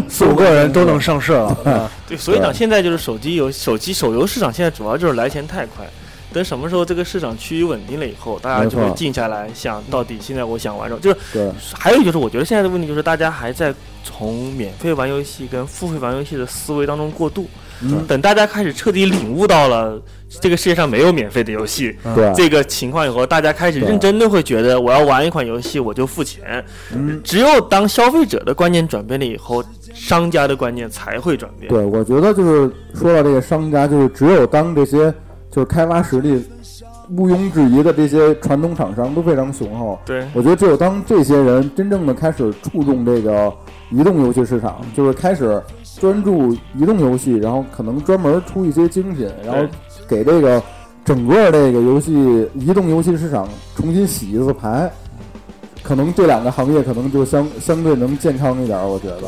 四五个人都能上市了。啊
对，所以
对
讲现在就是手机游手机手游市场现在主要就是来钱太快。等什么时候这个市场趋于稳定了以后，大家
没
就会
错
静下来想，到底现在我想玩什么？就是
对，
还有就是，我觉得现在的问题就是大家还在从免费玩游戏跟付费玩游戏的思维当中过渡。
嗯，
等大家开始彻底领悟到了这个世界上没有免费的游戏
对，啊
这个情况以后，大家开始
对
认真的会觉得，我要玩一款游戏我就付钱，
嗯，
只有当消费者的观念转变了以后，商家的观念才会转变。
对，我觉得就是说到这个商家，就是只有当这些就是开发实力毋庸置疑的这些传统厂商都非常雄厚，
对
我觉得只有当这些人真正的开始触动这个移动游戏市场，就是开始专注移动游戏，然后可能专门出一些精品，然后给这个整个这个游戏移动游戏市场重新洗一次牌，可能这两个行业可能就相相对能健康一点儿，我觉得。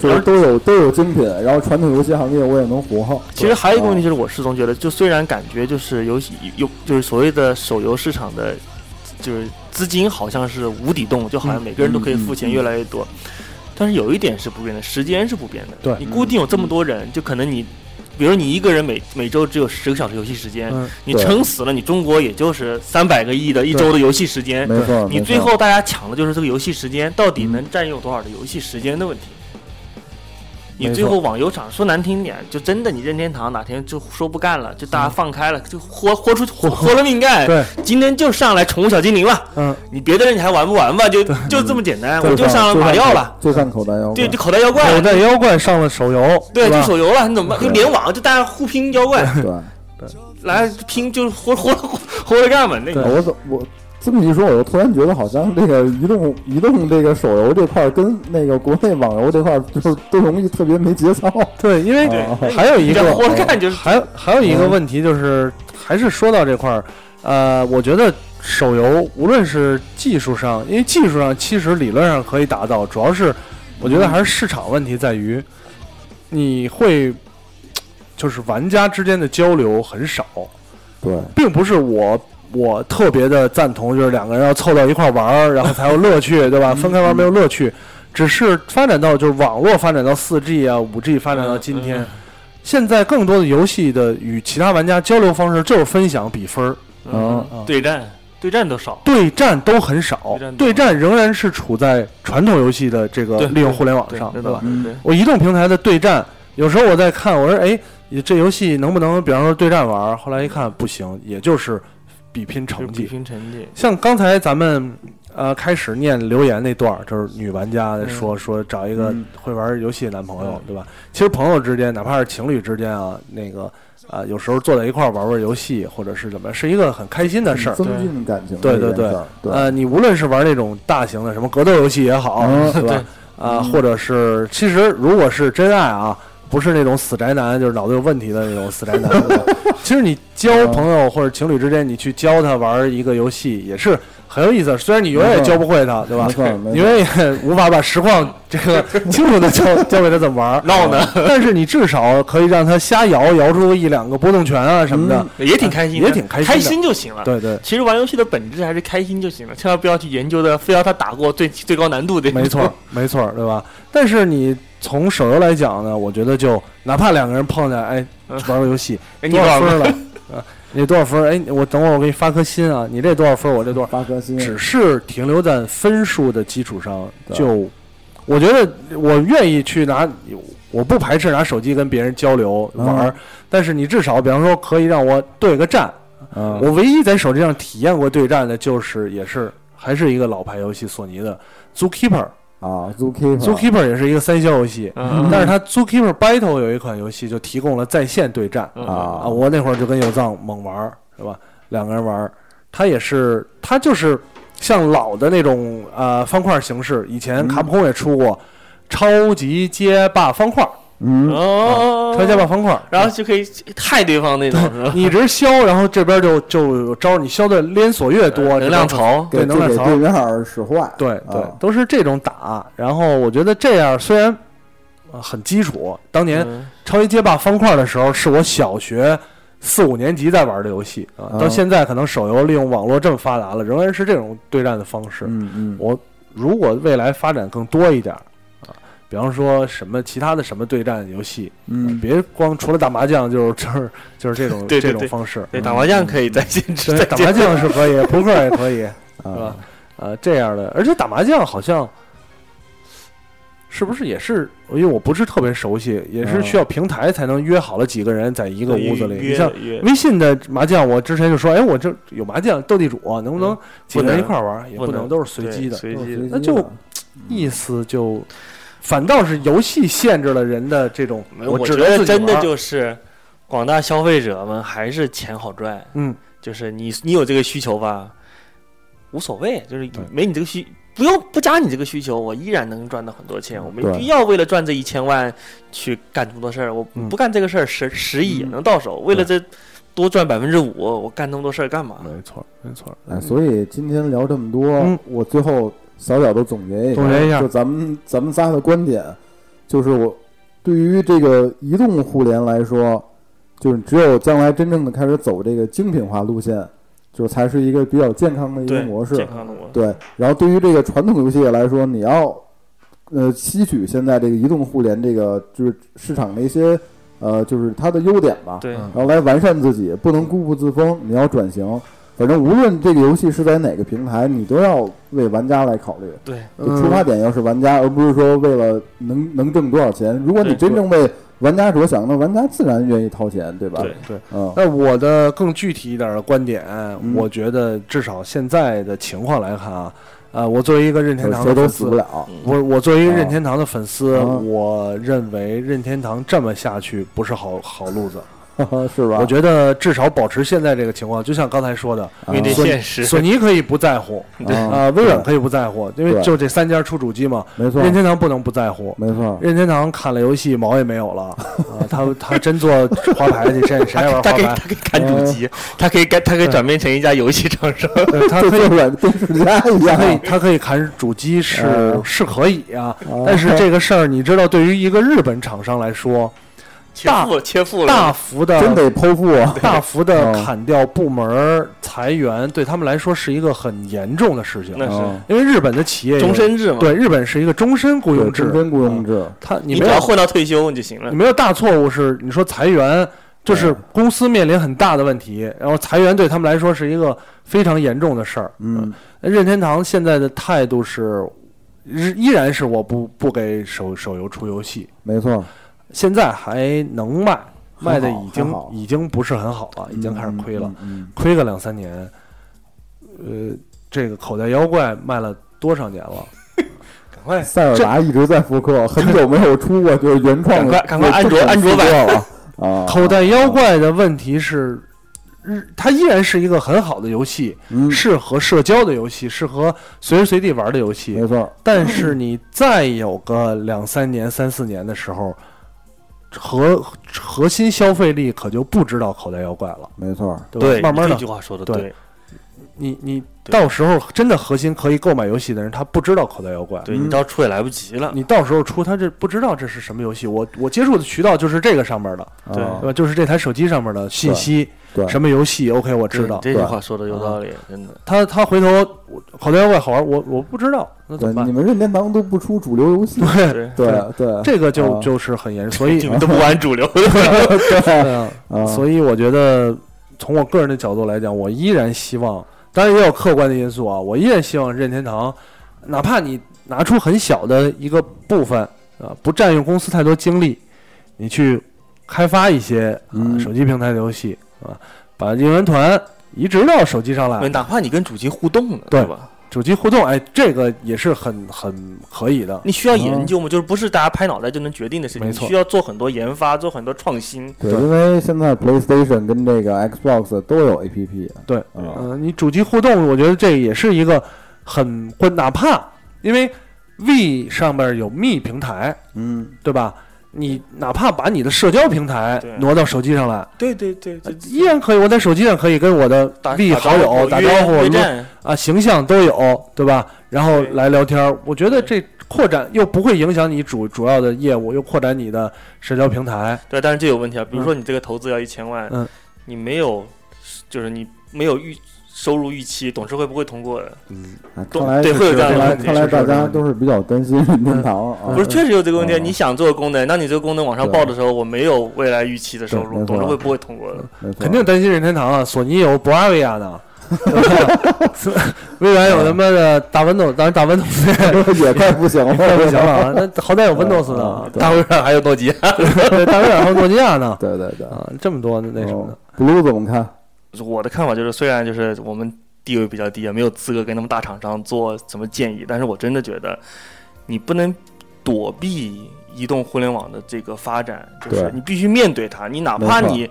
就是都有都有精品，然后传统游戏行业我也能活好。
其实还有一个问题
啊
就是，我始终觉得，就虽然感觉就是游戏有就是所谓的手游市场的，就是资金好像是无底洞，就好像每个人都可以付
嗯
钱，越来越多。但是有一点是不变的，时间是不变的。
对
你固定有这么多人，就可能你，比如你一个人每每周只有十个小时游戏时间，
嗯
你
对
撑死了，你中国也就是三百个亿的一周的游戏时间，
没错，
哎你
没
最
错
后大家抢的就是这个游戏时间到底能占用多少的游戏时间的问题。你
没
最
错
后网游厂说难听点，就真的你任天堂哪天就说不干了，就大家放开了，就豁豁出豁豁了命干。
对，
今天就上来宠物小精灵了，
嗯，
你别的人你还玩不玩吧？就就这么简单，
就
我就上马里奥了，
就上口袋妖怪，
对，就口袋妖 怪
口
了，
袋妖怪上了手游，
对，
是
就
吧
手游了，你怎么办？就联网，就大家互拼妖怪，
对。
来拼，就是活活活活着干嘛？那个
我怎我这么一说，我又突然觉得好像这个移动移动这个手游这块儿跟那个国内网游这块儿就是都容易特别没节操。
对，因为
对
还有一
你
个
这活着干就是
还还有一个问题就是，还是说到这块儿，呃，我觉得手游无论是技术上，因为技术上其实理论上可以达到，主要是我觉得还是市场问题在于，你会就是玩家之间的交流很少，
对，
并不是我。我特别的赞同，就是两个人要凑到一块儿玩儿，然后才有乐趣，
嗯
对吧？分开玩儿没有乐趣。只是发展到就是网络发展到四 G 啊、五 G 发展到今天，
嗯嗯
现在更多的游戏的与其他玩家交流方式就是分享比分儿，
嗯
对战，对战都少，
对战都很少
对战，都
对战仍然是处在传统游戏的这个
对
利用互联网
对
上，
对
吧？
对对，
我移动平台的对战，有时候我在看，我说哎，这游戏能不能，比方说对战玩儿？后来一看不行，也就是比拼
就是
成
比
绩。
拼成绩，
像刚才咱们呃开始念留言那段儿，就是女玩家说、说找一个
嗯
会玩游戏的男朋友，对吧？其实朋友之间，哪怕是情侣之间啊，那个啊、呃有时候坐在一块儿玩玩游戏，或者是怎么样，是一个很开心的事儿。
增进感情
对
这
对
件
对
事儿对，
呃，你无论是玩那种大型的什么格斗游戏也好，
嗯
对吧？
对
啊、或者是其实如果是真爱啊，不是那种死宅男，就是脑子有问题的那种死宅 男。对吧其实你交朋友或者情侣之间，你去教他玩一个游戏也是很有意思的。虽然你永远也
没错
教不会他，对吧
没？错没错
你永远也无法把实况这 个清楚的教教给他怎么玩。
闹呢
但是你至少可以让他瞎摇，摇出一两个波动拳啊什么
嗯
的。
也挺开心的，
也挺开
开
心的
心就行了。
对对，
其实玩游戏的本质还是开心就行了，千万不要去研究的，非要他打过最最高难度的。
没错，没错，对吧？但是你从手游来讲呢，我觉得就哪怕两个人碰见，哎，
嗯
玩个游戏，
哎，你
多少
玩
分
了？
了？啊，你多少分？哎，我等会儿我给你发颗心啊，你这多少分？我这多少？
发革新，
只是停留在分数的基础上，
对
就我觉得我愿意去拿，我不排斥拿手机跟别人交流
嗯
玩儿，但是你至少比方说可以让我对个战，
嗯
我唯一在手机上体验过对战的就是也是还是一个老牌游戏索尼的 Zookeeper。
啊，Zookeeper
Zookeeper 也是一个三消游戏，
嗯
但是它 Zookeeper Battle 有一款游戏就提供了在线对战
嗯
啊
啊，我那会儿就跟有藏猛玩儿，是吧？两个人玩儿，它也是它就是像老的那种呃方块形式，以前
嗯
卡普空也出过超级街霸方块，
嗯，
哦，
超级街霸方 块，
然后就可以害对方那种，是吧？
你一直削，然后这边就就有招儿，你削的连锁越多，
呃能量槽，
对
给
能
就
量
给
槽
对面儿使坏，
对对
啊，
都是这种打。然后我觉得这样虽然呃很基础，当年
嗯
超级街霸方块的时候是我小学四五年级在玩的游戏啊，
嗯
到现在可能手游利用网络这么发达了，仍然是这种对战的方式。
嗯嗯，
我如果未来发展更多一点儿啊，比方说什么其他的什么对战游戏，啊
嗯
别光除了打麻将就是就是就是这种
对
这
对
种
对
方 式。
对，打麻将可以在线直
对，打麻将是可以，扑克也可以。是吧
啊，？
呃，这样的，而且打麻将好像是不是也是，因为我不是特别熟悉，也是
嗯
需要平台才能约好了几个人在一
一
个屋子里。你像
约
微信的麻将，我之前就说，哎，我这有麻将斗地主，啊能不能
嗯
几
不
个人一
能
块儿玩儿？也
不
不能，
能
都是随机的，
随
都是
机
随机
的，
那就
的
意思就。反倒是游戏限制了人的这种，
没有我
只
觉
能自己
得真的
玩儿
就是广大消费者们还是钱好赚，
嗯，
就是你你有这个需求吧，无所谓，就是没你这个需。不用不加你这个需求，我依然能赚到很多
嗯
钱。我没
对
必要为了赚这一千万去干这么多事儿。我
嗯
不干这个事儿，十十亿也能到手。为了这多赚百分之五，我干那么多事儿干嘛？
没错没错，
哎，所以今天聊这么多，
嗯
我最后小小的总结一下，
总结一下
就咱们咱们仨的观点，就是我对于这个移动互联来说，就是只有将来真正的开始走这个精品化路线，就是才是一个比较健康的一个
对，
模式。
健康的模式。
对，然后对于这个传统游戏来说，你要呃吸取现在这个移动互联这个就是市场的一些呃就是它的优点吧，
对，
嗯
然后来完善自己，不能固步自封，你要转型。反正无论这个游戏是在哪个平台，你都要为玩家来考虑。
对，
就
嗯
出发点要是玩家，而不是说为了能能挣多少钱。如果你
对
真正为玩家着想，那玩家自然愿意掏钱，对吧？
对
对。
嗯，
那我的更具体一点的观点，我觉得至少现在的情况来看啊，呃，我作为一个任天堂
谁
的
都
粉
死不
丝，
了。哦
我我作为一个任天堂的粉丝，
啊
我认为任天堂这么下去不是好好路子。
是吧？
嗯我觉得至少保持现在这个情况，就像刚才说的，
啊
面对
索尼
现实，
索尼可以不在乎，
对
啊，微软可以不在乎，因为
嗯对
就这三家出主机嘛，
没错，
任天堂不能不在乎。
没 错。
任天堂砍了游戏毛也没有了，啊，他他真做滑牌去，谁谁还 玩滑嗯
他可以
牌
他？可以砍主机，他可以干他可以转变成一家游戏厂商。
对，他
就
可以
跟软电视家一
它可以
样，
它可以砍主机是、
嗯
是可以啊，
哦
但是这个事儿你知道，对于一个日本厂商来说，
切腹切腹了，
大幅的
真得剖腹啊！
大幅的
哦
砍掉部门儿裁员，对他们来说是一个很严重的事情，
那
嗯
是
因为日本的企业有
终身制嘛。
对日本是一个终身雇佣
对，
制
终，身雇佣制，
他你
你
没
只要
有
混到退休你就行了
你。没有大错误是你说裁员。就是公司面临很大的问题，然后裁员对他们来说是一个非常严重的事儿。
嗯，
任天堂现在的态度是，依依然是我不不给手手游出游戏，
没错，
现在还能卖，
好
卖的已
还
经
好
已经不是很好了，已经开始亏了，
嗯，
亏个两三年。呃，这个口袋妖怪卖了多少年了？ 赶 快
嗯塞尔达一直在复刻，很久没有出过就是原创的，
赶快赶快安卓安卓版
版啊，
口袋妖怪的问题是，日它依然是一个很好的游戏，
嗯，
适合社交的游戏，适合随时随地玩的游戏
没。错，
但是你再有个两三年、三四年的时候，核核心消费力可就不知道口袋妖怪了，
没错，
吧慢慢
这
的
句，话说的
对
对，
你你到时候真的核心可以购买游戏的人，他不知道口袋妖怪，
对你到出也来不及了。
嗯你到时候出他这不知道这是什么游戏，我我接触的渠道就是这个上面的，
哦
对
啊
对吧？就是这台手机上面的信息，
对对
什么游戏，OK，我知
对
道。啊
这句话说的有道理，真的。
他他回头我口袋妖怪好玩，我我不知道，那怎
对
么，办
你？们任天堂都不出主流游戏，
对，
对，
对对，
这个就
啊
就是很严，所 以
你们都不玩主流，
对啊
啊，
所以我觉得，从我个人的角度来讲，我依然希望，当然也有客观的因素啊，我依然希望任天堂，哪怕你拿出很小的一个部分啊，不占用公司太多精力，你去开发一些、啊
嗯
手机平台的游戏啊，把应援团移植到手机上
嗯
来，
哪怕你跟主机互动呢，
啊对
吧？
主机互动，哎，这个也是很很可以的。
你需要研究吗？就是不是大家拍脑袋就能决定的事
嗯
情，
没
你
错
需要做很多研发，做很多创新。
对，因为现在 PlayStation 跟这个 Xbox 都有 APP，
对，
啊，
嗯，你主机互动，我觉得这也是一个很关，哪怕因为 V 上面有 Me 平台，
嗯，
对吧？你哪怕把你的社交平台
对
挪到手机上来，
对对对，
呃依然可以。我在手机上可以跟我的
啊打
V
打
好友打招
约
呼，撸
对战，
啊，形象都有，对吧？然后
对
来聊天儿，我觉得这扩展又不会影响你主主要的业务，又扩展你的社交平台。
对，但是这有问题啊，比如说你这个投资要一千万，
嗯
你没有，就是你没有预收入预期，董事会不会通过的。
哎
都
看来
对
是
会有这样
看
的
来
问题
看来
是
大
有这样
家
的
都是比较担心任天堂啊，
不是，确实有这个问题啊。
嗯
你想做功能，当你这个功能往上报的时候，我没有未来预期的收
对
入，
没错
董事会不会通过的。
没错
肯定担心任天堂啊，索尼有 Bravia 呢， 微软有他妈的大 Windows，当然大 Windows
也快不行了，
快不行了啊，那好歹有 Windows 呢
嗯，对
大微软还有诺基亚，
啊 对大微软还有诺基亚呢，
对对对，哦
啊，这么多那什么的。
blue 怎么看？
我的看法就是，虽然就是我们地位比较低啊，没有资格跟他们大厂商做什么建议，但是我真的觉得你不能躲避移动互联网的这个发展，就是
对
你必须面对它。你哪怕
没错
你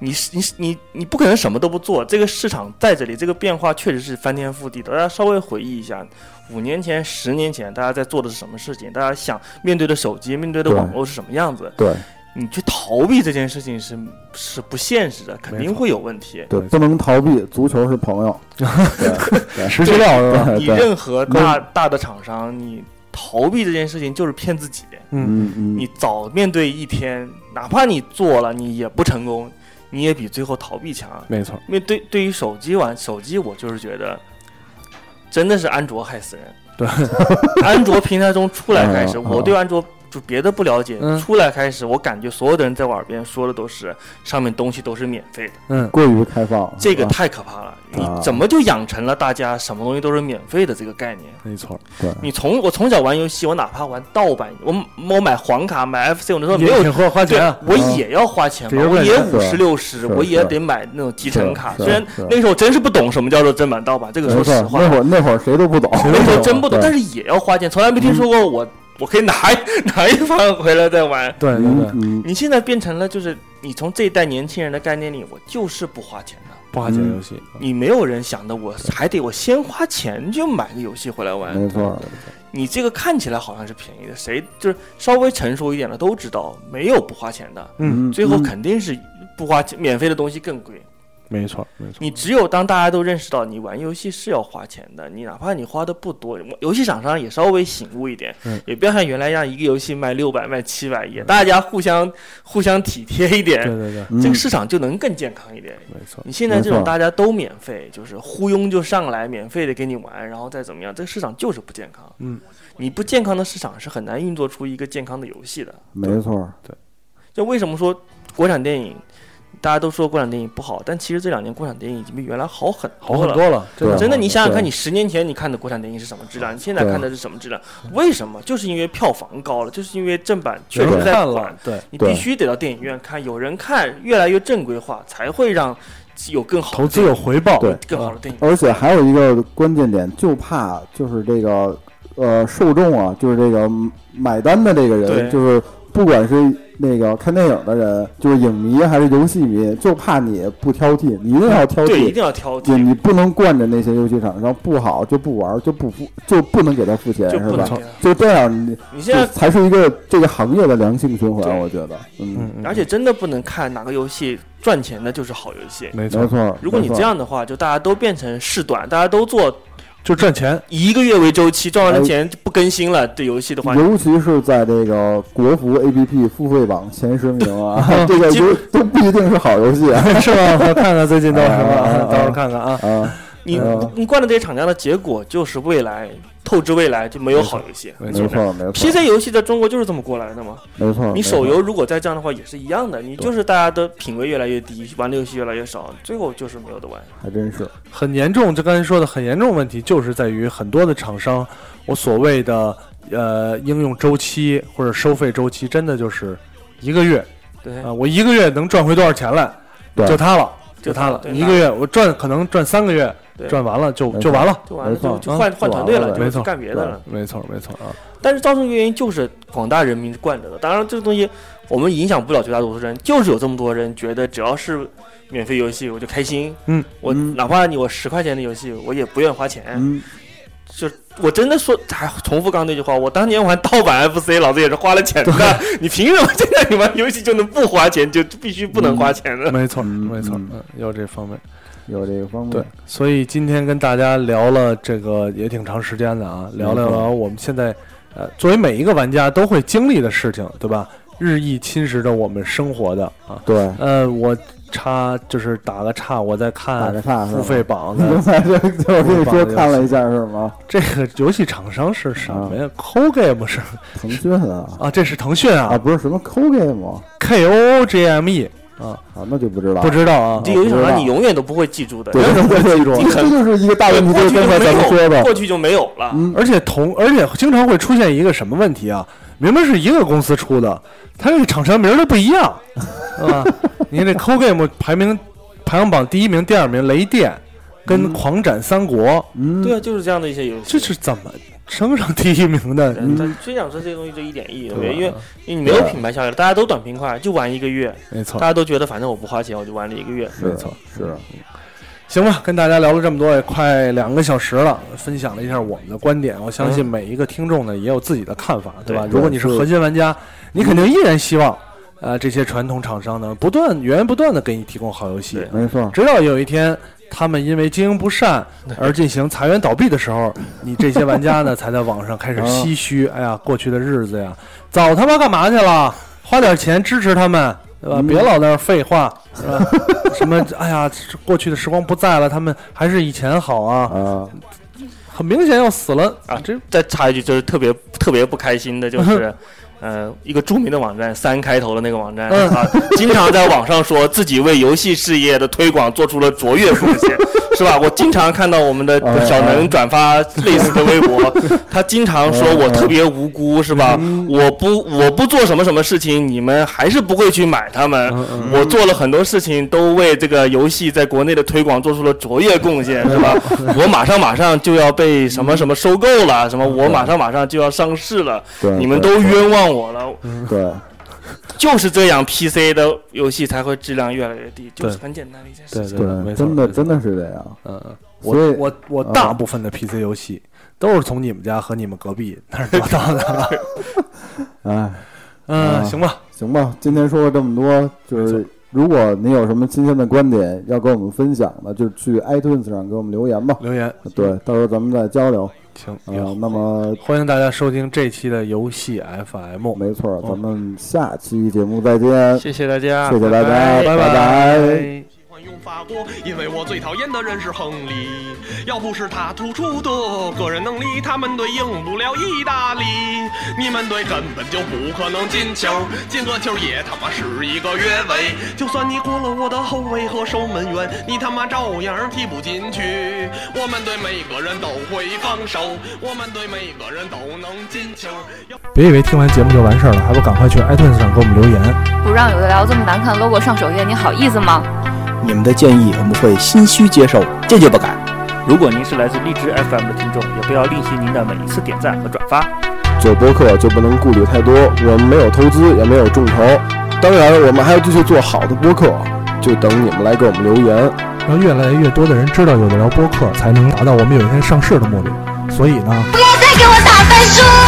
你你你你不可能什么都不做，这个市场在这里，这个变化确实是翻天覆地的。大家稍微回忆一下，五年前、十年前大家在做的是什么事情？大家想面对的手机、面对的
对
网络是什么样子？
对
你去逃避这件事情是是不现实的，肯定
没错
会有问题。
对，不能逃避，足球是朋 友，
实际料是吧？
呃对
你任何大大的厂商，你逃避这件事情就是骗自己。
嗯嗯，
你早面对一天，哪怕你做了，你也不成功，你也比最后逃避强。
没错，
因为对对于手机玩手机，我就是觉得真的是安卓害死人。
对，
安卓平台从出来开始，
嗯嗯
我对安卓就别的不了解，
嗯
出来开始，我感觉所有的人在我耳边说的都是上面东西都是免费的。
嗯，
过于开放，
这个
啊
太可怕了！你
啊
怎么就养成了大家什么东西都是免费的这个概念？
没错，
对
你从我从小玩游戏，我哪怕玩盗版，我我买黄卡、买 FC，我那时候没
也
有
挺花花
对
钱啊，，
我也要花钱嘛，
别
我
问
也
是
五十六十，
是
我也
是
得买那种集成卡。
是
虽然
是
那时候我真是不懂什么叫做正版盗版，这个
没
说
错
实，话，哦
那会儿那会儿谁都不懂，
那时候真不懂，但
是
是也要花钱，从来没听说过我我可以拿一 拿一盘回来再玩。
对对
嗯
对，
嗯，
你现在变成了就是你从这一代年轻人的概念里，我就是不花钱的。
不花钱游戏，啊
你没有人想的，我还得我先花钱就买个游戏回来玩。
没错，
你这个看起来好像是便宜的，谁就是稍微成熟一点的都知道，没有不花钱的，
嗯，
最后肯定是不花钱，免费的东西更贵。
没错没错，
你只有当大家都认识到你玩游戏是要花钱的，你哪怕你花的不多，游戏厂商也稍微醒悟一点，
嗯
也不要像原来一样一个游戏卖六百卖七百，也大家互相互相体贴
对
一点，
对对，
嗯
这个市场就能更健康一点。
没错，
你现在这
没
种
错
大家都免费，就是忽悠就上来，免费的给你玩，然后再怎么样，这个市场就是不健康。
嗯，
你不健康的市场是很难运
嗯
作出一个健康的游戏的。
没错，
就为什么说国产电影，大家都说国产电影不好，但其实这两年国产电影已经比原来好很
好
多
很
了。
多了，真
对
的
真的，你想想看，
对
你十年前你看的国产电影是什么质量，你现在看的是什么质量？为什么？就是因为票房高了，就是因为正版确
人
实在
看
管
了，，对，
你
对
必须得到电影院看，有人看，越来越正规化，才会让有更好的
投资有回报，
对
更好的电影。
而且还有一个关键点，就怕就是这个呃受众啊，就是这个买单的这个人，
对
就是不管是那个看电影的人，就是影迷还是游戏迷，就怕你不挑剔，你一定要挑
对，一
剔。
定要挑
你
剔，
你不能惯着那些游戏厂商不好就不玩就不付就不能给他付钱
就不
是
能
吧
这？样。
就这样，你
你现
就
在，
才是一个这个行业的良性循环，
对
我觉得。嗯，
嗯，
而且真的不能看哪个游戏赚钱的就是好游戏。
没
没
错，
错。
如果你
没错
这，样的话，就大家都变成试短，大家都做
就赚钱，
以一个月为周期，赚完了钱就不更新了。这游戏的话，
尤其是在这个国服 APP 付费榜前十名啊， 这个
基
游都不一定是好游戏啊。
是吧？我看看最近都有什么，
啊啊啊
到时候看看啊。
你
嗯
你惯了这些厂家的结果就是未来透支未来就没有好游戏。
没
没错，没错
PC 游戏在中国就是这么过来的嘛。
啊没错。
你手游如果再这样的话，也是一样的，你就是大家的品味越来越低，玩的游戏越来越少，最后就是没有得玩。
还真是，
很严重，就刚才说的很严重问题，就是在于很多的厂商，我所谓的呃应用周期或者收费周期，真的就是一个月
对
啊、，我一个月能赚回多少钱来，
对
就它了，
就
它
它
了
了，对
一个月我赚可能赚三个月，
对
赚完了就
没错
就完了，
就完了，
没错
就就换
嗯
换团队
就完
了，
了
没
就
错
就干别的了。
没错没错啊，
但是造成一个原因就是广大人民惯着的。当然，这个东西我们影响不了绝大多数人，就是有这么多人觉得只要是免费游戏我就开心。
嗯，
我
嗯
哪怕你我十块钱的游戏，我也不愿意花钱。
嗯，
就我真的说，还重复刚刚那句话，我当年玩盗版 FC，老子也是花了钱的。 你凭什么现在你玩游戏就能不花钱，就必须不能花钱的？
没错
嗯
没错，
嗯
嗯，有这方面。
有这个方面。
对，所以今天跟大家聊了这个也挺长时间的啊，聊了聊我们现在呃作为每一个玩家都会经历的事情，对吧？日益侵蚀着我们生活的啊。
对，
呃，我插就是打个岔，我在
打
看
个岔是吧
付费榜
你刚
的
才就就我跟你说看了一下是吗？
这个游戏厂商是什么
嗯
呀？Co Game 是
腾讯啊
啊，这是腾讯
啊，
啊
不是什么 Co Game 啊
，KOGME 啊，
啊，那就不知道。
不知道啊
这。游戏厂商你永远都不会记住的，
对，
永远都不会记住。
这
你
这
很
就是一个大问题，就
过
是
去就
刚才咱们
没
说
有，
的，
过去就没有了。
嗯，
而且同而且经常会出现一个什么问题啊？明明是一个公司出的，它这个厂商名儿都不一样，是吧？你这 Co Game 排名排行榜第一名、第二名雷电，跟狂斩三国，
嗯，
对啊，就是这样的一些游戏。
这是怎么升上第一名的？
对，嗯但虽然说这东西就一点意义都没有，因为
吧
因为你没有品牌效应，大家都短平快，就玩一个月，
没错
大，家都觉得反正我不花钱，我就玩了一个月。
没错，是
行吧，跟大家聊了这么多，也快两个小时了，分享了一下我们的观点。我相信每一个听众呢也有自己的看法，对吧？
对
如果你是核心玩家，你肯定依然希望，呃，这些传统厂商呢不断源源不断的给你提供好游戏
对，
没错，
直到有一天他们因为经营 不善而进行裁员倒闭的时候，你这些玩家呢才在网上开
嗯
始唏嘘，哎呀，过去的日子呀，早他妈干嘛去了？花点钱支持他们，对吧？
嗯
别老在那儿废话，是吧？ 什么？哎呀，过去的时光不在了，他们还是以前好啊！
啊，
很明显要死了
啊
这
再插一句，就是特别特别不开心的，就是。呃，一个著名的网站，三开头的那个网站、
嗯
啊，经常在网上说自己为游戏事业的推广做出了卓越贡献，是吧？我经常看到我们的
哎
小能转发类似的微博，他经常说我特别无辜，是吧？我不我不做什么什么事情，你们还是不会去买它们。我做了很多事情，都为这个游戏在国内的推广做出了卓越贡献，是吧？我马上马上就要被什么什么收购了，什么我马上马上就要上市了，
对，
你们都冤枉我了。
对，
就是这样，PC 的游戏才会质量越来越低，就是很简单的一件事
对
情。
对没
对，
错
真的
没错
真的是这样。
嗯，嗯
所
我
以
我我
啊
大部分的 PC 游戏都是从你们家和你们隔壁那儿得到的。
哎，
嗯，
啊
行吧，
行吧，今天说了这么多，就是如果您有什么新鲜的观点要跟我们分享的，就去 iTunes 上给我们留言吧。
留言
对，到时候咱们再交流。
行，
啊、
也好
那么
欢迎大家收听这期的游戏 FM。
没错，咱们下期节目再见，
谢谢大家，
谢谢大家，
拜
拜拜
拜。
喜欢用法国，因为我最讨厌的人是亨利。要不是他突出的个人能力，他们队赢不了意大利。你们队根本就不可能进球，进个球也他妈是一个越位。就算你过了我的后卫和守门员，你他妈照样踢不进去。我们队每个人都会防守，我们队每个人都能进球。要
别以为听完节目就完事儿了，还不赶快去 iTunes 上给我们留言。
不让有的聊这么难看 logo 上首页，你好意思吗？
你们的建议我们会心虚接受，坚决不改。
如果您是来自荔枝 FM 的听众，也不要吝惜您的每一次点赞和转发。
做播客就不能顾虑太多，我们没有投资，也没有众筹，当然我们还要继续做好的播客，就等你们来给我们留言。
让越来越多的人知道有的聊播客，才能达到我们有一天上市的目的。所以呢，
不要再给我打分数。